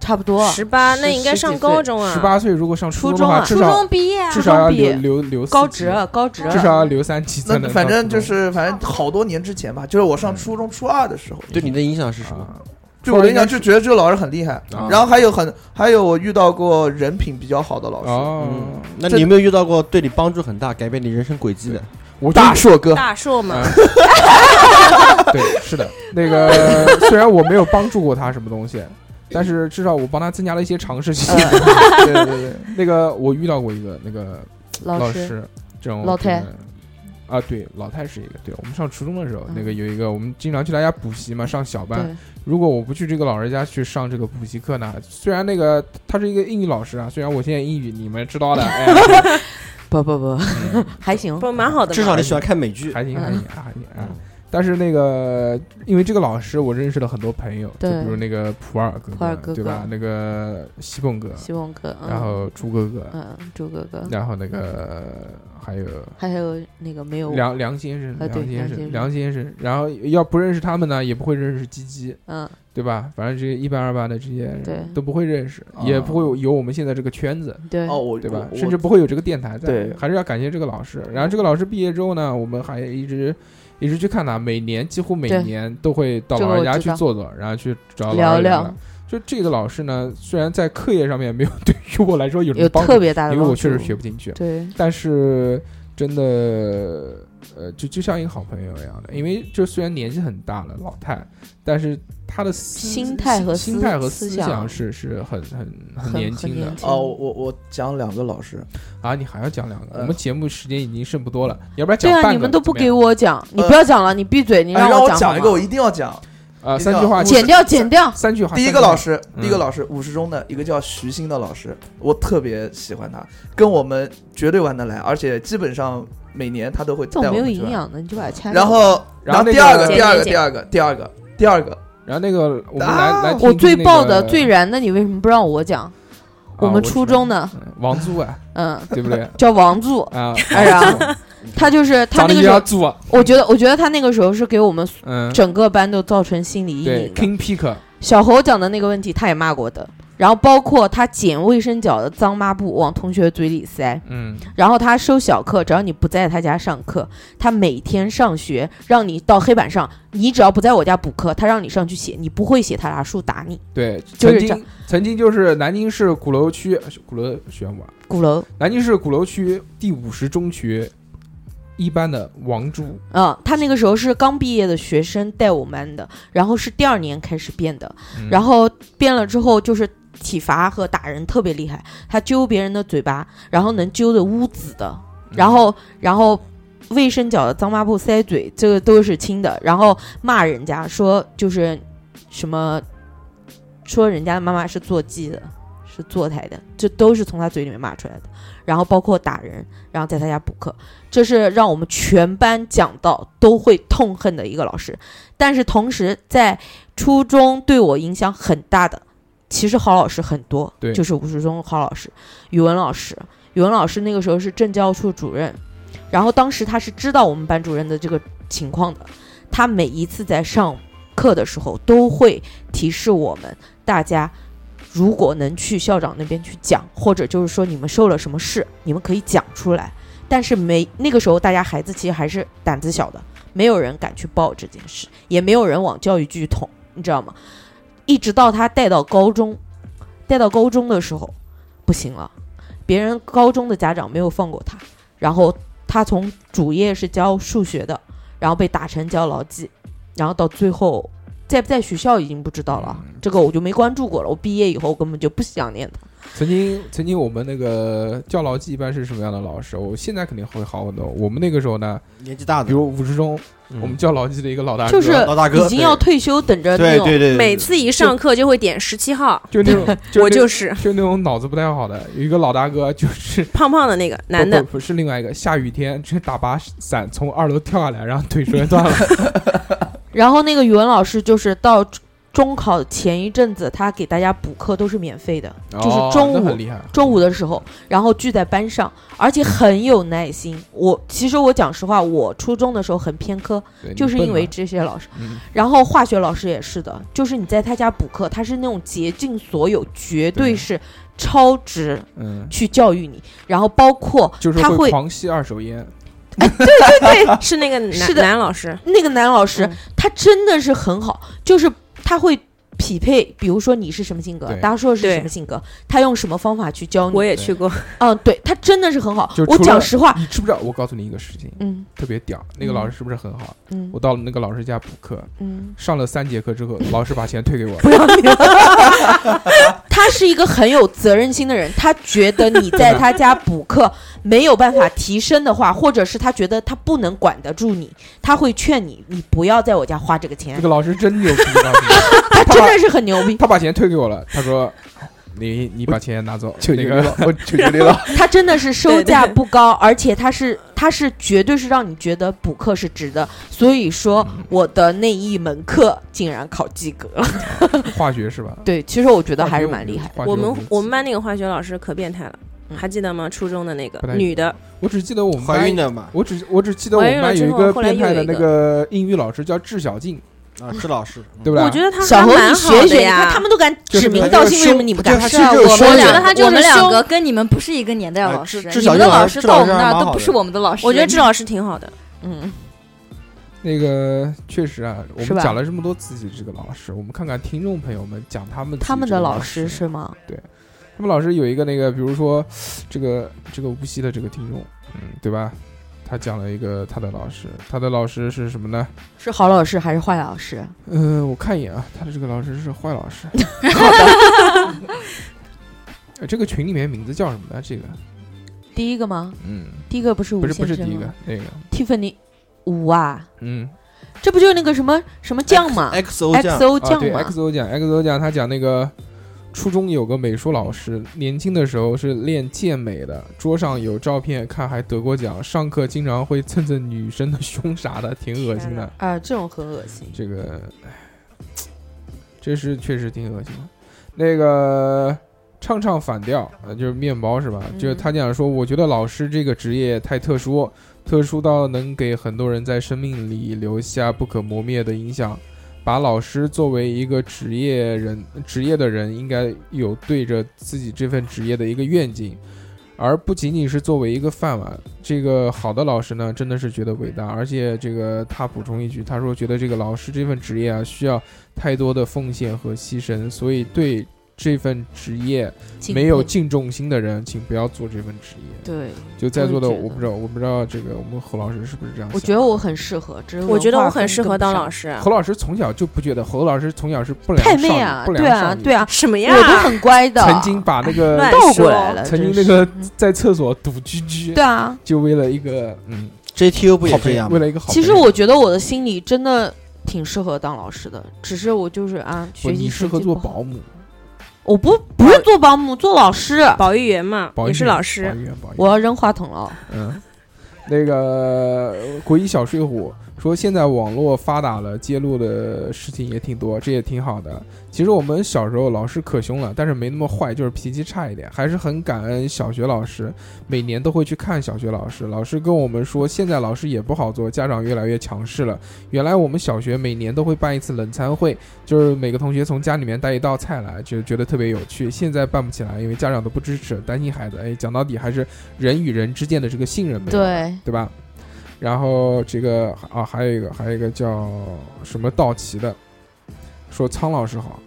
差不多。十八，那十应该十几上岁高中啊。十八岁如果上初初中的话，中啊至初少中毕业啊，至少要初中毕业留留留四高级职，啊高职，至少要留三级才那能上初中。反正就是反正好多年之前吧，就是我上初中初二的时候，对你的影响是什么？啊，就我跟你讲，就觉得这个老师很厉害。啊然后还有很还有我遇到过人品比较好的老师，哦嗯，，那这你有没有遇到过对你帮助很大、改变你人生轨迹的？我就大硕哥，大硕嘛，嗯对，是的，那个 [laughs] 虽然我没有帮助过他什么东西，但是至少我帮他增加了一些常识 [laughs] 性。对嗯对对，那个我遇到过一个那个老老师，师，这种老太这种啊，对，老太是一个，对我们上初中的时候，嗯那个有一个我们经常去他家补习嘛，上小班。对，如果我不去这个老师家去上这个补习课呢，虽然那个他是一个英语老师啊，虽然我现在英语你们知道的，哎呀， [laughs] 不不不，嗯 [laughs] 还行，不蛮好的嘛。至少你喜欢看美剧，还行，嗯还行，还行啊。但是那个，因为这个老师，我认识了很多朋友，就对比如那个普洱哥普洱哥哥对吧？那个西凤哥，西蒙哥，嗯然后朱哥哥，嗯，朱哥哥，然后那个还有还有那个没有我，梁梁先生，啊对梁先生，梁梁先生。然后要不认识他们呢，也不会认识鸡鸡，嗯，对吧？反正这些一班二班的这些对哦人都不会认识，啊也不会有我们现在这个圈子。对哦，，我对吧？我甚至不会有这个电台在，对还是要感谢这个老师。然后这个老师毕业之后呢，我们还一直一直去看他，每年几乎每对年都会到这个老人我家知去道坐坐，然后去找老聊人家聊了。就这个老师呢，虽然在课业上面没有对于我来说有什有么帮特助，别大的因为帮我确实助学不进去，对，但是真的，呃，就就像一个好朋友一样的，因为就虽然年纪很大了，老太，但是他的思心态和心思态和思思想是是很很很年很轻的年轻哦，我我讲两个老师，啊！你还要讲两个，呃我们节目时间已经剩不多了，你要不然讲对半个？啊，你们都不怎么给样我讲，你呃不要讲了，你闭嘴，你哎让我讲讲好一个，我吗一定要讲。呃一三定句要话，我剪掉剪掉，三句话。第一三个句话老师，嗯第一个老师，五十中的一个叫徐新的老师，我特别喜欢他，跟我们绝对玩得来，而且基本上每年他都会这带种我没有们去营玩。养的，你就把它掐掉。然后，然后那个第二个，姐第二个，姐第二个，第二个，第二个，然后那个我们来啊来听听那个，我最爆的、最燃的，你为什么不让我讲？啊我们初中的，知道嗯王租啊，嗯，对不对？叫王柱，啊， [laughs] 哎呀，他就是他长那得个比时较候，租啊，我觉得，我觉得他那个时候是给我们嗯，整个班都造成心理阴对影的。 ，King Pick，小侯讲的那个问题，他也骂过的。然后包括他捡卫生角的脏抹布往同学嘴里塞，嗯，然后他收小课，只要你不在他家上课，他每天上学让你到黑板上，你只要不在我家补课，他让你上去写，你不会写他拿书打你。对，就曾是这样经曾经就是南京市鼓楼区鼓楼学院吧，啊鼓楼，南京市鼓楼区第五十中学一班的王珠，嗯，他那个时候是刚毕业的学生带我们班的，然后是第二年开始变的，嗯然后变了之后就是体罚和打人特别厉害，他揪别人的嘴巴，然后能揪的污紫的，嗯然后然后卫生角的脏抹布塞嘴，这个都是轻的，然后骂人家说就是什么，说人家的妈妈是坐鸡的，是坐台的，这都是从他嘴里面骂出来的，然后包括打人，然后在他家补课，这是让我们全班讲到都会痛恨的一个老师，但是同时在初中对我影响很大的，其实好老师很多，对就是五十中好老师，语文老师，语文老师那个时候是政教处主任，然后当时他是知道我们班主任的这个情况的，他每一次在上课的时候都会提示我们大家。如果能去校长那边去讲，或者就是说你们受了什么事，你们可以讲出来。但是没那个时候，大家孩子其实还是胆子小的，没有人敢去报这件事，也没有人往教育局捅，你知道吗？一直到他带到高中，带到高中的时候，不行了，别人高中的家长没有放过他，然后他从主业是教数学的，然后被打成教牢记，然后到最后在不在学校已经不知道了，这个我就没关注过了。我毕业以后我根本就不想念他。曾经曾经我们那个教牢记一般是什么样的老师？我现在肯定会好很多。我们那个时候呢，年纪大啊的，比如五十中，嗯我们教牢记的一个老大哥，就是老大哥已经要退休，等着那对种对对，每次一上课就会点十七号，就那种，就我那就是就那种脑子不太好的，有一个老大哥 [laughs] 就是。胖胖的那个男的 [laughs] 不，不不是另外一个，下雨天直接打把伞从二楼跳下来，然后腿摔断了。然后那个语文老师就是到中考前一阵子，他给大家补课都是免费的， [laughs] 就是中哦那午很厉害，中午的时候，然后聚在班上，而且很有耐心。我其实我讲实话，我初中的时候很偏科，对你就是笨因为嘛这些老师。嗯然后化学老师也是的，就是你在他家补课，他是那种竭尽所有，绝对对是超值嗯，去教育你。然后包括就是他会会狂吸二手烟，是那个是男的男老师，那个男老师嗯，他真的是很好，就是他会匹配，比如说你是什么性格对，达硕是对什么性格，他用什么方法去教我你。也去过，嗯，对他真的是很好就。我除了讲实话，你知不知道？我告诉你一个事情，嗯特别屌，那个老师是不是很好？嗯我到了那个老师家补课，嗯，上了三节课之后，老师把钱退给我了。 [laughs] 他是一个很有责任心的人，他觉得你在他家补课 [laughs] 没有办法提升的话，或者是他觉得他不能管得住你，他会劝你，你不要在我家花这个这钱。个老师真牛逼，告诉你 [laughs] 他真的是很牛逼，他把钱退给我了，他说。你你把钱拿走，求求那你个 [laughs] 了，我求求你了。 [laughs] 他真的是收对对价不高，而且他是他是绝对是让你觉得补课是值的。所以说我的那一门课竟然考及 [laughs] 格了。化学是吧？对，其实我觉得还是蛮哦厉害。化学我们无语我们班那个化学老师可变态了，嗯还记得吗？初中的那个不太女的，我只记得我们怀孕班，的嘛，我只我只记得我们班有怀孕一了之个后后来变态又有的一个那个英语老师叫智小静，啊，是老师，对不对？我觉得她小还侯，蛮你好学一的学，你看呀他。们都敢指名道姓，为什么你不敢？是啊，我说的们两个，他我们两凶个跟你们不是一个年代的哎老至师，至你少们的有人老师至到少我是们还那蛮儿都好不的是我们的老师。我觉得这老师挺好的，嗯，那个确实啊，我是们吧讲了这么多自己这个老师，我们看看听众朋友们讲他们他们的老老师是吗？他们老师有一个那个，比如说这个这个无锡的这个听众，嗯，对吧？他讲了一个他的老师，他的老师是什么呢？是好老师还是坏老师？嗯、我看一眼啊，他的这个老师是坏老师。 [laughs] 呃这个群里面名字叫什么呢？这个，第一个吗？嗯，第一个不是吴不是不先是生第一个吗，那个， ？Tiffany 五啊，嗯，这不就是那个什么什么酱吗 XO 酱， ？XO 啊，酱对哦吗？ ，XO 讲 XO 讲，他讲那个初中有个美术老师，年轻的时候是练健美的，桌上有照片看，还得过奖。上课经常会蹭蹭女生的胸啥的，挺恶心天的哪。啊，这种很恶心。这个，唉这是确实挺恶心的。那个唱唱反调，呃，就是面包是吧？就是他讲说，我觉得老师这个职业太特殊，特殊到能给很多人在生命里留下不可磨灭的影响。把老师作为一个职业人，职业的人应该有对着自己这份职业的一个愿景，而不仅仅是作为一个饭碗。这个好的老师呢，真的是觉得伟大，而且这个他补充一句，他说觉得这个老师这份职业啊，需要太多的奉献和牺牲，所以对这份职业敬没有佩敬重心的人，请不要做这份职业。对，就在座的，我也觉得我不知道，我不知道这个我们侯老师是不是这样想的。我觉得我很适合，嗯只是我觉得我很适合当老师。师，侯老师从小就不觉得，侯老师从小是不良太少女，妹啊，不对良少啊，女。对啊，什么我呀？都很乖的，哎曾经把那个乱倒过来了，曾经真那是个嗯在厕所堵居居，对啊。就为了一个嗯 JTU 不好也这朋友，样为吗？了一个好朋友。其实我觉得我的心里真的挺适合当老师的，只是我就是啊，不学习你适成合绩做不好保姆，我不不是做保姆，做老师。保育员嘛，保也育是员老师保。育员保育员我要扔话筒了，嗯，那个国一小睡虎说，现在网络发达了，揭露的事情也挺多，这也挺好的。其实我们小时候老师可凶了，但是没那么坏，就是脾气差一点，还是很感恩小学老师，每年都会去看小学老师。老师跟我们说，现在老师也不好做，家长越来越强势了。原来我们小学每年都会办一次冷餐会，就是每个同学从家里面带一道菜来，就觉得特别有趣。现在办不起来，因为家长都不支持，担心孩子。哎，讲到底还是人与人之间的这个信任 [laughs] 没有了，对，对吧？然后这个啊，还有一个，还有一个叫什么道奇的，说苍老师好，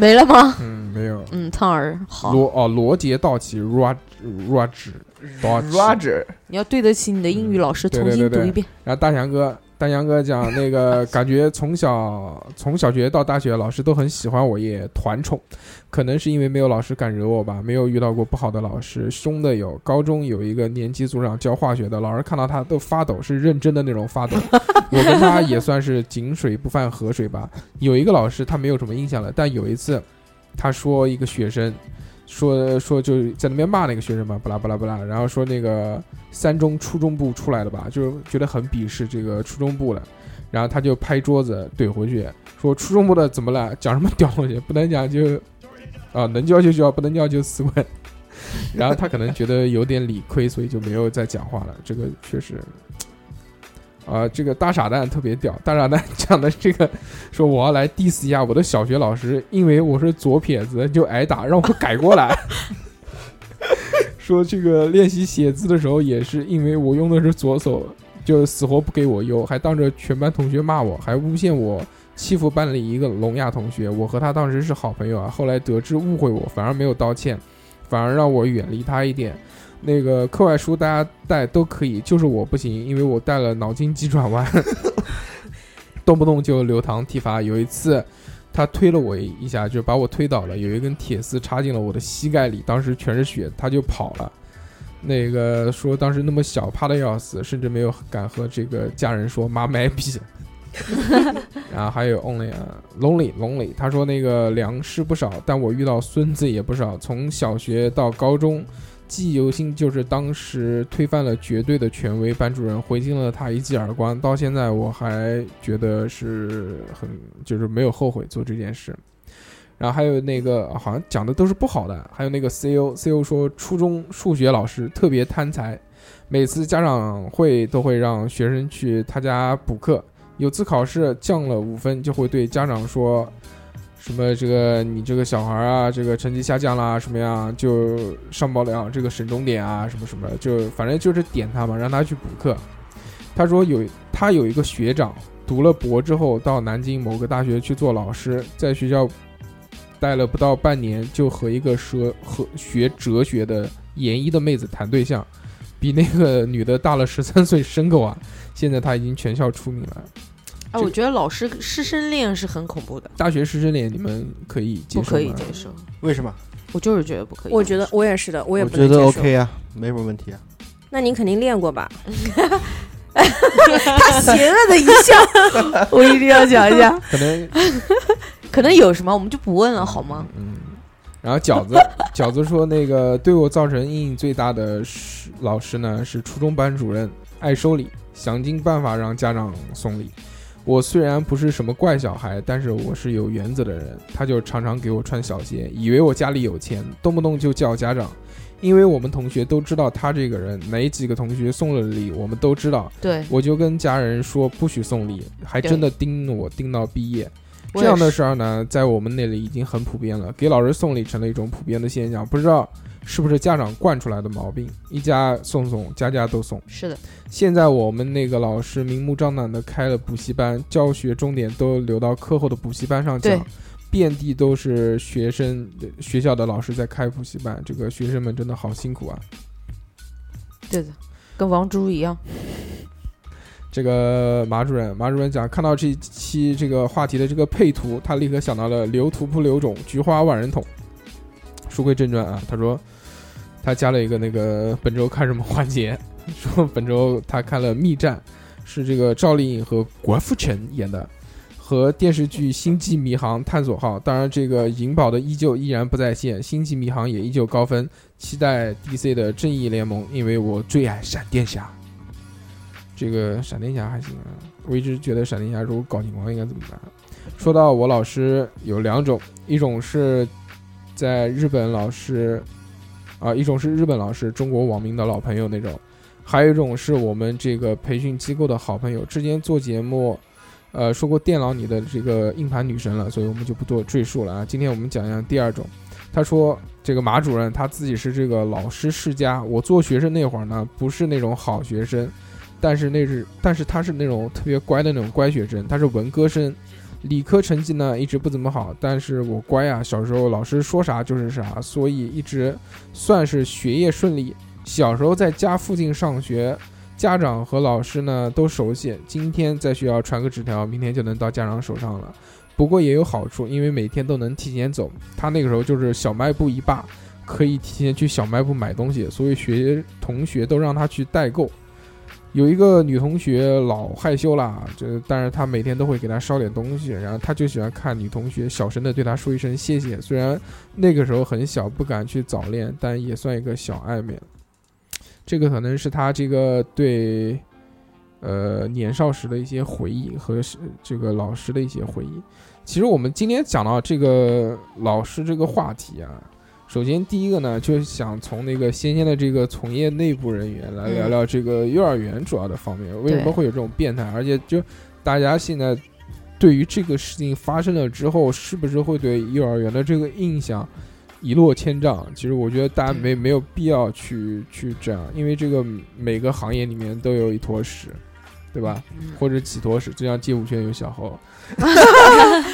没了吗？嗯，没有嗯，苍儿好，罗哦罗杰道奇 Raj Raj 道奇， Roger，你要对得起你的英语老师，嗯对重对新对读对一遍。然后大强哥，大强哥讲那个感觉从小从小学到大学，老师都很喜欢我，也团宠。可能是因为没有老师敢惹我吧，没有遇到过不好的老师，凶的有。高中有一个年级组长教化学的，老师看到他都发抖，是认真的那种发抖。我跟他也算是井水不犯河水吧。有一个老师他没有什么印象了，但有一次他说一个学生。说说就是在那边骂那个学生嘛，巴拉巴拉巴拉，然后说那个三中初中部出来的吧，就是觉得很鄙视这个初中部了，然后他就拍桌子怼回去，说初中部的怎么了？讲什么屌东西？不能讲就，啊，能教就教，不能教就死滚。然后他可能觉得有点理亏，所以就没有再讲话了。这个确实，啊、这个大傻蛋特别屌。大傻蛋讲的这个，说我要来 diss 一下我的小学老师，因为我是左撇子就挨打，让我改过来。说这个练习写字的时候也是因为我用的是左手，就死活不给我用，还当着全班同学骂我，还诬陷我欺负班里一个聋哑同学。我和他当时是好朋友啊，后来得知误会我，反而没有道歉，反而让我远离他一点。那个课外书大家带都可以，就是我不行，因为我带了脑筋急转弯， [laughs] 动不动就留堂体罚。有一次，他推了我一下，就把我推倒了，有一根铁丝插进了我的膝盖里，当时全是血，他就跑了。那个说当时那么小，怕的要死，甚至没有敢和这个家人说妈卖逼。 [laughs] 然后还有 only 啊，lonely lonely，他说那个良师不少，但我遇到孙子也不少，从小学到高中。记忆犹新，就是当时推翻了绝对的权威，班主任回敬了他一记耳光。到现在我还觉得是很，就是没有后悔做这件事。然后还有那个好像讲的都是不好的，还有那个 E CO CO 说初中数学老师特别贪财，每次家长会都会让学生去他家补课，有次考试降了五分，就会对家长说。什么这个你这个小孩啊，这个成绩下降啦，什么呀，就上不了这个省重点啊，什么什么，就反正就是点他嘛，让他去补课。他说有他有一个学长读了博之后到南京某个大学去做老师，在学校待了不到半年，就和一个哲和学哲学的研一的妹子谈对象，比那个女的大了十三岁生个娃，现在她已经全校出名了。哎，我觉得老师师生恋是很恐怖的，大学师生恋你们可以接不受可以吗接受。为什么？我就是觉得不可以。我觉得我也是的，我也我不觉能接得受。 OK 啊，没什么问题啊。那您肯定练 [laughs] 过吧？他 [laughs] 邪恶的一笑， [laughs] 我一定要讲一下。可能哦可能有什么我们就不问了，好吗？嗯，然后饺子饺子说，那个对我造成阴影最大的是老师呢是初中班主任，爱收礼，想尽办法让家长送礼。我虽然不是什么怪小孩，但是我是有原则的人。他就常常给我穿小鞋，以为我家里有钱，动不动就叫家长。因为我们同学都知道他这个人，哪几个同学送了礼，我们都知道。对，我就跟家人说不许送礼，还真的盯我盯到毕业。我这也样的事儿呢，在我们那里已经很普遍了，给老师送礼成了一种普遍的现象，不知道是不是家长惯出来的毛病，一家送送，家家都送。是的，现在我们那个老师明目张胆的开了补习班，教学重点都留到课后的补习班上对讲，遍地都是学生学校的老师在开补习班，这个学生们真的好辛苦啊。对的，跟王猪一样。这个马主任，马主任讲，看到这一期这个话题的这个配图，他立刻想到了“留图不留种，菊花万人捅”。书归正传啊，他说他加了一个那个本周看什么环节，说本周他看了《密战》，是这个赵丽颖和郭富城演的，和电视剧《星际迷航：探索号》。当然，这个银保的依旧依然不在线，《星际迷航》也依旧高分。期待 DC 的《正义联盟》，因为我最爱闪电侠。这个闪电侠还行啊，我一直觉得闪电侠如果搞情况应该怎么办？说到我老师有两种，一种是在日本老师，啊、一种是日本老师，中国网民的老朋友那种，还有一种是我们这个培训机构的好朋友。之前做节目，呃，说过电脑里的这个硬盘女神了，所以我们就不做赘述了啊。今天我们讲一讲第二种。他说：“这个马主任他自己是这个老师世家，我做学生那会儿呢，不是那种好学生，但是那是，但是他是那种特别乖的那种乖学生，他是文科生，理科成绩呢一直不怎么好，但是我乖啊，小时候老师说啥就是啥，所以一直算是学业顺利。小时候在家附近上学，家长和老师呢都熟悉，今天在学校传个纸条，明天就能到家长手上了。不过也有好处，因为每天都能提前走。他那个时候就是小卖部一霸，可以提前去小卖部买东西，所以学同学都让他去代购。有一个女同学老害羞啦，就但是她每天都会给她捎点东西，然后她就喜欢看女同学小声的对她说一声谢谢。虽然那个时候很小，不敢去早恋，但也算一个小暧昧了。这个可能是她这个对，呃，年少时的一些回忆和是这个老师的一些回忆。其实我们今天讲到这个老师这个话题啊，首先第一个呢，就是想从那个仙仙的这个从业内部人员来聊聊呃这个幼儿园主要的方面，为什么会有这种变态，而且就大家现在对于这个事情发生了之后，是不是会对幼儿园的这个印象一落千丈？其实我觉得大家没没有必要去去这样，因为这个每个行业里面都有一坨屎，对吧？嗯或者几坨屎，就像街舞圈有小猴，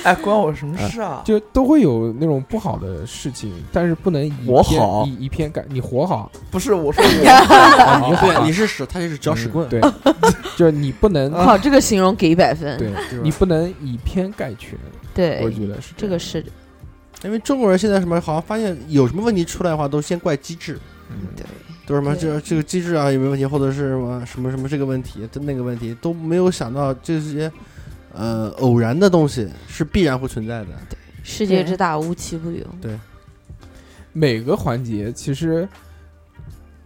哎，关我什么事啊？就都会有那种不好的事情，但是不能以我偏好以以偏概你活好，不是我说我，啊你对，好你是屎，他就是搅屎棍啊嗯。对， [laughs] 就是你不能 [laughs] 靠，这个形容给一百分。啊对，你不能以偏概全，我对，觉得是这样个是因为中国人现在什么，好像发现有什么问题出来的话，都先怪机制，嗯对，都是什么对这这个机制啊有没有问题，或者是什么什么什么这个问题，这那个问题都没有想到这些呃偶然的东西是必然会存在的。世界之大无奇不有。每个环节其实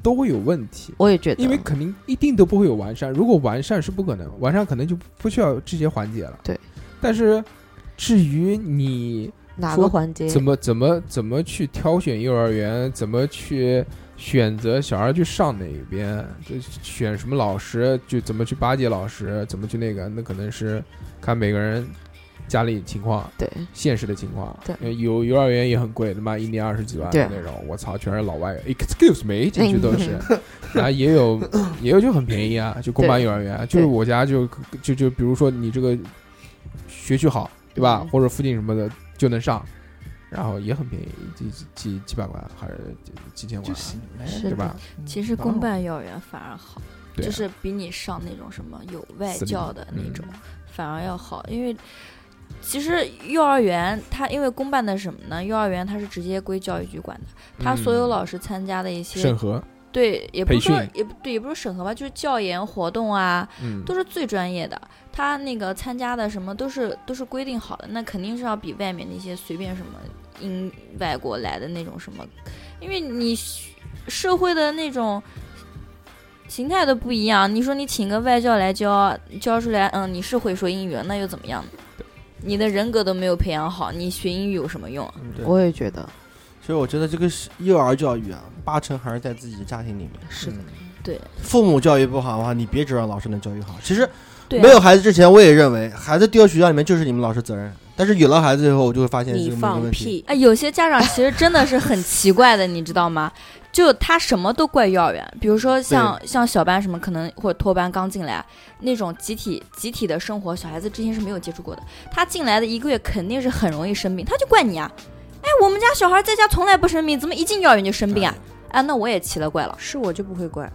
都会有问题。我也觉得，因为肯定一定都不会有完善，如果完善是不可能，完善可能就不需要这些环节了。对，但是至于你哪说个环节怎么怎么怎么去挑选幼儿园，怎么去选择小孩去上哪边，就选什么老师，就怎么去巴结老师，怎么去那个，那可能是看每个人家里情况，对，现实的情况，对呃，有幼儿园也很贵，他妈一年二十几万对的那种，我操，全是老外，excuse me 进去都是，嗯 [laughs] 然后也有也有就很便宜啊，就公办幼儿园，就是我家就就就比如说你这个学区好，对吧嗯，或者附近什么的就能上，然后也很便宜，几几几几百块还是几几千块就，行呗，是哎对的吧？哦其实公办幼儿园反而好，对啊就是比你上那种什么有外教的嗯那种、反而要好，因为其实幼儿园它因为公办的什么呢？幼儿园它是直接归教育局管的，它所有嗯老师参加的一些、审核，对，也不是说培训也不对，也不是审核吧，就是教研活动啊，嗯，都是最专业的。他那个参加的什么都是都是规定好的，那肯定是要比外面那些随便什么英外国来的那种什么，因为你社会的那种形态都不一样。你说你请个外教来教教出来，嗯，你是会说英语了，那又怎么样呢？你的人格都没有培养好，你学英语有什么用啊？嗯对我也觉得所以我觉得这个是幼儿教育啊，八成还是在自己的家庭里面。是的，对父母教育不好的话，你别指望老师能教育好。其实对啊、没有孩子之前，我也认为孩子丢到学校里面就是你们老师责任。但是有了孩子以后，我就会发现这你个没有放问题。屁，哎，有些家长其实真的是很奇怪的，你知道吗？就他什么都怪幼儿园，比如说像像小班什么，可能或者托班刚进来啊那种集体集体的生活，小孩子之前是没有接触过的。他进来的一个月肯定是很容易生病，他就怪你啊！哎，我们家小孩在家从来不生病，怎么一进幼儿园就生病啊？哎，那我也奇了怪了。是我就不会怪，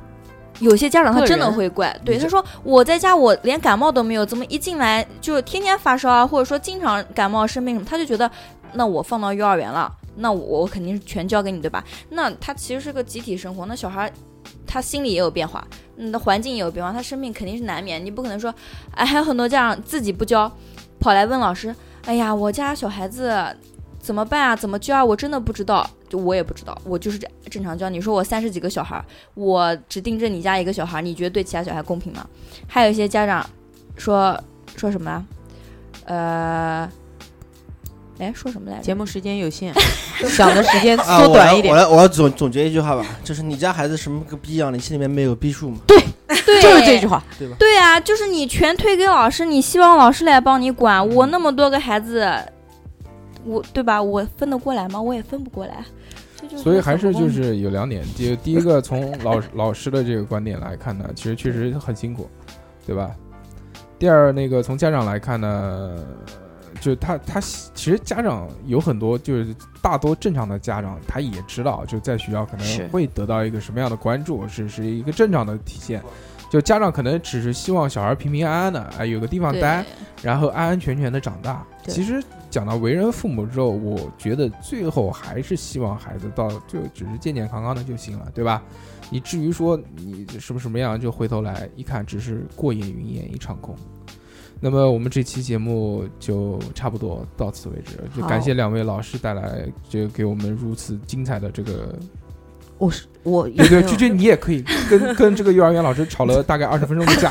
有些家长他个真的人会怪，对他说我在家我连感冒都没有，怎么一进来就天天发烧啊，或者说经常感冒生病什么，他就觉得那我放到幼儿园了，那我我肯定是全交给你，对吧？那他其实是个集体生活，那小孩儿他心里也有变化，嗯，环境也有变化，他生病肯定是难免，你不可能说，哎，还有很多家长自己不教，跑来问老师，哎呀，我家小孩子。怎么办啊？怎么教啊？我真的不知道，就我也不知道，我就是这正常教。你说我三十几个小孩儿，我只盯着你家一个小孩儿，你觉得对其他小孩公平吗？还有一些家长说说什么啊？呃，哎，说什么来 [laughs] 着？节目时间有限，想的时间啊，缩我短来一，点我。来，我要总总结一句话吧，就是你家孩子什么个逼样，你心里面没有逼数嘛？对，就是这句话，对啊，就是你全推给老师，你希望老师来帮你管。我那么多个孩子，我对吧？我分得过来吗？我也分不过来。这就所以还是我想就不通是有两点，第第一个从老老师 [laughs] 的这个观点来看呢，其实确实很辛苦，对吧？第二，那个从家长来看呢，就他他其实家长有很多就是大多正常的家长，他也知道就在学校可是能会得到一个什么样的关注，是是一个正常的体现。就家长可能只是希望小孩平平安安的，哎，有个地方对待，然后安安全全的长大。对其实讲到为人父母之后，我觉得最后还是希望孩子到最后只是健健康康的就行了，对吧？你至于说你什么什么样，就回头来一看，只是过眼云烟一场空。那么我们这期节目就差不多到此为止，就感谢两位老师带来这给我们如此精彩的这 [laughs] 个，我是我有对对，没有娟娟你也可以跟跟这个幼儿园老师吵了大概二十分钟的架，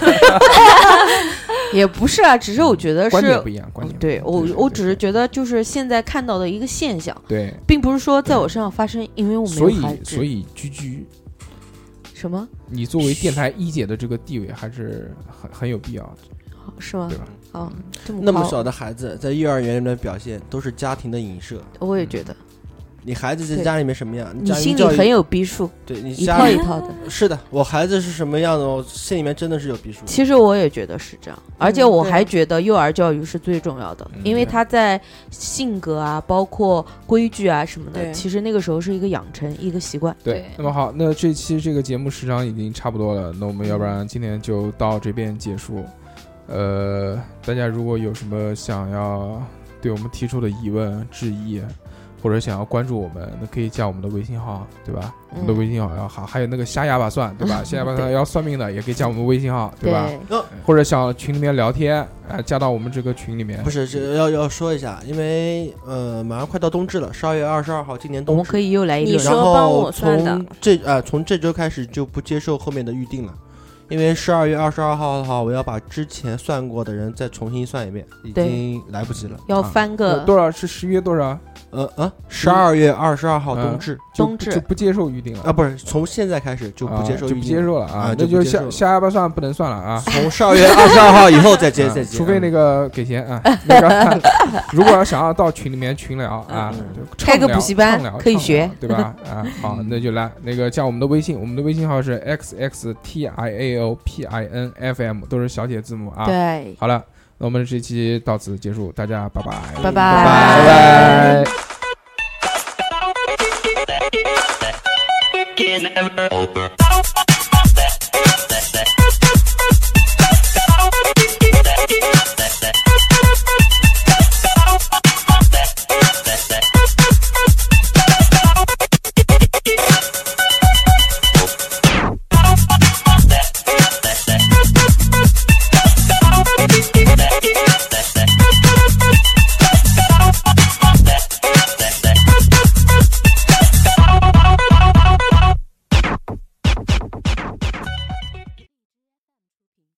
也不是啊，只是我觉得观点是不，一样，观点不一对样我我只 [laughs] 是对觉得就是现在看到的一个现象，对，并不是说在我身上发生，因为我没有所以孩子。所以居居什么？你作为电台一姐的这个地位还是很很有必要的，好是吗对吧？哦，这么那么好小的孩子在幼儿园里面的表现都是家庭的影射。我也觉得你孩子在对家里面什么样，你嗯家庭心里教育很有逼数，对你一家套一里套的。是的，我孩子是什么样的，我心里面真的是有逼数。其实我也觉得是这样，而且我对还觉得幼儿教育是最重要的，嗯因为对他在性格啊、包括规矩啊什么的，对其实那个时候是一个养成、一个习惯。对对，那么好，那这期这个节目时长已经差不多了，那我们要不然今天就到这边结束。呃，大家如果有什么想要对我们提出的疑问、质疑，或者想要关注我们，那可以加我们的微信号，对吧？我们的嗯微信号要好，还有那个瞎哑巴算，对吧？瞎哑巴算要算命的也可以加我们微信号，对吧？或者想群里面聊天，啊，加到我们这个群里面。不是，这要要说一下，因为呃，马上快到冬至了，十二月二十二号，今年我冬们至。可以又来一你轮。说然帮后呃我算的从这啊、从这周开始就不接受后面的预定了，因为十二月二十二号的话，我要把之前算过的人再重新算一遍，已对经来不及了。要啊翻个呃多少是十月多少？呃啊，十二月二十二号嗯冬至就冬至就不接受预定了啊，不是从现在开始就就不接受就预不定接了，受了啊啊，那就就不接下受下要不算不能算了 [laughs] 啊。从十二月二十二号以后再接啊再接，嗯除非那个个给钱啊，[laughs] 那个如果想要到群里面群聊嗯啊，就畅开个聊补习班畅聊可以畅聊学对 [laughs] 吧？啊，好，那就来那个加我们的微信，我们的微信号是 x x t i a o p i n f m，都是小写字母啊。对，好了，那我们这期到此结束，大家拜拜，拜拜拜。 Get never over.